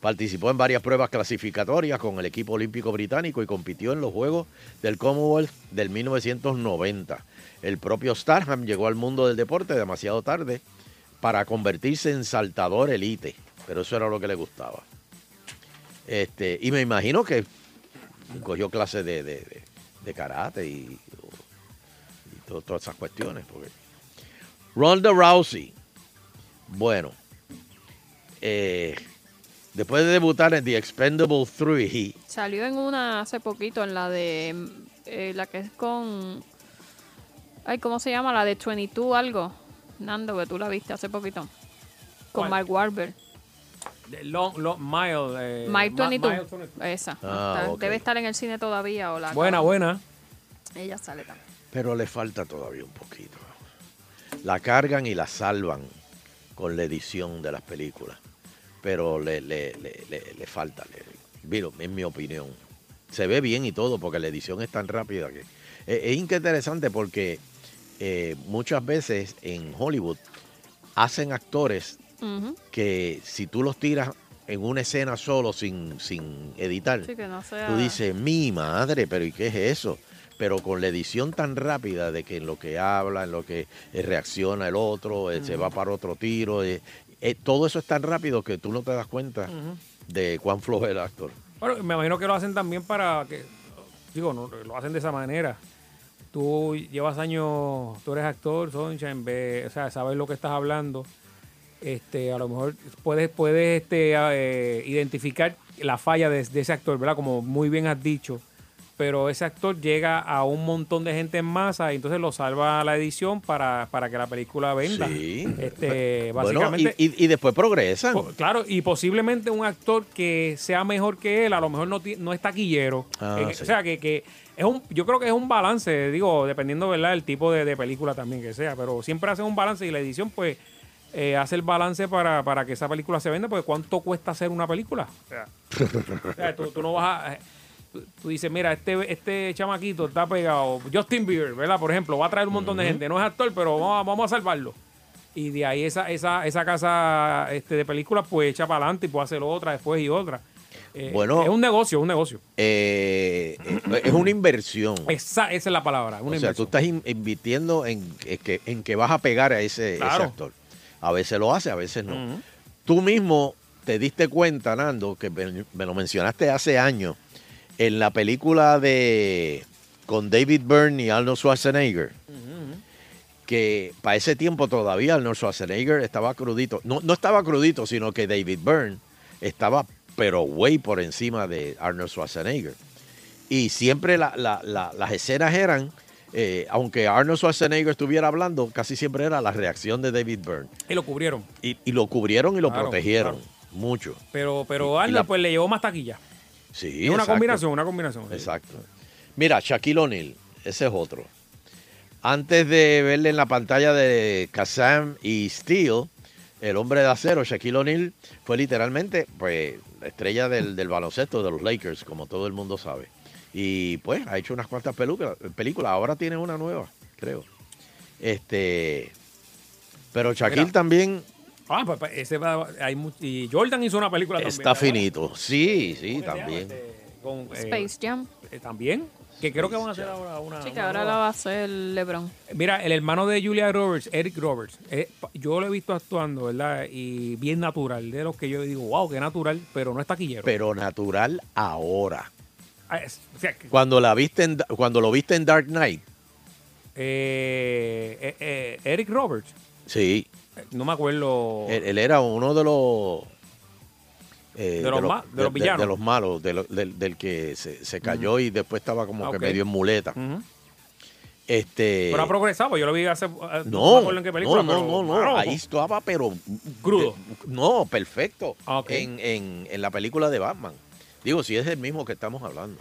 S4: Participó en varias pruebas clasificatorias con el equipo olímpico británico y compitió en los Juegos del Commonwealth del 1990. El propio Starham llegó al mundo del deporte demasiado tarde para convertirse en saltador elite, pero eso era lo que le gustaba. Este, y me imagino que cogió clases de, de- de- de karate y, y to- todas esas cuestiones. Porque... Ronda Rousey. Bueno, eh, después de debutar en The Expendable 3,
S10: Salió en una hace poquito, en la de. eh, la que es con. Ay, ¿cómo se llama? La de 22 algo. Nando, que tú la viste hace poquito. Con
S5: ¿Cuál?
S10: Mark Wahlberg.
S5: De Long, long Mile. eh,
S10: Mike 22.
S5: Ma- Mile 22.
S10: Esa.
S4: Ah,
S10: Está-
S4: ok.
S10: Debe estar en el cine todavía. O la
S5: Buena,
S10: acaban-
S5: buena.
S10: Ella sale también.
S4: pero le falta todavía un poquito. La cargan y la salvan con la edición de las películas, pero le, le- le- le- le falta, le- miro, en mi opinión. Se ve bien y todo porque la edición es tan rápida que... Es, es interesante porque eh, muchas veces en Hollywood hacen actores
S10: Ujú.
S4: que si tú los tiras en una escena solo sin, sin editar,
S10: Sí, que no sea-
S4: tú dices, mi madre, pero ¿y qué es eso? Pero con la edición tan rápida de que en lo que habla, en lo que eh, reacciona el otro, eh, se va para otro tiro, eh, eh, todo eso es tan rápido que tú no te das cuenta
S5: Ujú.
S4: de cuán flojo es el actor.
S5: Bueno, me imagino que lo hacen también para que. Digo, no, lo hacen de esa manera. Tú llevas años, tú eres actor, Sunshine, ve- o sea, sabes lo que estás hablando. Este, a lo mejor puedes, puedes este, a- eh, identificar la falla de, de ese actor, ¿verdad? Como muy bien has dicho. Pero ese actor llega a un montón de gente en masa y entonces lo salva la edición para, para que la película venda.
S4: Sí.
S5: Este,
S4: Bueno,
S5: básicamente.
S4: y, y- y después progresan.
S5: Po- Claro, y posiblemente un actor que sea mejor que él, a lo mejor no, ti- no es taquillero.
S4: Ah,
S5: Eh,
S4: sí.
S5: O sea, que, que es un, yo creo que es un balance, digo, dependiendo, ¿verdad?, el tipo de, de película también que sea, pero siempre hacen un balance y la edición, pues, eh, hace el balance para, para que esa película se venda, porque ¿cuánto cuesta hacer una película? O sea, o sea, tú, tú no vas a... eh, Tú, tú dices, mira, este, este chamaquito está pegado. Justin Bieber, ¿verdad? Por ejemplo, va a traer un montón de
S4: Ujú.
S5: gente. No es actor, pero vamos, a- vamos a salvarlo. Y de ahí esa, esa, esa casa este, de películas, pues echa para adelante y puede hacer otra después y otra. Eh,
S4: Bueno.
S5: es un negocio, es un negocio.
S4: Eh, eh, es una inversión.
S5: Esa, esa es la palabra.
S4: O
S5: Una
S4: sea, tú
S5: inversión.
S4: estás in- invirtiendo en, en que, en que vas a pegar a ese, ese
S5: Claro.
S4: actor. A veces lo hace, a veces no. Tú mismo te diste cuenta, Nando, que me, me lo mencionaste hace años, en la película de con David Byrne y Arnold Schwarzenegger, que para ese tiempo todavía Arnold Schwarzenegger estaba crudito. No, no estaba crudito, sino que David Byrne estaba, pero way por encima de Arnold Schwarzenegger. Y siempre la- la- la- las escenas eran, eh, aunque Arnold Schwarzenegger estuviera hablando, casi siempre era la reacción de David Byrne.
S5: Y lo cubrieron.
S4: Y, y lo cubrieron y lo
S5: Claro,
S4: protegieron mucho.
S5: Pero, pero
S4: y
S5: Arnold,
S4: la-
S5: pues le llevó más taquilla.
S4: Sí,
S5: es una
S4: exacto.
S5: combinación, una combinación.
S4: Exacto. Mira, Shaquille O'Neal, ese es otro. Antes de verle en la pantalla de Kazam y Steel, el hombre de acero, Shaquille O'Neal, fue literalmente pues, la estrella del, del baloncesto de los Lakers, como todo el mundo sabe. Y pues ha hecho unas cuantas películas, películas. ahora tiene una nueva, creo. Este, pero Shaquille
S5: Mira.
S4: también
S5: Ah, pues, pues, ese va- hay mu- y Jordan hizo una película
S4: está
S5: también.
S4: finito. Sí, sí, también.
S5: con, eh,
S10: Space Jam.
S5: eh, también. Que creo que van a hacer ahora una.
S10: Sí, que
S5: una
S10: ahora
S5: nueva.
S10: la va a hacer LeBron.
S5: Mira, el hermano de Julia Roberts, Eric Roberts, eh, pa- yo lo he visto actuando, ¿verdad? Y bien natural, de los que yo digo, wow, qué natural, pero no es taquillero.
S4: Pero natural ahora.
S5: Ah, es- o sea, que-
S4: Cuando la viste en- cuando lo viste en Dark Knight,
S5: eh, eh, eh, Eric Roberts,
S4: sí,
S5: eh, no me acuerdo.
S4: él, él era uno de los eh,
S5: De los ma- de los villanos. Mm.
S4: de los malos, de lo- del, del que se, se cayó y después estaba como
S5: Ah,
S4: que
S5: ok.
S4: medio en muleta.
S5: Ujú.
S4: Este
S5: pero ha progresado, yo lo vi hace. eh, me
S4: no,
S5: acuerdo en qué
S4: no,
S5: película,
S4: no,
S5: pero,
S4: no, no,
S5: claro,
S4: ahí estaba pero
S5: Crudo.
S4: de- no, perfecto.
S5: Ah, ok.
S4: En, en- en la película de Batman. Digo, si es el mismo que estamos hablando.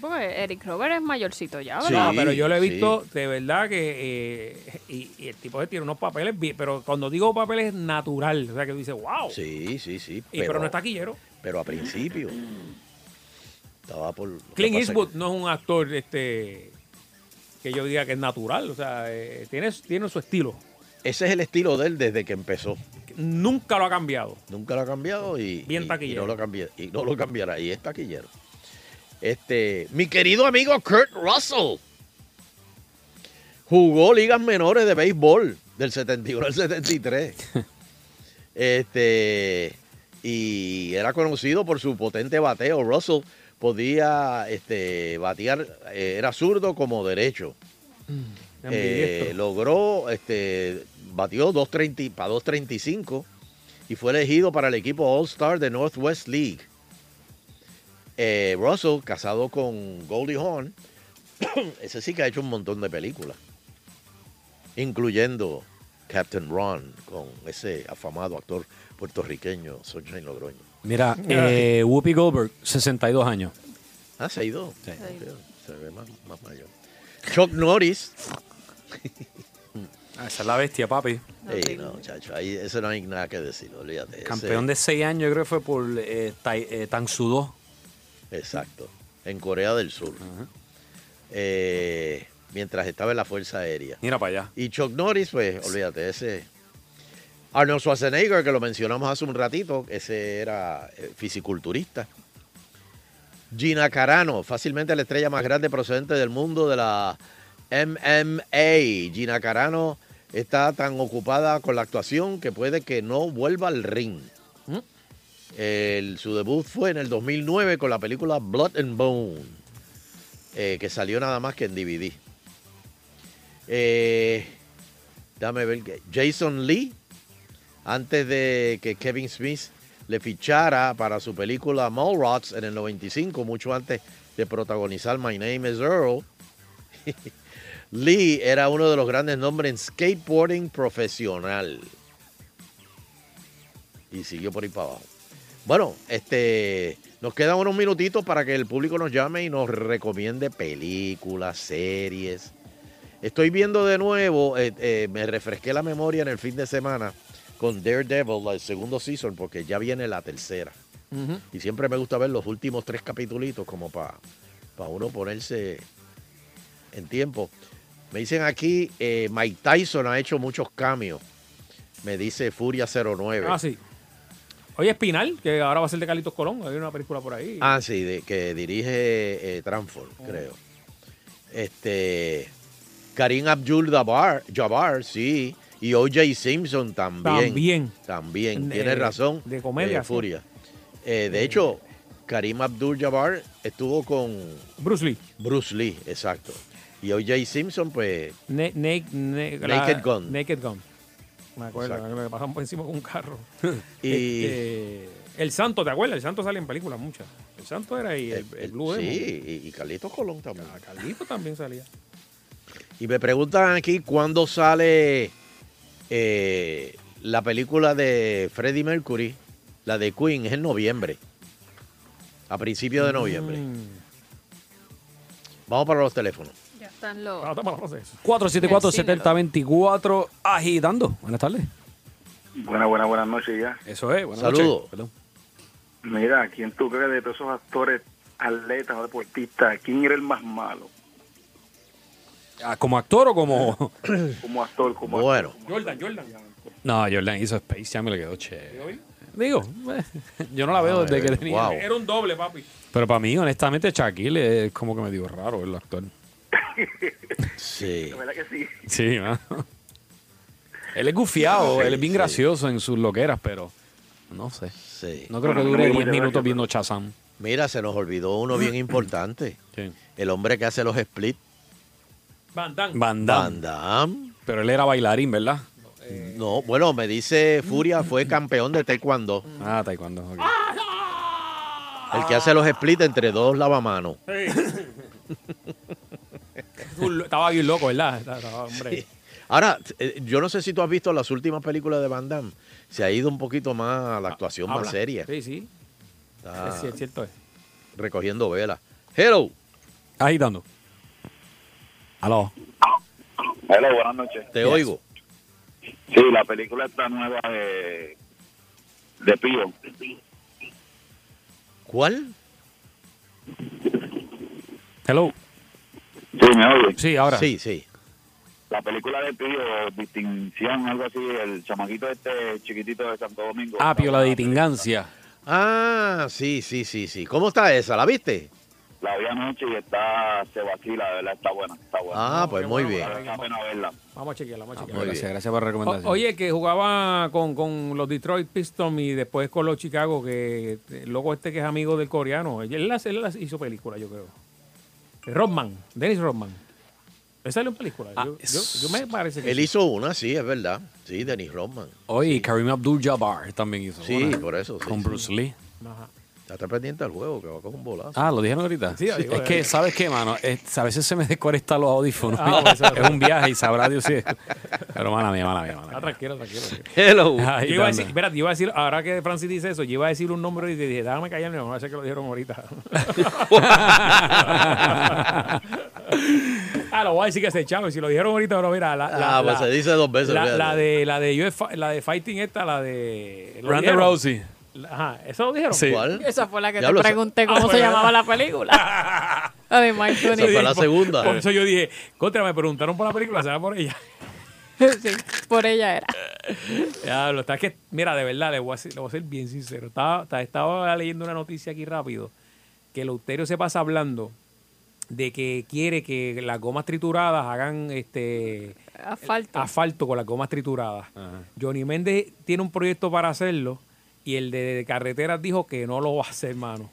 S10: Porque Eric Robert es mayorcito ya,
S4: Sí.
S10: ¿verdad?
S5: No, pero yo lo he
S4: sí.
S5: visto de verdad que. eh, y, y el tipo de tiene unos papeles, bien- pero cuando digo papeles, natural. O sea, que tú dices, wow.
S4: Sí, sí, sí.
S5: Y, pero no es taquillero.
S4: Pero a principio. Estaba por. lo que
S5: Clint
S4: pasa es
S5: Eastwood no es un actor este que yo diga que es natural, o sea, eh, tiene, tiene su estilo.
S4: que Ese es el estilo de él desde que empezó.
S5: Nunca lo ha cambiado.
S4: Nunca lo ha cambiado y,
S5: Bien
S4: y- y
S5: taquillero.
S4: no lo cambié- y no lo cambiará. Y es taquillero. Este, mi querido amigo Kurt Russell jugó ligas menores de béisbol del 71 al 73. Este, y era conocido por su potente bateo. Russell podía este, batear, eh, era zurdo como derecho. Eh, logró, este, batió 2.30 para 2.35 y fue elegido para el equipo All-Star de Northwest League. Eh, Russell, casado con Goldie Hawn, ese sí que ha hecho un montón de películas, incluyendo Captain Ron, con ese afamado actor puertorriqueño, Sunshine Logroño.
S6: Mira, eh, Whoopi Goldberg, 62 años.
S4: Ah, se ha ido. Ok, Se ve más, más mayor. Chuck Norris.
S6: Ah, esa es la bestia, papi.
S4: Ey, no, chacho, ahí eso no hay nada que decir, olvídate. Ese-
S6: Campeón de 6 años, yo creo que fue por eh, Tai- eh, Tang Sudó.
S4: Exacto, en Corea del Sur. Eh, mientras estaba en la Fuerza Aérea.
S6: Mira para allá.
S4: Y Chuck Norris, pues, olvídate, ese. Arnold Schwarzenegger, que lo mencionamos hace un ratito, ese era eh, fisiculturista. Gina Carano, fácilmente la estrella más grande procedente del mundo de la MMA. Gina Carano está tan ocupada con la actuación que puede que no vuelva al ring. El- su debut fue en el 2009 con la película Blood and Bone, eh, que salió nada más que en DVD. Eh, dame ver que Jason Lee, antes de que Kevin Smith le fichara para su película Mallrats en el 95, mucho antes de protagonizar My Name is Earl. Lee era uno de los grandes nombres en skateboarding profesional. Y siguió por ahí para abajo. Bueno, este, nos quedan unos minutitos para que el público nos llame y nos recomiende películas, series. Estoy viendo de nuevo, eh, eh, me refresqué la memoria en el fin de semana con Daredevil, el segundo season, porque ya viene la tercera. Y siempre me gusta ver los últimos tres capitulitos como para uno ponerse en tiempo. Me dicen aquí, eh, Mike Tyson ha hecho muchos cambios. Me dice Furia 09.
S5: Ah, sí. Oye, Espinal, que ahora va a ser de Carlitos Colón, hay una película por ahí.
S4: Ah, sí, de- que dirige eh, Transform,
S5: Oh.
S4: creo. Este, Karim Abdul Jabbar, Jabbar, sí. Y O.J. Simpson también.
S5: También.
S4: También,
S5: De-
S4: tienes razón.
S5: de comedia,
S4: eh,
S5: sí.
S4: Furia. Eh, de hecho, Karim Abdul Jabbar estuvo con.
S5: Bruce Lee.
S4: Bruce Lee, exacto. Y O.J. Simpson, pues.
S5: Ne- ne- ne- la-
S4: Naked Gun.
S5: Naked Gun. Me acuerdo,
S4: Exacto.
S5: me pasaron por encima con un carro.
S4: Y-
S5: Este, el Santo, ¿te acuerdas? El Santo sale en películas muchas. El Santo era y el, el Blue Demon.
S4: eh,
S5: Ah,
S4: Sí, y, y Carlitos Colón también.
S5: Carlitos también salía.
S4: Y me preguntan aquí cuándo sale eh, la película de Freddie Mercury, la de Queen, es en noviembre. A principios de noviembre.
S6: Mm.
S4: Vamos para los teléfonos.
S10: Ya están los.
S6: 474-7024, agitando. Buenas tardes.
S2: Buenas, buenas, buenas noches ya.
S6: Eso es, buenas
S2: Saludo.
S6: noches. Perdón.
S2: Mira, ¿quién tú crees de todos esos actores, atletas o deportistas, quién era el más malo?
S6: Ah, ¿Como actor o como...?
S2: Como actor, como
S6: Bueno.
S2: actor.
S5: Jordan, Jordan.
S6: no, Jordan hizo Space Jam y le quedó chévere. Digo, eh, yo no la veo
S5: Ah,
S6: desde que
S5: eh,
S6: tenía...
S5: wow. Era un doble, papi.
S6: Pero para mí, honestamente, Shaquille es como que me dio raro el actor. Sí.
S2: La verdad que sí.
S6: Sí, mano. Él es gufiado,
S2: Sí,
S6: él es bien
S2: sí.
S6: gracioso en sus loqueras, pero no sé. No creo que
S4: Bueno, no
S6: dure
S4: me
S6: 10
S4: gusta
S6: minutos viendo Chazam.
S4: Mira, se nos olvidó uno bien importante.
S6: ¿Quién?
S4: El hombre que hace los splits.
S5: Van Damme.
S6: Van Damme. Pero él era bailarín, ¿verdad?
S4: No, bueno, me dice Furia, fue campeón de taekwondo.
S6: Ah, taekwondo. ok.
S4: El que hace los splits entre dos lavamanos.
S5: Un lo- Estaba bien loco, ¿verdad? Estaba- estaba- hombre.
S4: Ahora, eh, yo no sé si tú has visto las últimas películas de Van Damme. Se ha ido un poquito más
S6: Ah,
S4: a la actuación
S5: Habla.
S4: más seria.
S5: Sí, sí.
S4: Está
S5: Es cier- cierto es.
S4: Recogiendo velas. Hello.
S6: Ah, Agitando. Aló.
S24: Hola, buenas noches.
S4: Te oigo.
S24: Sí, la película está nueva de, de Pío.
S4: ¿Cuál?
S6: Hello.
S24: Sí, me oye.
S6: Sí, ahora.
S4: Sí, sí.
S24: La película de Pío, Distinción, algo así, el chamaquito este chiquitito de Santo Domingo.
S6: Apio, Ah, la de Tingancia.
S4: Ah, sí, sí, sí, sí. ¿Cómo está esa? ¿La viste?
S24: La vi anoche y está, se vacila, de verdad, está buena, está buena.
S4: Ah, pues muy bien.
S24: Vale la pena verla.
S5: Vamos a chequearla,
S4: Ah,
S5: vamos a chequearla.
S6: Gracias, gracias por la recomendación.
S5: O- oye, que jugaba con, con los Detroit Pistons y después con los Chicago, que el loco este que es amigo del coreano, él las, él las hizo película, yo creo. Eh, Rodman, Dennis Rodman. Él salió en película.
S6: Ah,
S5: yo, yo- yo me parece que
S4: Él
S5: sí.
S4: hizo una, sí, es verdad. Sí, Dennis Rodman.
S6: Oye, y Karim Abdul-Jabbar también hizo.
S4: Sí,
S6: una.
S4: por eso, sí,
S6: con
S4: sí.
S6: Bruce Lee.
S5: Ajá.
S4: Está pendiente al juego, que va con un bolazo.
S6: Ah, lo dijeron ahorita.
S4: Sí, lo digo,
S6: es
S4: eh.
S6: que, ¿sabes qué, mano? Es- a veces se me desconectan los audífonos.
S5: Ah, pues, eso-
S6: es un viaje y sabrá Dios si es. Pero mala mía, mala mía, mala mía.
S5: Ah, tranquilo, tranquilo.
S6: Hello. Ahí
S5: Yo iba a
S6: está,
S5: decir, espérate, yo iba a decir, ahora que Francis dice eso, yo iba a decir un nombre y te dije, déjame callarme, vamos a hacer que lo dijeron ahorita. ah, lo voy a decir que se echaron. Si lo dijeron ahorita, pero mira, la, la,
S4: Ah, pues
S5: la-
S4: se dice dos veces,
S5: La,
S4: fíjate.
S5: la de la de, UF la de Fighting esta, la de. ¿lo
S6: Ronda
S5: dijeron?
S6: Rousey.
S5: Ajá, ¿eso lo dijeron?
S6: Sí. ¿Cuál?
S10: Esa fue la que te
S6: Diablo, esa-
S10: pregunté
S5: Ah,
S10: cómo
S5: pues,
S10: se
S5: ¿verdad?
S10: llamaba la película. la de Mike Tony.
S5: Sí, por- Por eso yo dije, contra, me preguntaron por la película, será por ella.
S10: Sí, por ella era.
S5: Diablo, está que, mira, de verdad, le voy a ser, le voy a ser bien sincero. Estaba, estaba- estaba leyendo una noticia aquí rápido que Leuterio se pasa hablando de que quiere que las gomas trituradas hagan este
S10: Asfalto.
S5: asfalto con las gomas trituradas. Johnny Méndez tiene un proyecto para hacerlo y el de carreteras dijo que no lo va a hacer, mano.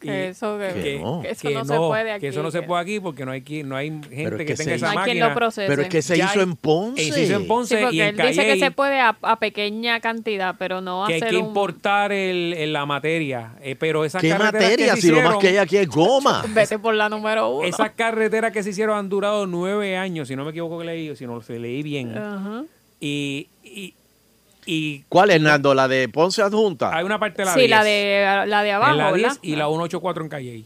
S5: Y
S10: Que eso- que- Que no. que eso no se puede
S5: que eso
S10: no
S5: no se
S10: que-
S5: puede aquí porque no hay quien- no hay gente
S4: es
S5: que,
S4: que se
S5: tenga esa
S4: hizo- No hay quien
S5: máquina.
S4: lo procese. Pero es que se
S5: Ya
S4: hizo
S5: hay- Eh,
S4: en Ponce.
S5: Se hizo en Ponce
S10: Sí, porque
S5: y en
S10: él dice que
S5: Calle
S10: se puede a, a pequeña cantidad, pero no
S5: que hay
S10: hacer
S5: que
S10: un...
S5: importar el, el- la materia. eh, pero esas
S4: ¿Qué
S5: carreteras
S4: materia?
S5: que se
S4: Si lo más
S5: hicieron-
S4: que hay aquí es goma.
S10: Vete por la número uno.
S5: Esas carreteras que se hicieron han durado nueve años, si no me equivoco que leí, o si no se leí bien.
S10: Ajá.
S5: Y, y, y
S4: ¿Cuál, Hernando? ¿La de Ponce adjunta?
S5: hay una parte de la
S10: Sí, la
S5: 10,
S10: de, la de abajo,
S5: en la
S10: ¿verdad?
S5: 10 y la 184 en Calle.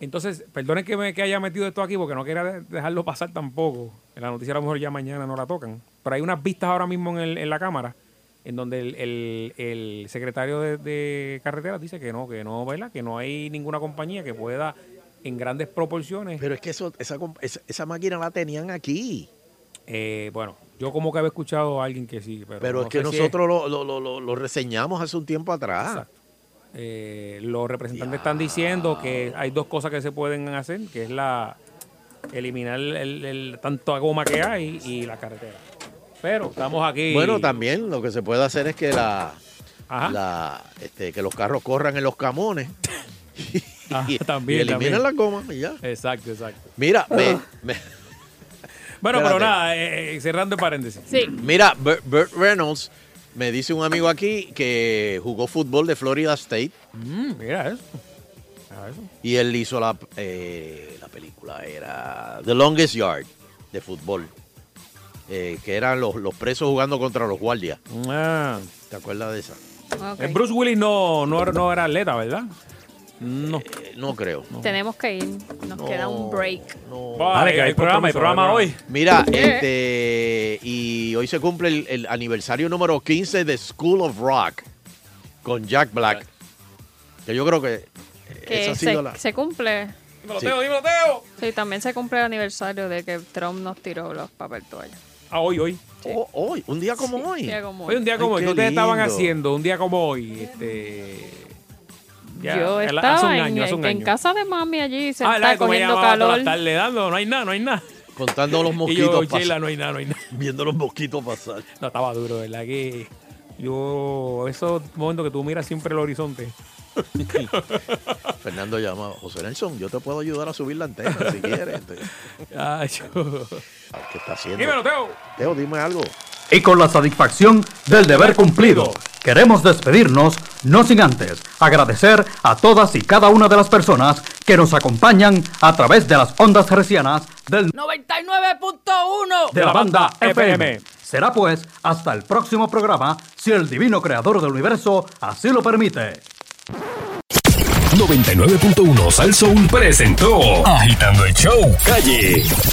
S5: Entonces, perdonen que, me, que haya metido esto aquí porque no quería de- dejarlo pasar tampoco. En la noticia a lo mejor ya mañana no la tocan. Pero hay unas vistas ahora mismo en, el- en la Cámara en donde el, el- el secretario de, de Carreteras dice que no, que no, ¿verdad? Que no hay ninguna compañía que pueda en grandes proporciones.
S4: Pero es que eso, esa, comp- esa, esa máquina la tenían aquí.
S5: Eh, bueno, yo como que había escuchado a alguien que sí, pero,
S4: Pero
S5: no
S4: es que
S5: sé si
S4: nosotros lo, lo- lo- lo- lo reseñamos hace un tiempo atrás.
S5: eh, los representantes están diciendo que hay dos cosas que se pueden hacer, que es la eliminar el, el- tanta goma que hay y la carretera. Pero estamos aquí.
S4: Bueno, también lo que se puede hacer es que la,
S5: Ajá.
S4: la- este, que los carros corran en los camones.
S5: Ah,
S4: y,
S5: también,
S4: y eliminan
S5: Ah, también. Ah.
S4: la goma y ya.
S5: Exacto, exacto.
S4: Mira, me, me-
S5: Bueno,
S4: Espérate.
S5: pero nada, eh, eh, cerrando el paréntesis.
S10: Sí.
S4: Mira, Burt, Burt Reynolds, me dice un amigo aquí que jugó fútbol de Florida State
S5: Mm, mira eh. eso.
S4: y él hizo la, eh, la película, era The Longest Yard de fútbol, eh, que eran los, los presos jugando contra los guardias.
S5: Ah.
S4: ¿Te acuerdas de esa?
S10: Ok.
S5: Eh, Bruce Willis no, no, era- no era atleta, ¿verdad? No.
S4: Eh, no creo.
S10: Tenemos que ir. Nos queda un break.
S5: Vale, que hay Eh, programa, hay programa hoy.
S4: Mira,
S10: Yeah.
S4: este, y hoy se cumple el, el aniversario número 15 de School of Rock con Jack Black. Que yo creo que
S10: Que
S4: esa ha
S10: se,
S4: sido la.
S10: se cumple.
S4: Sí. Teo,
S5: dímelo, Teo.
S10: Sí, también se cumple el aniversario de que Trump nos tiró los papel toalla.
S5: Ah, hoy, hoy.
S4: Oh, hoy, un día como
S10: Sí,
S4: hoy.
S10: un día como
S5: Hoy un día
S4: Ay,
S5: como hoy.
S4: qué
S5: ¿Qué ustedes estaban
S4: lindo.
S5: haciendo un día como hoy? Este, ya,
S10: Yo
S5: el-
S10: estaba
S5: hace un
S10: en,
S5: año, hace un
S10: en
S5: año.
S10: casa de mami allí, se está
S5: Ah, ¿verdad? Como ella
S10: cogiendo
S5: llamaba todas
S10: calor.
S5: las tardes, dando, no hay nada, no hay nada.
S4: Contando los
S5: Y yo,
S4: mosquitos. pas-
S5: Sheila, no hay nada, no hay nada.
S4: Viendo los mosquitos pasar.
S5: No, estaba duro, ¿verdad? Que yo, esos momentos que tú miras siempre el horizonte.
S4: Fernando llama, José Nelson, yo te puedo ayudar a subir la antena si quieres.
S5: Ay, yo.
S4: ¿Qué está haciendo?
S5: Dímelo, Teo.
S4: Teo, dime algo.
S12: Y con la satisfacción del deber cumplido, queremos despedirnos, no sin antes agradecer a todas y cada una de las personas que nos acompañan a través de las ondas hercianas del
S3: 99.1
S12: de la banda FM. Será pues hasta el próximo programa, si el divino creador del universo así lo permite.
S25: 99.1 Sal Soul presentó Agitando el Show Calle.